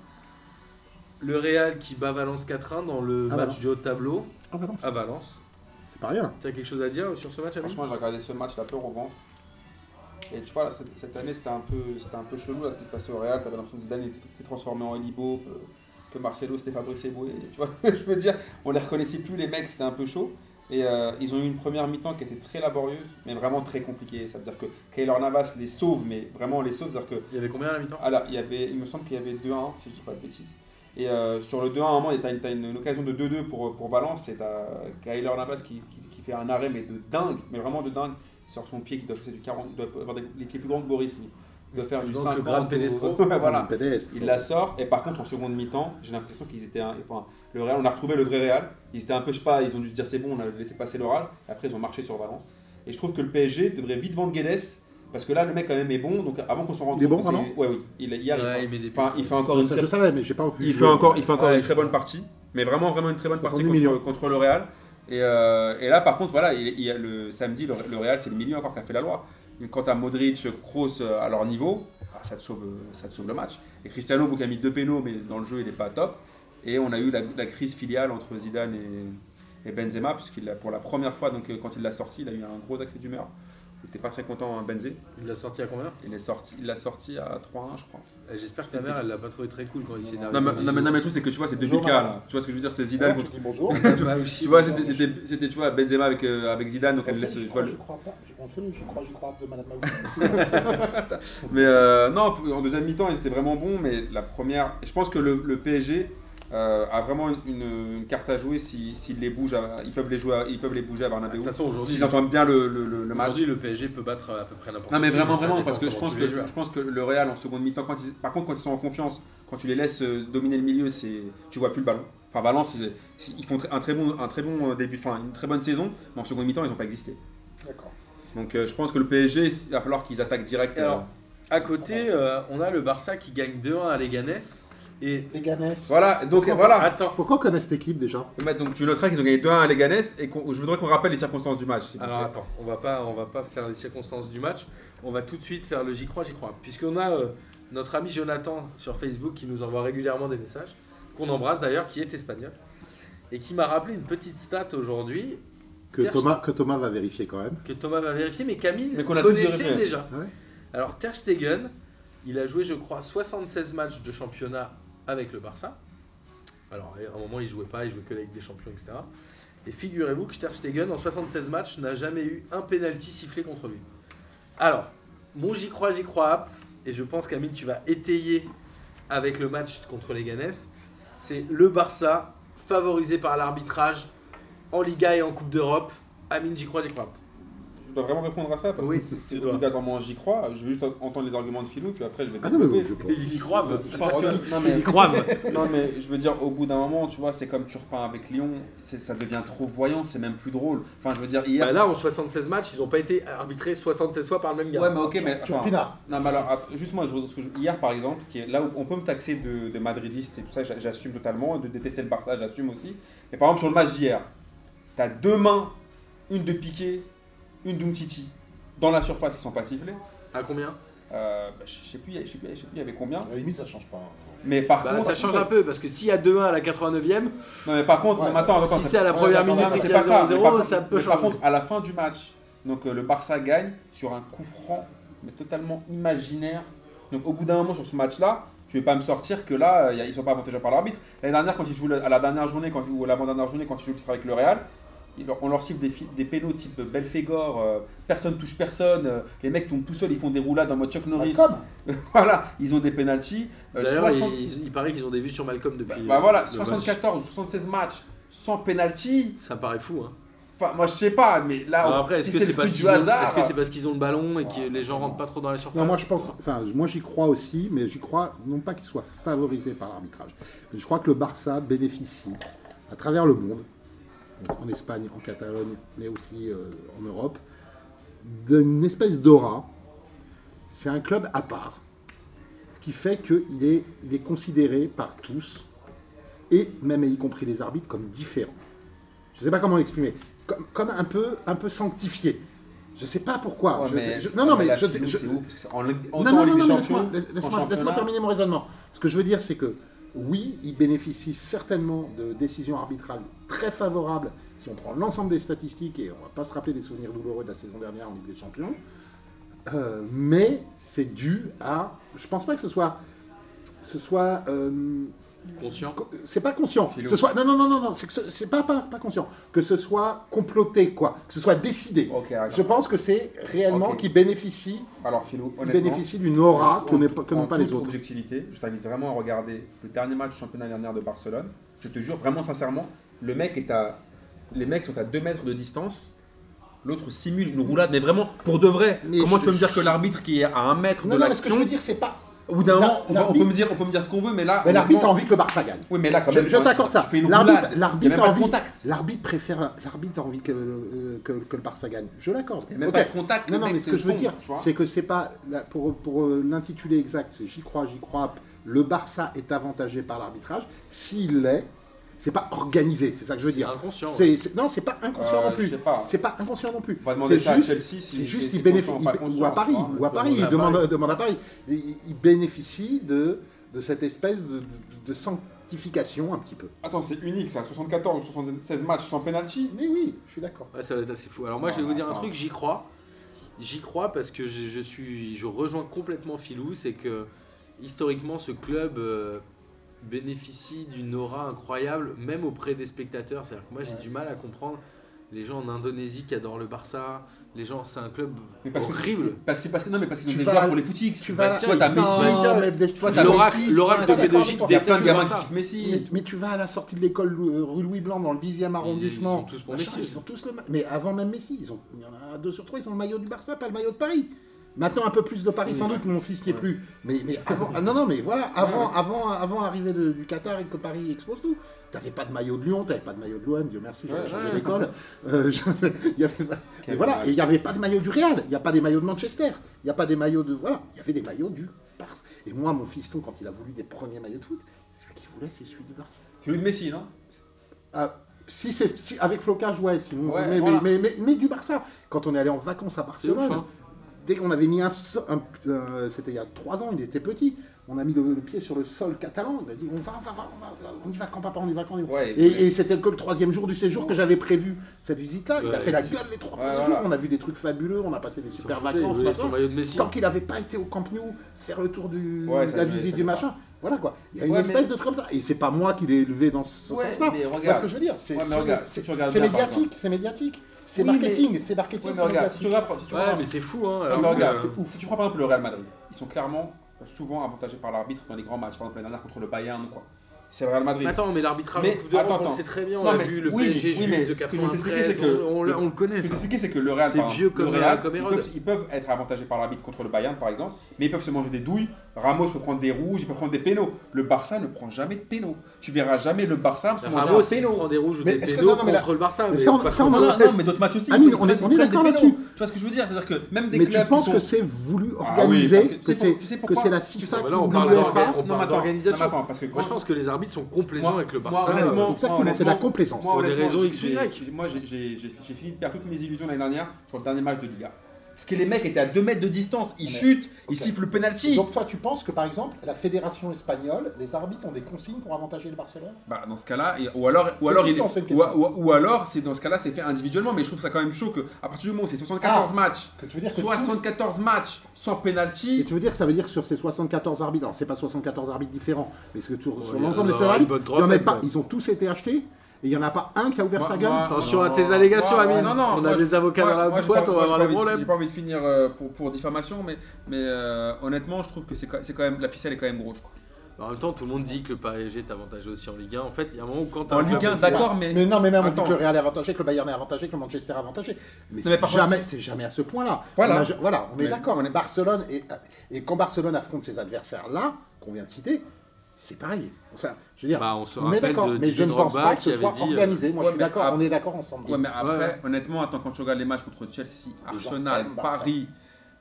Le Real qui bat Valence 4-1 dans le À match Valence. du haut de tableau Ah, Valence. à Valence. C'est pas rien. Tu as quelque chose à dire sur ce match, Amine Franchement, j'ai regardé ce match, la peur au ventre. Et tu vois, là, cette, cette année, c'était un, peu, c'était un peu chelou là, ce qui se passait au Real. T'avais l'impression que Zidane était, était transformé en Elibo, que Marcelo, c'était Fabrice Eboué. Tu vois, je veux dire, on les reconnaissait plus, les mecs, c'était un peu chaud. Et euh, ils ont eu une première mi-temps qui était très laborieuse, mais vraiment très compliquée. Ça veut dire que Kaylor Navas les sauve, mais vraiment les sauve. C'est-à-dire que Il y avait combien à la mi-temps ah là, il, y avait, il me semble qu'il y avait 2-1, si je dis pas de bêtises. Et euh, sur le 2-1, à un moment, tu as, une une occasion de 2-2 pour, pour Valence. Et t'as Kyler Navas qui, qui, qui fait un arrêt, mais de dingue, mais vraiment de dingue. Il sort son pied qui doit chausser du 40, il doit avoir des- les pieds plus grands que Boris. lui. Il doit faire Plus du grand que 50. Brad ou- Pedestro. voilà. PDS. Il la sort, et par contre, en seconde mi-temps, j'ai l'impression qu'ils étaient. un- Enfin, le Real, on a retrouvé le vrai Real. Ils étaient un peu, je sais pas, ils ont dû se dire c'est bon, on a laissé passer l'orage. Après, ils ont marché sur Valence. Et je trouve que le PSG devrait vite vendre Guedes, parce que là, le mec, quand même, est bon. Donc, avant qu'on s'en rende Il est compte bon, que vraiment c'est- Ouais, oui. Il, il arrive. hein. Ouais, il met des Enfin, buts. il fait encore une Ça, très- je savais, mais j'ai pas vu. il fait encore, il fait encore Ouais, une très bonne partie, mais vraiment, vraiment une très bonne partie 70 contre, millions. contre le Real. Et, euh, et là, par contre, voilà, il, il y a le samedi, le, le Real, c'est le milieu encore qui a fait la loi. Quant à Modric, Kroos euh, à leur niveau, bah, ça, te sauve, euh, ça te sauve le match. Et Cristiano, donc, a mis deux pénaux, mais dans le jeu, il n'est pas top. Et on a eu la, la crise filiale entre Zidane et, et Benzema, puisqu'il a- pour la première fois, donc, euh, quand il l'a sorti, il a eu un gros accès d'humeur. n'était pas très content, hein, Benzé. Il l'a sorti à combien Il est sorti- il l'a sorti, à 3-1, je crois. Eh, J'espère que ta mère, elle l'a pas trouvé très cool quand il s'est énervé. Non, mais, contre Ah, non, mais, Zizou. non, mais le truc, c'est que tu vois, c'est 2000 Bonjour, cas là. Tu vois ce que je veux dire C'est Zidane Alors, contre. tu dis bonjour. Bah, aussi, Tu vois, ouais. c'était, c'était, c'était, tu vois, Benzema avec, euh, avec Zidane, donc On elle fait laisse. le tu j'y vois, crois, le- j'y crois pas. On fait le j'y crois, j'y crois de Madame Maouchi. Mais euh, non, pour- en deuxième mi-temps, ils étaient vraiment bons, mais la première. et je pense que le, le PSG euh, a vraiment une, une carte à jouer si- s'ils les bougent, à- ils peuvent les jouer, à- ils peuvent les bouger à De Bernabeu. toute façon, aujourd'hui, S'ils entendent bien le, le, le- le match. aujourd'hui, le PSG peut battre à peu près n'importe Non mais qui, vraiment ça vraiment dépend parce que je comment pense tu que les joues. je pense que le Real en seconde mi-temps quand ils- par contre quand ils sont en confiance quand tu les laisses euh, dominer le milieu c'est tu vois plus le ballon. Enfin Valence ils, ils font tr- un très bon un très bon euh, début enfin une très bonne saison mais en seconde mi-temps ils n'ont pas existé. D'accord. Donc euh, je pense que le PSG il va falloir qu'ils attaquent direct. Et alors À côté, euh, on a le Barça qui gagne 2-1 à Leganés. Et Les Ganès. voilà donc euh, voilà. attends, Pourquoi on connaît cette équipe déjà Mais donc tu noteras qu'ils ont gagné 2-1 à Leganés et qu'on- je voudrais qu'on rappelle les circonstances du match. s'il vous alors plaît. attends, on va pas, on va pas faire les circonstances du match. On va tout de suite faire le j'y crois, j'y crois. Puisqu'on a euh, notre ami Jonathan sur Facebook qui nous envoie régulièrement des messages, qu'on embrasse d'ailleurs, qui est espagnol, et qui m'a rappelé une petite stat aujourd'hui que Ter- Thomas, que Thomas va vérifier quand même. que Thomas va vérifier, mais Camille Mais qu'on a tous connaissait vérifié. déjà. Ah ouais Alors Ter Stegen, il a joué je crois 76 matchs de championnat avec le Barça. Alors à un moment il jouait pas, il jouait que la Ligue des Champions, etc. Et figurez-vous que Ter Stegen en 76 matchs n'a jamais eu un penalty sifflé contre lui. Alors, mon j'y crois, j'y crois, app, et je pense Camille tu vas étayer avec le match contre les Ganes, c'est le Barça favorisé par l'arbitrage en Liga et en Coupe d'Europe. Amine, j'y crois, j'y crois. Je dois vraiment répondre à ça parce Oui, que c'est, c'est tu dois. obligatoirement j'y crois. Je vais juste entendre les arguments de Philou puis après je vais Ah non, mais développer. je pense. Il y croit, bah. Je pense que- non, mais- Non mais je veux dire au bout d'un moment tu vois c'est comme tu repars avec Lyon c'est ça devient trop voyant c'est même plus drôle enfin je veux dire hier Bah là, en 76 matchs, ils n'ont pas été arbitrés 76 fois par le même gars. ouais mais ok mais enfin, Turpina. non mais alors ap- juste moi je, parce que je- hier par exemple ce qui est là où on peut me taxer de, de madridiste et tout ça j'a- j'assume totalement de détester le Barça j'assume aussi mais par exemple sur le match d'hier t'as deux mains une de Piqué une d'Umtiti dans la surface qui sont pas sifflées À combien Euh, bah, je je sais plus je sais plus je sais plus il y avait combien À la limite, ça change pas. mais par Bah, contre ça change un peu, parce que s'il y a 2-1 à la 89e, non mais Ah, par contre Ouais. non, mais attends attends si ça- c'est à la ouais, première d'accord, minute Non, et mais qu'il c'est y a pas ça. mais 0-0, par contre- ça peut mais changer. Par contre, à la fin du match, donc euh, le Barça gagne sur un coup franc, mais totalement imaginaire. Donc au bout d'un moment sur ce match-là, tu ne pas me sortir que là, euh, y a- ils ne sont pas avantagés par l'arbitre. L'année dernière, quand ils jouent le- à la dernière journée quand, ou à l'avant-dernière journée, quand ils jouent le titre avec le Real, ils leur- on leur cible des, fi- des pénaux type Belfegor, euh, personne touche personne, euh, les mecs tombent tout seuls, ils font des roulades en mode Chuck Norris. Malcolm. voilà, ils ont des pénalties. euh, D'ailleurs, 60 il, il- il paraît qu'ils ont des vues sur Malcolm depuis. bah, euh, bah voilà, le 74 ou 76 matchs sans pénalty. match. Ça paraît fou. Hein. Enfin, moi, je sais pas, mais là, Alors après, est-ce Ah, si que c'est c'est le parce fruit qu'ils du ont- hasard. est-ce que c'est parce qu'ils ont le ballon et que Ouais, les gens absolument. rentrent pas trop dans la surface Non, moi je pense, enfin, moi j'y crois aussi, mais j'y crois non pas qu'il soit favorisé par l'arbitrage. mais Je crois que le Barça bénéficie à travers le monde, donc en Espagne, en Catalogne, mais aussi euh, en Europe, d'une espèce d'aura. C'est un club à part, ce qui fait qu'il est, il est considéré par tous, et même y compris les arbitres, comme différent. Je ne sais pas comment l'exprimer, comme, comme un, peu, un peu sanctifié. Je ne sais pas pourquoi. Ouais, Je euh, mais- sais- je- non, non, mais la je- Philou, je- c'est ouf, parce que en Ligue- autant non, non, en non, Ligue des non, Champions, laisse-moi- laisse- en laisse-moi laisse-moi championnat, terminer mon raisonnement. Ce que je veux dire, c'est que oui, il bénéficie certainement de décisions arbitrales très favorables si on prend l'ensemble des statistiques et on va pas se rappeler des souvenirs douloureux de la saison dernière en Ligue des Champions. Euh, mais c'est dû à. Je pense pas que ce soit. Ce soit. euh, Conscient. co- c'est pas conscient. Philo. Ce soit, non, non, non, non, non. C'est, que ce- c'est pas, pas, pas conscient. Que ce soit comploté, quoi. Que ce soit décidé. Ok, alors. Je pense que c'est réellement Oh. Ok. qui bénéficie Alors, Philou, il honnêtement, bénéficie d'une aura que en- n'est pas- que en n'ont pas les toute autres. objectivité, je t'invite vraiment à regarder le dernier match du championnat dernière de Barcelone. Je te jure, vraiment sincèrement, le mec est à... les mecs sont à 2 mètres de distance. L'autre simule une roulade, mais vraiment pour de vrai. Mais Comment je- tu peux me dire que l'arbitre qui est à 1 mètre de Non, non, mais ce que je l'action, veux dire, c'est pas. au bout d'un la- moment, on peut- on peut l'arbitre- me dire, on peut me dire ce qu'on veut, mais là, Mais l'arbitre a honnêtement- envie que le Barça gagne. oui, mais là quand Je, même, je t'accorde tu ça. fais une L'arbitre, roulade. Il y a l'arbitre même a pas de envie. contact. L'arbitre préfère. la- L'arbitre a envie que, euh, que, que le Barça gagne. Je l'accorde. Il n'y a même Ok. pas de contact. Non, le non, mec, mais ce que je veux tombe, dire, tu vois. c'est que c'est pas. la- Pour, pour euh, l'intitulé exact, c'est J'y crois, j'y crois. Le Barça est avantagé par l'arbitrage. S'il l'est, c'est pas organisé. C'est ça que je veux C'est dire. inconscient. ouais. C'est, c'est- non, c'est pas inconscient Euh, non plus. je sais pas. C'est pas inconscient non plus. On va demander C'est ça à juste- Chelsea si- c'est si juste, c'est il bénéficie. conscient ou pas il- ou conscient, à Paris, tu vois, ou à on Paris, demande il à demande, Paris. demande à Paris. Il, il bénéficie de, de cette espèce de, de- de sanctification un petit peu. Attends, c'est unique ça, 74 ou 76 matchs sans penalty Mais oui, je suis d'accord. Ouais, ça va être assez fou. Alors moi, Non, je vais vous dire un Oh, attends. truc, j'y crois. J'y crois parce que je, je suis, je rejoins complètement Filou, c'est que historiquement ce club euh, bénéficie d'une aura incroyable, même auprès des spectateurs. C'est-à-dire que moi j'ai Ouais. du mal à comprendre les gens en Indonésie qui adorent le Barça, les gens, c'est un club Mais parce que- horrible. Parce que, parce que non, mais parce qu'ils ont Tu des vas- joueurs pour les footix. tu Bah, vas- Soit t'as Non, Messi, mais des- soit tu- t'as L'oracle- Messi. l'oracle tu vois, de c'est- pédagogie Il y a plein déteste de le gamins qui Barça. kiffent mais, Messi. mais tu vas à la sortie de l'école Lou- euh, rue Louis Blanc dans le 10e arrondissement. ils sont tous pour Machin, Messi. ils sont tous le ma- Mais avant même Messi, ils ont... il y en a deux sur trois, ils ont le maillot du Barça, pas le maillot de Paris. Maintenant un peu plus de Paris bah. sans doute, mon fils n'y est plus. Mais, mais avant, ah, non non mais voilà, avant avant avant arrivée de- du Qatar et que Paris explose tout, t'avais pas de maillot de Lyon, t'avais pas de maillot de l'OM, Dieu merci, j'avais Ouais, changé ouais. d'école. Euh, j'avais- il y avait pas- Quel mais voilà, mal. et il n'y avait pas de maillot du Real, il n'y a pas des maillots de Manchester, il n'y a pas des maillots de voilà, il y avait des maillots du Barça. Et moi mon fiston quand il a voulu des premiers maillots de foot, celui qu'il voulait c'est celui du Barça. Celui de Messi, non Ah, si c'est si- avec flocage, ouais, sinon- Ouais, mais, voilà. mais, mais, mais- mais du Barça. Quand on est allé en vacances à C'est ouf, Barcelone, hein. dès qu'on avait mis un, so- un- euh, c'était il y a trois ans, il était petit, on a mis le, le pied sur le sol catalan, il a dit on va, on va, on va, on va, on y va quand papa, on y va quand on y va. Ouais, Et, et c'était que le troisième jour du séjour que j'avais prévu cette visite-là. Il a Ouais, fait la gueule les trois Ouais, premiers voilà. jours. On a vu des trucs fabuleux, on a passé des Ils s'en super foutaient, vacances. ils voulaient machin. son maillot de Messi. Tant qu'il n'avait pas été au Camp Nou, faire le tour du, Ouais, de ça la devait- visite ça du devait machin. Voilà quoi. Il y a une Ouais, espèce mais- de truc comme ça. Et c'est pas moi qui l'ai élevé dans ce Ouais, sens-là. mais regarde. Tu vois ce que je veux dire C'est Ouais, mais c'est- regarde, c'est- si tu regardes c'est bien, par médiatique, c'est médiatique. C'est Oui, mais- marketing, c'est marketing, Ouais, mais c'est regarde, si médiatique. tu regardes, si tu Ouais, regardes- mais c'est fou, hein. si tu Alors, regardes, euh, c'est ouf. si tu prends par exemple le Real Madrid, ils sont clairement souvent avantagés par l'arbitre dans les grands matchs, par exemple la dernière contre le Bayern ou quoi. C'est le Real Madrid. Attends, mais l'arbitrage Mais en Coupe d'Europe, attends, on le attends. sait très bien, on Non, l'a mais vu, le oui, PSG oui, juive mais de ce que je voulais t'expliquer, 93, c'est que- on, on l'a- on le connaît, Ce que ça. t'expliquais, c'est que le Real, C'est par exemple, vieux comme- le Real, comme ils, Hérode. peuvent, ils peuvent être avantagés par l'arbitre contre le Bayern, par exemple, mais ils peuvent se manger des douilles. Ramos peut prendre des rouges, il peut prendre des pénaux. Le Barça ne prend jamais de pénaux. Tu verras jamais le Barça se manger Ramos, un il pénaux. prend des rouges ou Mais des est-ce que- pénaux non, non, mais là- contre le Barça. mais ça, on- pas ça, on contre en a- nous. Non, non, mais d'autres matchs aussi. Amine, ils Ah, on est- prennent- on est ils prennent d'accord des là-dessus. pénaux. Tu vois ce que je veux dire C'est-à-dire que même des Mais tu clubs qui penses sont. que c'est voulu Ah oui, organiser, parce que tu que sais c'est pour- tu sais que pourquoi c'est la Parce que FIFA ça, qui voilà, on ou parle l'UEFA. d'orga- on Non, parle mais attends, d'organisation. non, mais attends, parce que Moi, je quand- pense que les arbitres sont complaisants Moi- avec le moi, Barça. euh, honnêtement, exactement, moi, c'est la honnêtement, complaisance. moi, Pour des honnêtement, raisons j'ai- X, j'ai- Y. Moi, j'ai- j'ai j'ai- j'ai fini de perdre toutes mes illusions l'année dernière sur le dernier match de Liga. Parce que les mecs étaient à 2 mètres de distance, ils Ouais. chutent, ils Ok. sifflent le penalty. Donc toi, tu penses que par exemple, la fédération espagnole, les arbitres ont des consignes pour avantager le Barcelone Bah, dans ce cas-là, et- ou alors, ou C'est alors, une il, question, c'est une ou, question. ou- ou alors, c'est dans ce cas-là, c'est fait individuellement, mais je trouve ça quand même chaud que à partir du moment où c'est 74 Ah. matchs, Que tu veux dire que 74 matchs sans Et penalty, tu veux dire que ça veut dire que sur ces 74 arbitres, alors c'est pas 74 arbitres différents, mais c'est que sur, Oh, sur il y en l'ensemble a de ces une arbitres, bonne il y en a trentaine, pas, même. ils ont tous été achetés, et il y en a pas un qui a ouvert Moi- sa gueule. moi- Attention à tes Non, allégations, non, Amine. non, non, on a Ah. moi, des je- avocats moi- dans la moi, j'ai boîte, pas- on moi, va j'ai avoir pas des envie de- problèmes. J'ai pas envie de finir euh, pour, pour diffamation, mais, mais euh, honnêtement, je trouve que c'est, quand- c'est quand même, la ficelle est quand même grosse. Quoi. En même temps, tout le monde dit que le PSG est avantagé aussi en Ligue 1. En fait, il y a un moment où quand t'as En un Ligue club- 1, d'accord, mais, Mais non, mais même on Attends. dit que le Real est avantagé, que le Bayern est avantagé, que le Manchester est avantagé. Mais, mais c'est par contre, jamais, c'est jamais à ce point-là. Voilà. on, a- voilà, on est Mais- d'accord. Barcelone et, euh, et quand Barcelone affronte ses adversaires là, qu'on vient de citer, c'est pareil. Ça, je veux dire, Bah, on se est rappelle d'accord, de mais je Didier ne pense Drogba pas que qui ce avait soit dit, euh, organisé. Moi, Ouais, je suis mais d'accord. après- on est d'accord ensemble. Ouais, mais après, ouais. honnêtement, attends, quand tu regardes les matchs contre Chelsea, Les gens Arsenal, aiment Barça. Paris,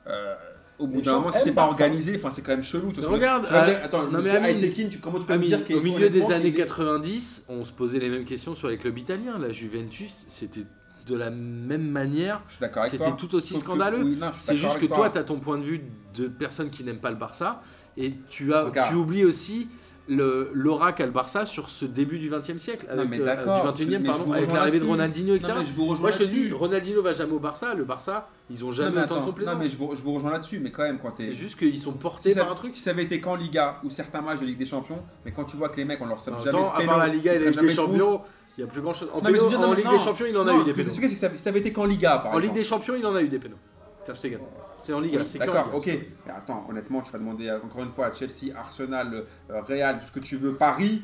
euh, au bout Les d'un gens moment, si aiment c'est pas Barça. organisé, enfin, c'est quand même chelou. Tu vois ce que- Regarde, tu vas euh, dire, attends, non, mais monsieur Amine- Aytekin, tu- comment tu peux me Ami, dire qu'il- au milieu des honnêtement, années qu'il est- 90, on se posait les mêmes questions sur les clubs italiens. La Juventus, c'était de la même manière. Je suis d'accord avec C'était toi. tout aussi Sauf que- scandaleux. oui, non, je suis C'est d'accord juste que avec toi, tu as ton point de vue de personne qui n'aime pas le Barça et tu, as, Regarde. tu oublies aussi le- l'aura qu'a le Barça sur ce début du 20e siècle, Non, avec, mais euh, d'accord, du 21e, je- mais je pardon, vous avec rejoins l'arrivée de là-dessus. Ronaldinho, etc. Non, mais je vous rejoins Moi, je te dis, là-dessus. Ronaldinho va jamais au Barça. Le Barça, ils ont Non, jamais mais autant de attends, complaisance. non, mais je vous, je vous rejoins là-dessus, mais quand même, quand t'es. C'est juste qu'ils sont Si portés ça, par un truc. si ça avait été qu'en Liga ou certains matchs de Ligue des Champions, mais quand tu vois que les mecs, on leur sert En jamais temps, de à part la pélo, Liga et ils la prennent Ligue des jamais de rouge. Champions, il n'y a plus grand chose. En, Non, mais je péno- veux dire, non, en mais Ligue non. des Champions, il en a Non, eu des Ce que pénaux. j'expliquais, c'est que ça- si ça avait été qu'en Liga, par En Ligue exemple. des Champions, il en a eu des pénaux. Ter Stegen. C'est en Liga, Oui, c'est que en D'accord, Liga. ok. Mais attends, honnêtement, tu vas demander euh, encore une fois à Chelsea, Arsenal, euh, Real, tout ce que tu veux, Paris.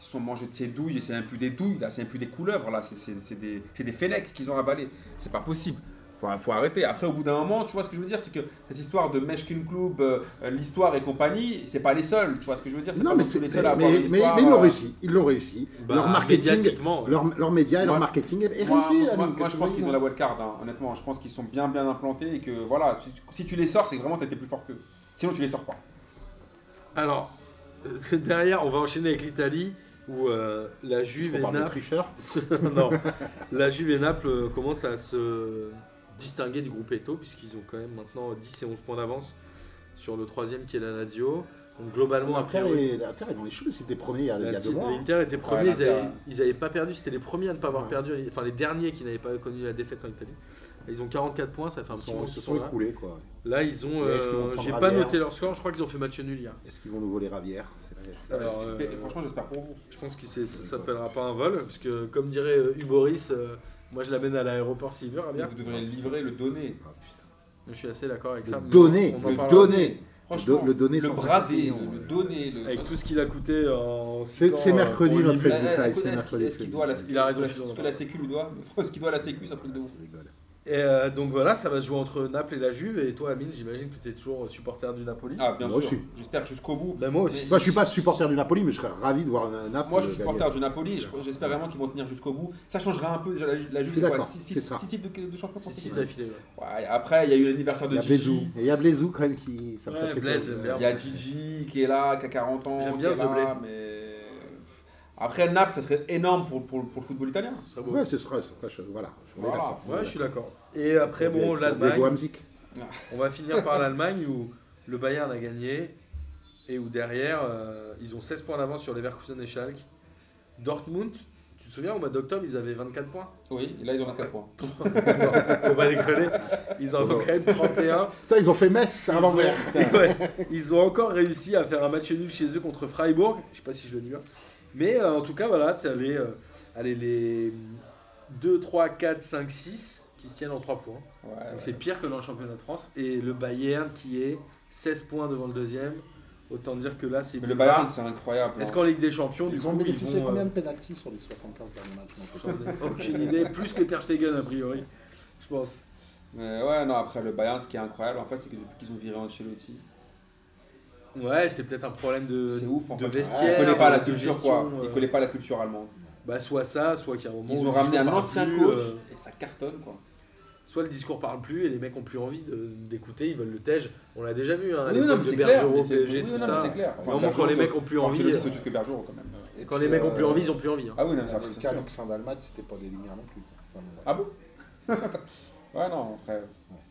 Ils se sont mangés de ces douilles, et c'est même plus des douilles, là, c'est même plus des couleuvres, là, c'est- c'est c'est des, c'est des fennecs qu'ils ont avalés. C'est pas possible. Faut, faut arrêter. Après, au bout d'un moment, tu vois ce que je veux dire, c'est que cette histoire de Meshkin Club, euh, euh, l'histoire et compagnie, c'est pas les seuls. Tu vois ce que je veux dire C'est Non, pas mais non plus c'est- les seuls à mais- avoir une mais- histoire, mais ils l'ont euh, réussi. Ils l'ont réussi. Bah, Leur marketing, médiatiquement, ouais. leur leur média et leur Moi- marketing est Moi, réussi. moi- Amine, moi, que je tu pense veux qu'ils dire. ont la wildcard, hein. honnêtement. Je pense qu'ils sont bien, bien implantés et que voilà, si, si tu les sors, c'est que vraiment t'as été plus fort qu'eux. Sinon, tu les sors pas. Alors, euh, derrière, on va enchaîner avec l'Italie, où euh, la Juve On et parle de Naples. tricheurs. non, la Juve et Naples euh, commencent à se distinguer du groupe Eto, puisqu'ils ont quand même maintenant 10 et 11 points d'avance sur le troisième qui est la Lazio. Donc globalement, a L'Inter priori, est, l'Inter est dans les choses, c'était premier il y a, il y a la deux team- mois. hein. l'Inter était premier, ils, l'Inter, avaient, ouais. ils avaient pas perdu, c'était les premiers à ne pas avoir Ouais. perdu, enfin les derniers qui n'avaient pas connu la défaite en Italie. Ils ont 44 points, ça fait un Ils petit sont- moment ils qu'ils se sont sont là. écroulés quoi. Là, ils ont. Et est-ce qu'ils vont euh, prendre J'ai pas Rabière noté leur score, je crois qu'ils ont fait match nul hier. Est-ce qu'ils vont nous voler Ravière C'est vrai, c'est vrai. Alors, J'espère- euh, Franchement, j'espère pour vous. Je pense que c'est- ça s'appellera pas un vol, parce que comme dirait euh, Huboris, euh, moi je l'amène à l'aéroport s'il veut, Mais Rabière. Vous devriez le livrer, le donner. Ah, putain. Je suis assez d'accord avec Le ça. mais donner, on en le parlera. donner. Franchement, do- le donner le 150 brader, millions, le- le ouais. donner. le- Bah, Avec tout ce qu'il a coûté en. C'est- six c'est ans, euh, mercredi, pour notre Olivier. fête. Ah, ah, Live, c'est écoute, Est-ce qu'il- mercredi, est-ce qu'il doit la Il a raison, ce que la sécu lui doit mais Ce qu'il doit à la sécu, c'est un truc de ouf. Je rigole. Et euh, donc voilà, ça va se jouer entre Naples et la Juve. Et toi, Amine, j'imagine que tu es toujours supporter du Napoli. Ah, bien Moi sûr. aussi. J'espère jusqu'au bout. Bah, moi aussi. Mais- Enfin, je suis pas supporter du Napoli, mais je serais ravi de voir le Naples. Moi, je suis gagner. supporter du Napoli et je- j'espère vraiment qu'ils vont tenir jusqu'au bout. Ça changera un peu. Déjà, la, la Juve, Je suis c'est quoi d'accord, 6 c'est ça. titres de, de champion pour Si, cette ça a année filé, ouais. Ouais, Après, il y a eu l'anniversaire Il de y a Blaisou. Gigi. Et il y a Blaisou quand même qui. Ça me Ouais, ferait très Blaise, plaisir. merde. Il y a Gigi qui est là, qui a 40 ans. J'aime bien qui est ce là, blé. mais Après, Naples, ça serait énorme pour, pour, pour le football italien. Ce serait beau. Ouais, ce serait. ce serait ch- Voilà. on est Voilà. d'accord. Ouais, je suis d'accord. Et après, bon, Diego- Diego l'Allemagne. Hamzik. On va finir par l'Allemagne où le Bayern a gagné et où derrière, euh, ils ont 16 points d'avance sur les Leverkusen et Schalke. Dortmund, tu te souviens, au mois d'octobre, ils avaient 24 points. Oui, et là, ils ont 24 points. Faut pas déconner. Ils en ont quand même 31. Ça, ils ont fait Metz à l'envers. Ouais. Ils ont encore réussi à faire un match nul chez eux contre Freiburg. Je sais pas si je le dis bien. Mais euh, en tout cas, voilà, t'as les, euh, allez, les 2, 3, 4, 5, 6 qui se tiennent en 3 points. Ouais, Donc c'est pire que dans le championnat de France. Et le Bayern qui est 16 points devant le deuxième. Autant dire que là, c'est Mais le boulevard. Bayern, c'est incroyable. Est-ce hein. qu'en Ligue des Champions, du Ils coup, ont bénéficié vont, combien de pénalties sur les 75 derniers matchs je m'en euh, fous. j'en ai Aucune idée. Plus que Ter Stegen, a priori. Je pense. Mais ouais, non, après, le Bayern, ce qui est incroyable, en fait, c'est que depuis qu'ils ont viré Ancelotti, Ouais, c'était peut-être un problème de, c'est ouf. En de fait. vestiaire. Il connaît pas la de culture, gestion, quoi. euh, Il connaît pas la culture allemande. Bah, soit ça, soit qu'il y a un moment où Ils le ont ramené un discours ancien parle plus, coach euh, et ça cartonne quoi. soit le discours parle plus et les mecs ont plus envie de- d'écouter, ils veulent le tège. On l'a déjà vu, hein, à Oui, non, l'époque mais de c'est clair. Bergerot, mais c'est- PSG, oui, tout non, mais ça. c'est clair. Vraiment, quand les mecs ont plus envie, Ils euh, sont juste que Bergerot quand même. Et Quand puis, les mecs ont plus euh, envie, ils ont plus envie. hein. Ah oui, non, mais ça Avec ça, c'est sûr. Canucks en Allemagne, c'était pas des lumières non plus. Enfin, bon, Ah bon Ouais, non, frère.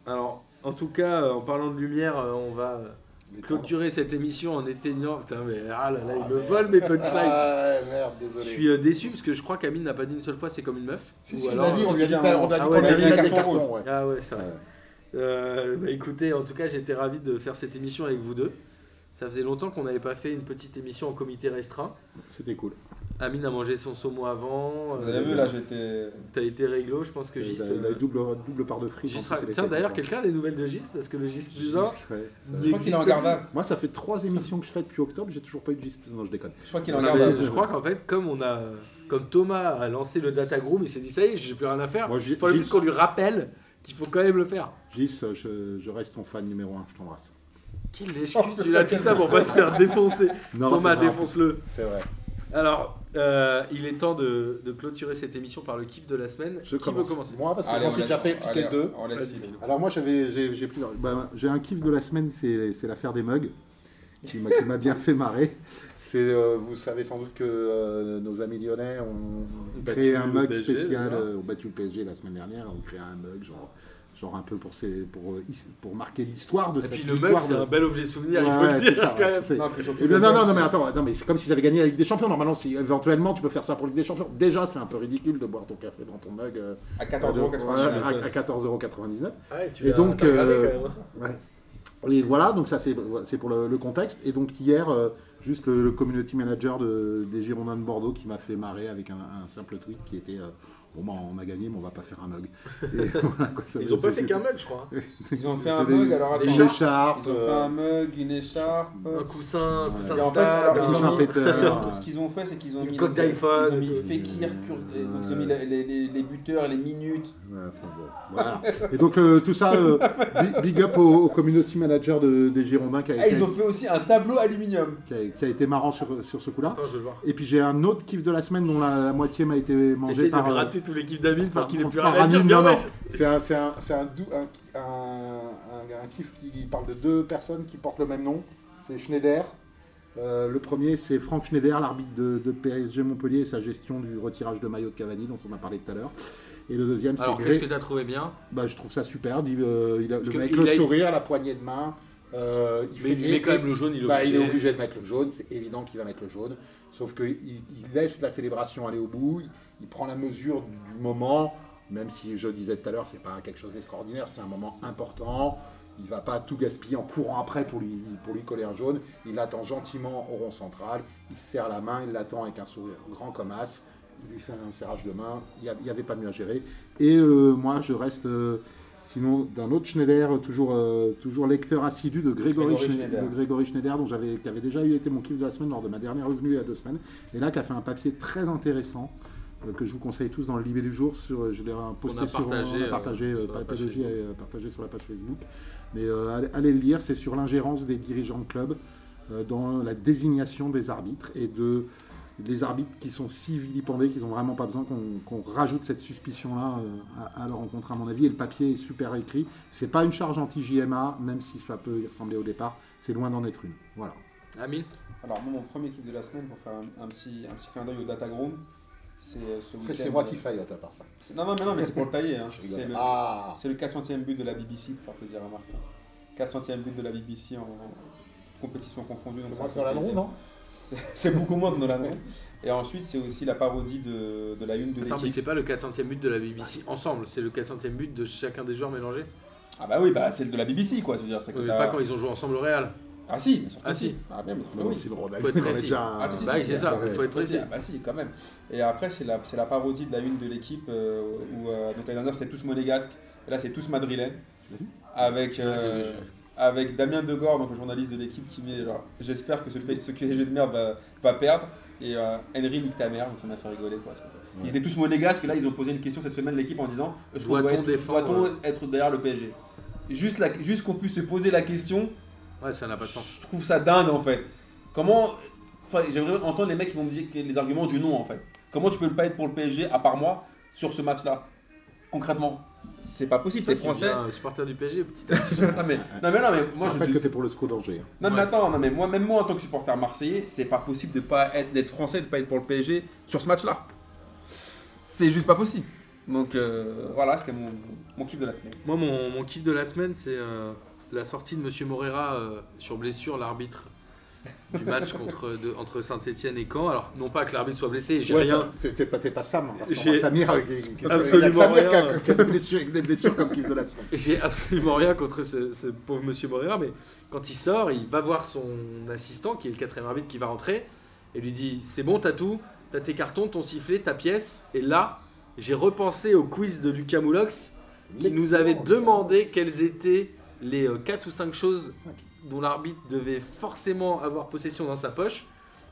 Alors, en tout cas, euh, en parlant de lumière, euh, on va euh, les clôturer cette émission en éteignant. Putain, mais ah là là, Ah, il me merde. vole euh, mes temps. punchlines. Ah merde, désolé. Je suis euh, déçu parce que je crois qu'Amine n'a pas dit une seule fois c'est comme une meuf. Si, Ou si, alors- on a dit- on lui a dit Ah qu'on ouais, allait on a dit mettre un des carton cartons, ouais. Ah ouais, c'est vrai. Ouais. Euh, bah écoutez, en tout cas, j'étais ravi de faire cette émission avec vous deux. Ça faisait longtemps qu'on n'avait pas fait une petite émission en comité restreint. C'était cool. Amine a mangé son saumon avant. Vous euh, avez vu là, bah, j'étais. T'as été réglo, je pense que Gis. la, euh, la double, double part de frites. Gis en plus, ra- elle était Tiens, d'ailleurs, contente. quelqu'un a des nouvelles de Gis Parce que hein le Gis plus 1. Gis, ouais, ça- Je crois qu'il est en n'existe garde plus. à- Moi, ça fait trois émissions que je fais depuis octobre, j'ai toujours pas eu de Gis plus. Non, je déconne. Je crois qu'il est en Non, garde à- mais Je crois qu'en fait, comme on a, comme Thomas a lancé le data groom, il s'est dit ça y est, j'ai plus rien à faire. Moi, Gis- il faut juste Gis- qu'on lui rappelle qu'il faut quand même le faire. Gis, euh, je, je reste ton fan numéro un, je t'embrasse. Quelle excuse, il a dit ça pour pas se faire défoncer. Non, Thomas, c'est vrai. défonce-le. C'est vrai. Alors, euh, il est temps de, de clôturer cette émission par le kiff de la semaine. Je Qui commence. veut commencer Moi, parce que Allez, moi, on j'ai laisse- déjà fait piquer allez, deux. On laisse Vas-y. Alors moi j'avais j'ai j'ai plusieurs- bah, j'ai un kiff de la semaine, c'est c'est l'affaire des mugs qui m'a qui m'a bien fait marrer. C'est euh, vous savez sans doute que euh, nos amis lyonnais ont Battu créé un le mug PSG, spécial, d'ailleurs. euh, ont battu le PSG la semaine dernière, ont créé un mug genre genre un peu pour ces- pour euh, his- pour marquer l'histoire de Et cette puis le victoire. mug, c'est de- un bel objet souvenir, il faut Ouais, le c'est dire ça, quand même. c'est- Non, puis surtout, eh bien, le non, mec, non, non, c'est- mais attends, non, mais c'est comme s'ils avaient gagné la Ligue des Champions. Normalement, si éventuellement tu peux faire ça pour la Ligue des Champions, déjà c'est un peu ridicule de boire ton café dans ton mug euh, À à 14,99€. à- à 14,99€. Ah, Ouais, tu Et l'as- donc, t'as regardé euh, quand même, hein. Ouais. Et voilà, donc ça c'est c'est pour le, le contexte. Et donc hier, euh, juste le, le community manager de- des Girondins de Bordeaux qui m'a fait marrer avec un, un simple tweet qui était euh, Bon, bah, on a gagné, mais on va pas faire un mug. Et voilà, quoi, ça- Ils ont ça- pas fait qu'un mug, je crois. hein. Ils ont fait un J'ai des- mug, alors attends. des Une mug. écharpe, Ils ont fait euh, un mug, une écharpe. Un coussin, un Ouais. coussin Et de en fait, stade, alors, un- ils ont un péteur. Alors, Ce qu'ils ont fait, c'est qu'ils ont Une mis. coque les- d'iPhone Ils ont et mis tout. Fekir, Kurz- et donc ils ont mis les- les les- les buteurs et les minutes. ouais, enfin, bon, voilà. Et donc le- tout ça, euh, bi- big up au, au community manager de- des Girondins Eh, qui a, Ah, été, ils ont fait aussi un tableau aluminium. qui a- qui a été marrant sur, sur ce coup-là. Attends, je vais le voir. Et puis j'ai un autre kiff de la semaine dont la, la moitié m'a été mangée T'essayes de par. euh, gratter toute l'équipe d'Amine pour Par- qu'il ait plus par rien à dire. Amine, bien non, non. ouais. C'est un, c'est un, c'est un, dou- un, un- un- un kiff qui parle de deux personnes qui portent le même nom. C'est Schneider. Euh, le premier, c'est Franck Schneider, l'arbitre de, de PSG Montpellier et sa gestion du retirage de maillot de Cavani, dont on a parlé tout à l'heure. Et le deuxième, c'est Alors, Gré. qu'est-ce que t'as trouvé bien Bah, je trouve ça super. dit, euh, il a- le que mec, il le a- sourire, la poignée de main. Euh, Mais il fait- il met et- quand et- même le jaune, il est bah, il est obligé. obligé de mettre le jaune, c'est évident qu'il va mettre le jaune. Sauf qu'il il laisse la célébration aller au bout, il, il prend la mesure du moment, même si je disais tout à l'heure, c'est pas quelque chose d'extraordinaire, c'est un moment important. Il va pas tout gaspiller en courant après pour lui, pour lui coller un jaune. Il attend gentiment au rond central, il serre la main, il l'attend avec un sourire grand comme as. Il lui fait un serrage de main, il n'y avait pas mieux à gérer. Et euh, moi, je reste. euh, Sinon, d'un autre Schneider, toujours, euh, toujours lecteur assidu de Grégory, Grégory Schne- Schneider. de Grégory Schneider, dont j'avais, qui avait déjà eu été mon kiff de la semaine lors de ma dernière revenue il y a deux semaines, et là qui a fait un papier très intéressant euh, que je vous conseille tous dans le Libé du jour. Sur, je l'ai euh, posté a sur, partagé, on a euh, partagé, euh, sur la pas- page partagé, Facebook. euh, partagé sur la page Facebook. Mais euh, allez, allez le lire, c'est sur l'ingérence des dirigeants de club euh, dans la désignation des arbitres et de des arbitres qui sont si vilipendés qu'ils n'ont vraiment pas besoin qu'on qu'on rajoute cette suspicion-là euh, à, à leur rencontre, à mon avis. Et le papier est super écrit. C'est pas une charge anti-JMA, même si ça peut y ressembler au départ. C'est loin d'en être une. Voilà. Amine Alors, moi, mon premier kiff de la semaine, pour faire un, un petit, un petit clin d'œil au Datagroom, c'est euh, ce week-end. faillote à part ça. C'est- Non, non, mais, non, mais c'est pour le tailler. hein. C'est le, Ah c'est le 400e but de la BBC, pour faire plaisir à Martin. 400e but de la BBC en, en compétition confondue. donc ça fait plaisir. non C'est beaucoup moins que Nolan. Et ensuite, c'est aussi la parodie de, de la une de Attends, mais l'équipe. c'est pas le 400ème but de la BBC ensemble, c'est le 400ème but de chacun des joueurs mélangés Ah bah oui, bah c'est de la BBC quoi, je veux dire. c'est que Oui, mais t'as- pas quand ils ont joué ensemble au Real. Ah si, mais sûr que Ah si. si. Ah bien, mais sûr que Oui, oui. c'est le Faut Ronaldo. être il en est précis. déjà- Ah, si, si, Bah, si, c'est ça, ouais, il faut être précis. Ah bah si, quand même. Et après, c'est la, c'est la parodie de la une de l'équipe euh, où euh, donc l'année dernière c'était tous monégasques, et là c'est tous madrilènes. Mhm. Avec, euh, avec Damien Degore, donc le journaliste de l'équipe, qui met genre J'espère que ce, P- ce PSG de merde va, va perdre. Et euh, Henry nique ta mère, donc ça m'a fait rigoler. Quoi, parce que- Ils étaient tous monégasques, et là ils ont posé une question cette semaine l'équipe en disant Est-ce qu'on doit Doit-on être, défendre, doit-on euh, être derrière le PSG Juste, la- juste qu'on puisse se poser la question, Ouais, ça n'a pas de sens. je trouve ça dingue en fait. Comment. Enfin, j'aimerais entendre les mecs qui vont me dire les arguments du non en fait. Comment tu peux pas être pour le PSG à part moi sur ce match-là Concrètement, c'est pas possible. Toi T'es qui français. deviens un supporter du PSG, petit non, mais, non, mais non, mais moi Je je. rappelle que t'es pour le SCO d'Angers. hein. Non, mais Ouais. attends, non, mais moi, même moi en tant que supporter marseillais, c'est pas possible de pas être d'être français, de pas être pour le PSG sur ce match-là. C'est juste pas possible. Donc euh, voilà, c'était mon, mon kiff de la semaine. Moi, mon, mon kiff de la semaine, c'est euh, la sortie de Monsieur Morera euh, sur blessure, l'arbitre du match contre, de- entre Saint-Etienne et Caen. Alors, non pas que l'arbitre soit blessé, j'ai Ouais, rien. ça- t'es- T'es pas, t'es pas Sam. hein, parce qu'on J'ai voit Samir, euh, qui- qui- qui- absolument il y a que Samir qui a- rien. qui a des blessures- avec des blessures comme kiff de la semaine. J'ai absolument rien contre ce, ce pauvre Monsieur Morera, mais quand il sort, il va voir son assistant, qui est le quatrième arbitre, qui va rentrer, et lui dit C'est bon, t'as tout, t'as tes cartons, ton sifflet, ta pièce. Et là, j'ai repensé au quiz de Lucas Moulox, qui nous avait demandé quelles étaient les 4 ou 5 choses dont l'arbitre devait forcément avoir possession dans sa poche.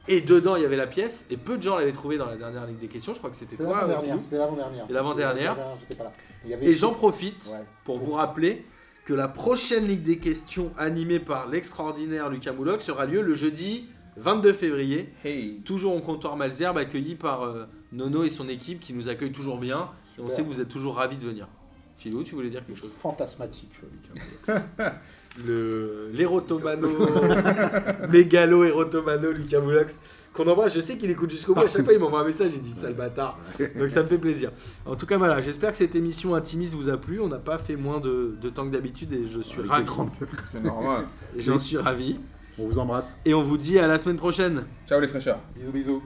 Et dedans, il y avait la pièce. Et peu de gens l'avaient trouvé dans la dernière Ligue des questions. Je crois que c'était C'était toi, l'avant-dernière. Philou. C'était l'avant-dernière. Et l'avant-dernière. J'étais pas là. Il y avait- Et j'en profite Ouais. pour vous rappeler que la prochaine Ligue des questions animée par l'extraordinaire Lucas Mouloc sera lieu le jeudi 22 février. Hey. Toujours au comptoir Malzerbe, accueilli par euh, Nono et son équipe qui nous accueillent toujours bien. Et on Super. sait que vous êtes toujours ravis de venir. Philou, tu voulais dire quelque chose Fantasmatique, Lucas. le l'érotomano, mégalo érotomano Lucas Moulox, qu'on embrasse. Je sais qu'il écoute jusqu'au bout. À chaque fois, il m'envoie un message, il dit sale bâtard. Donc ça me fait plaisir. En tout cas, voilà, j'espère que cette émission intimiste vous a plu. On n'a pas fait moins de, de temps que d'habitude et je suis Avec des ravi. grandes C'est normal. J'en suis ravi. On vous embrasse. Et on vous dit à la semaine prochaine. Ciao les fraîcheurs. Bisous, bisous.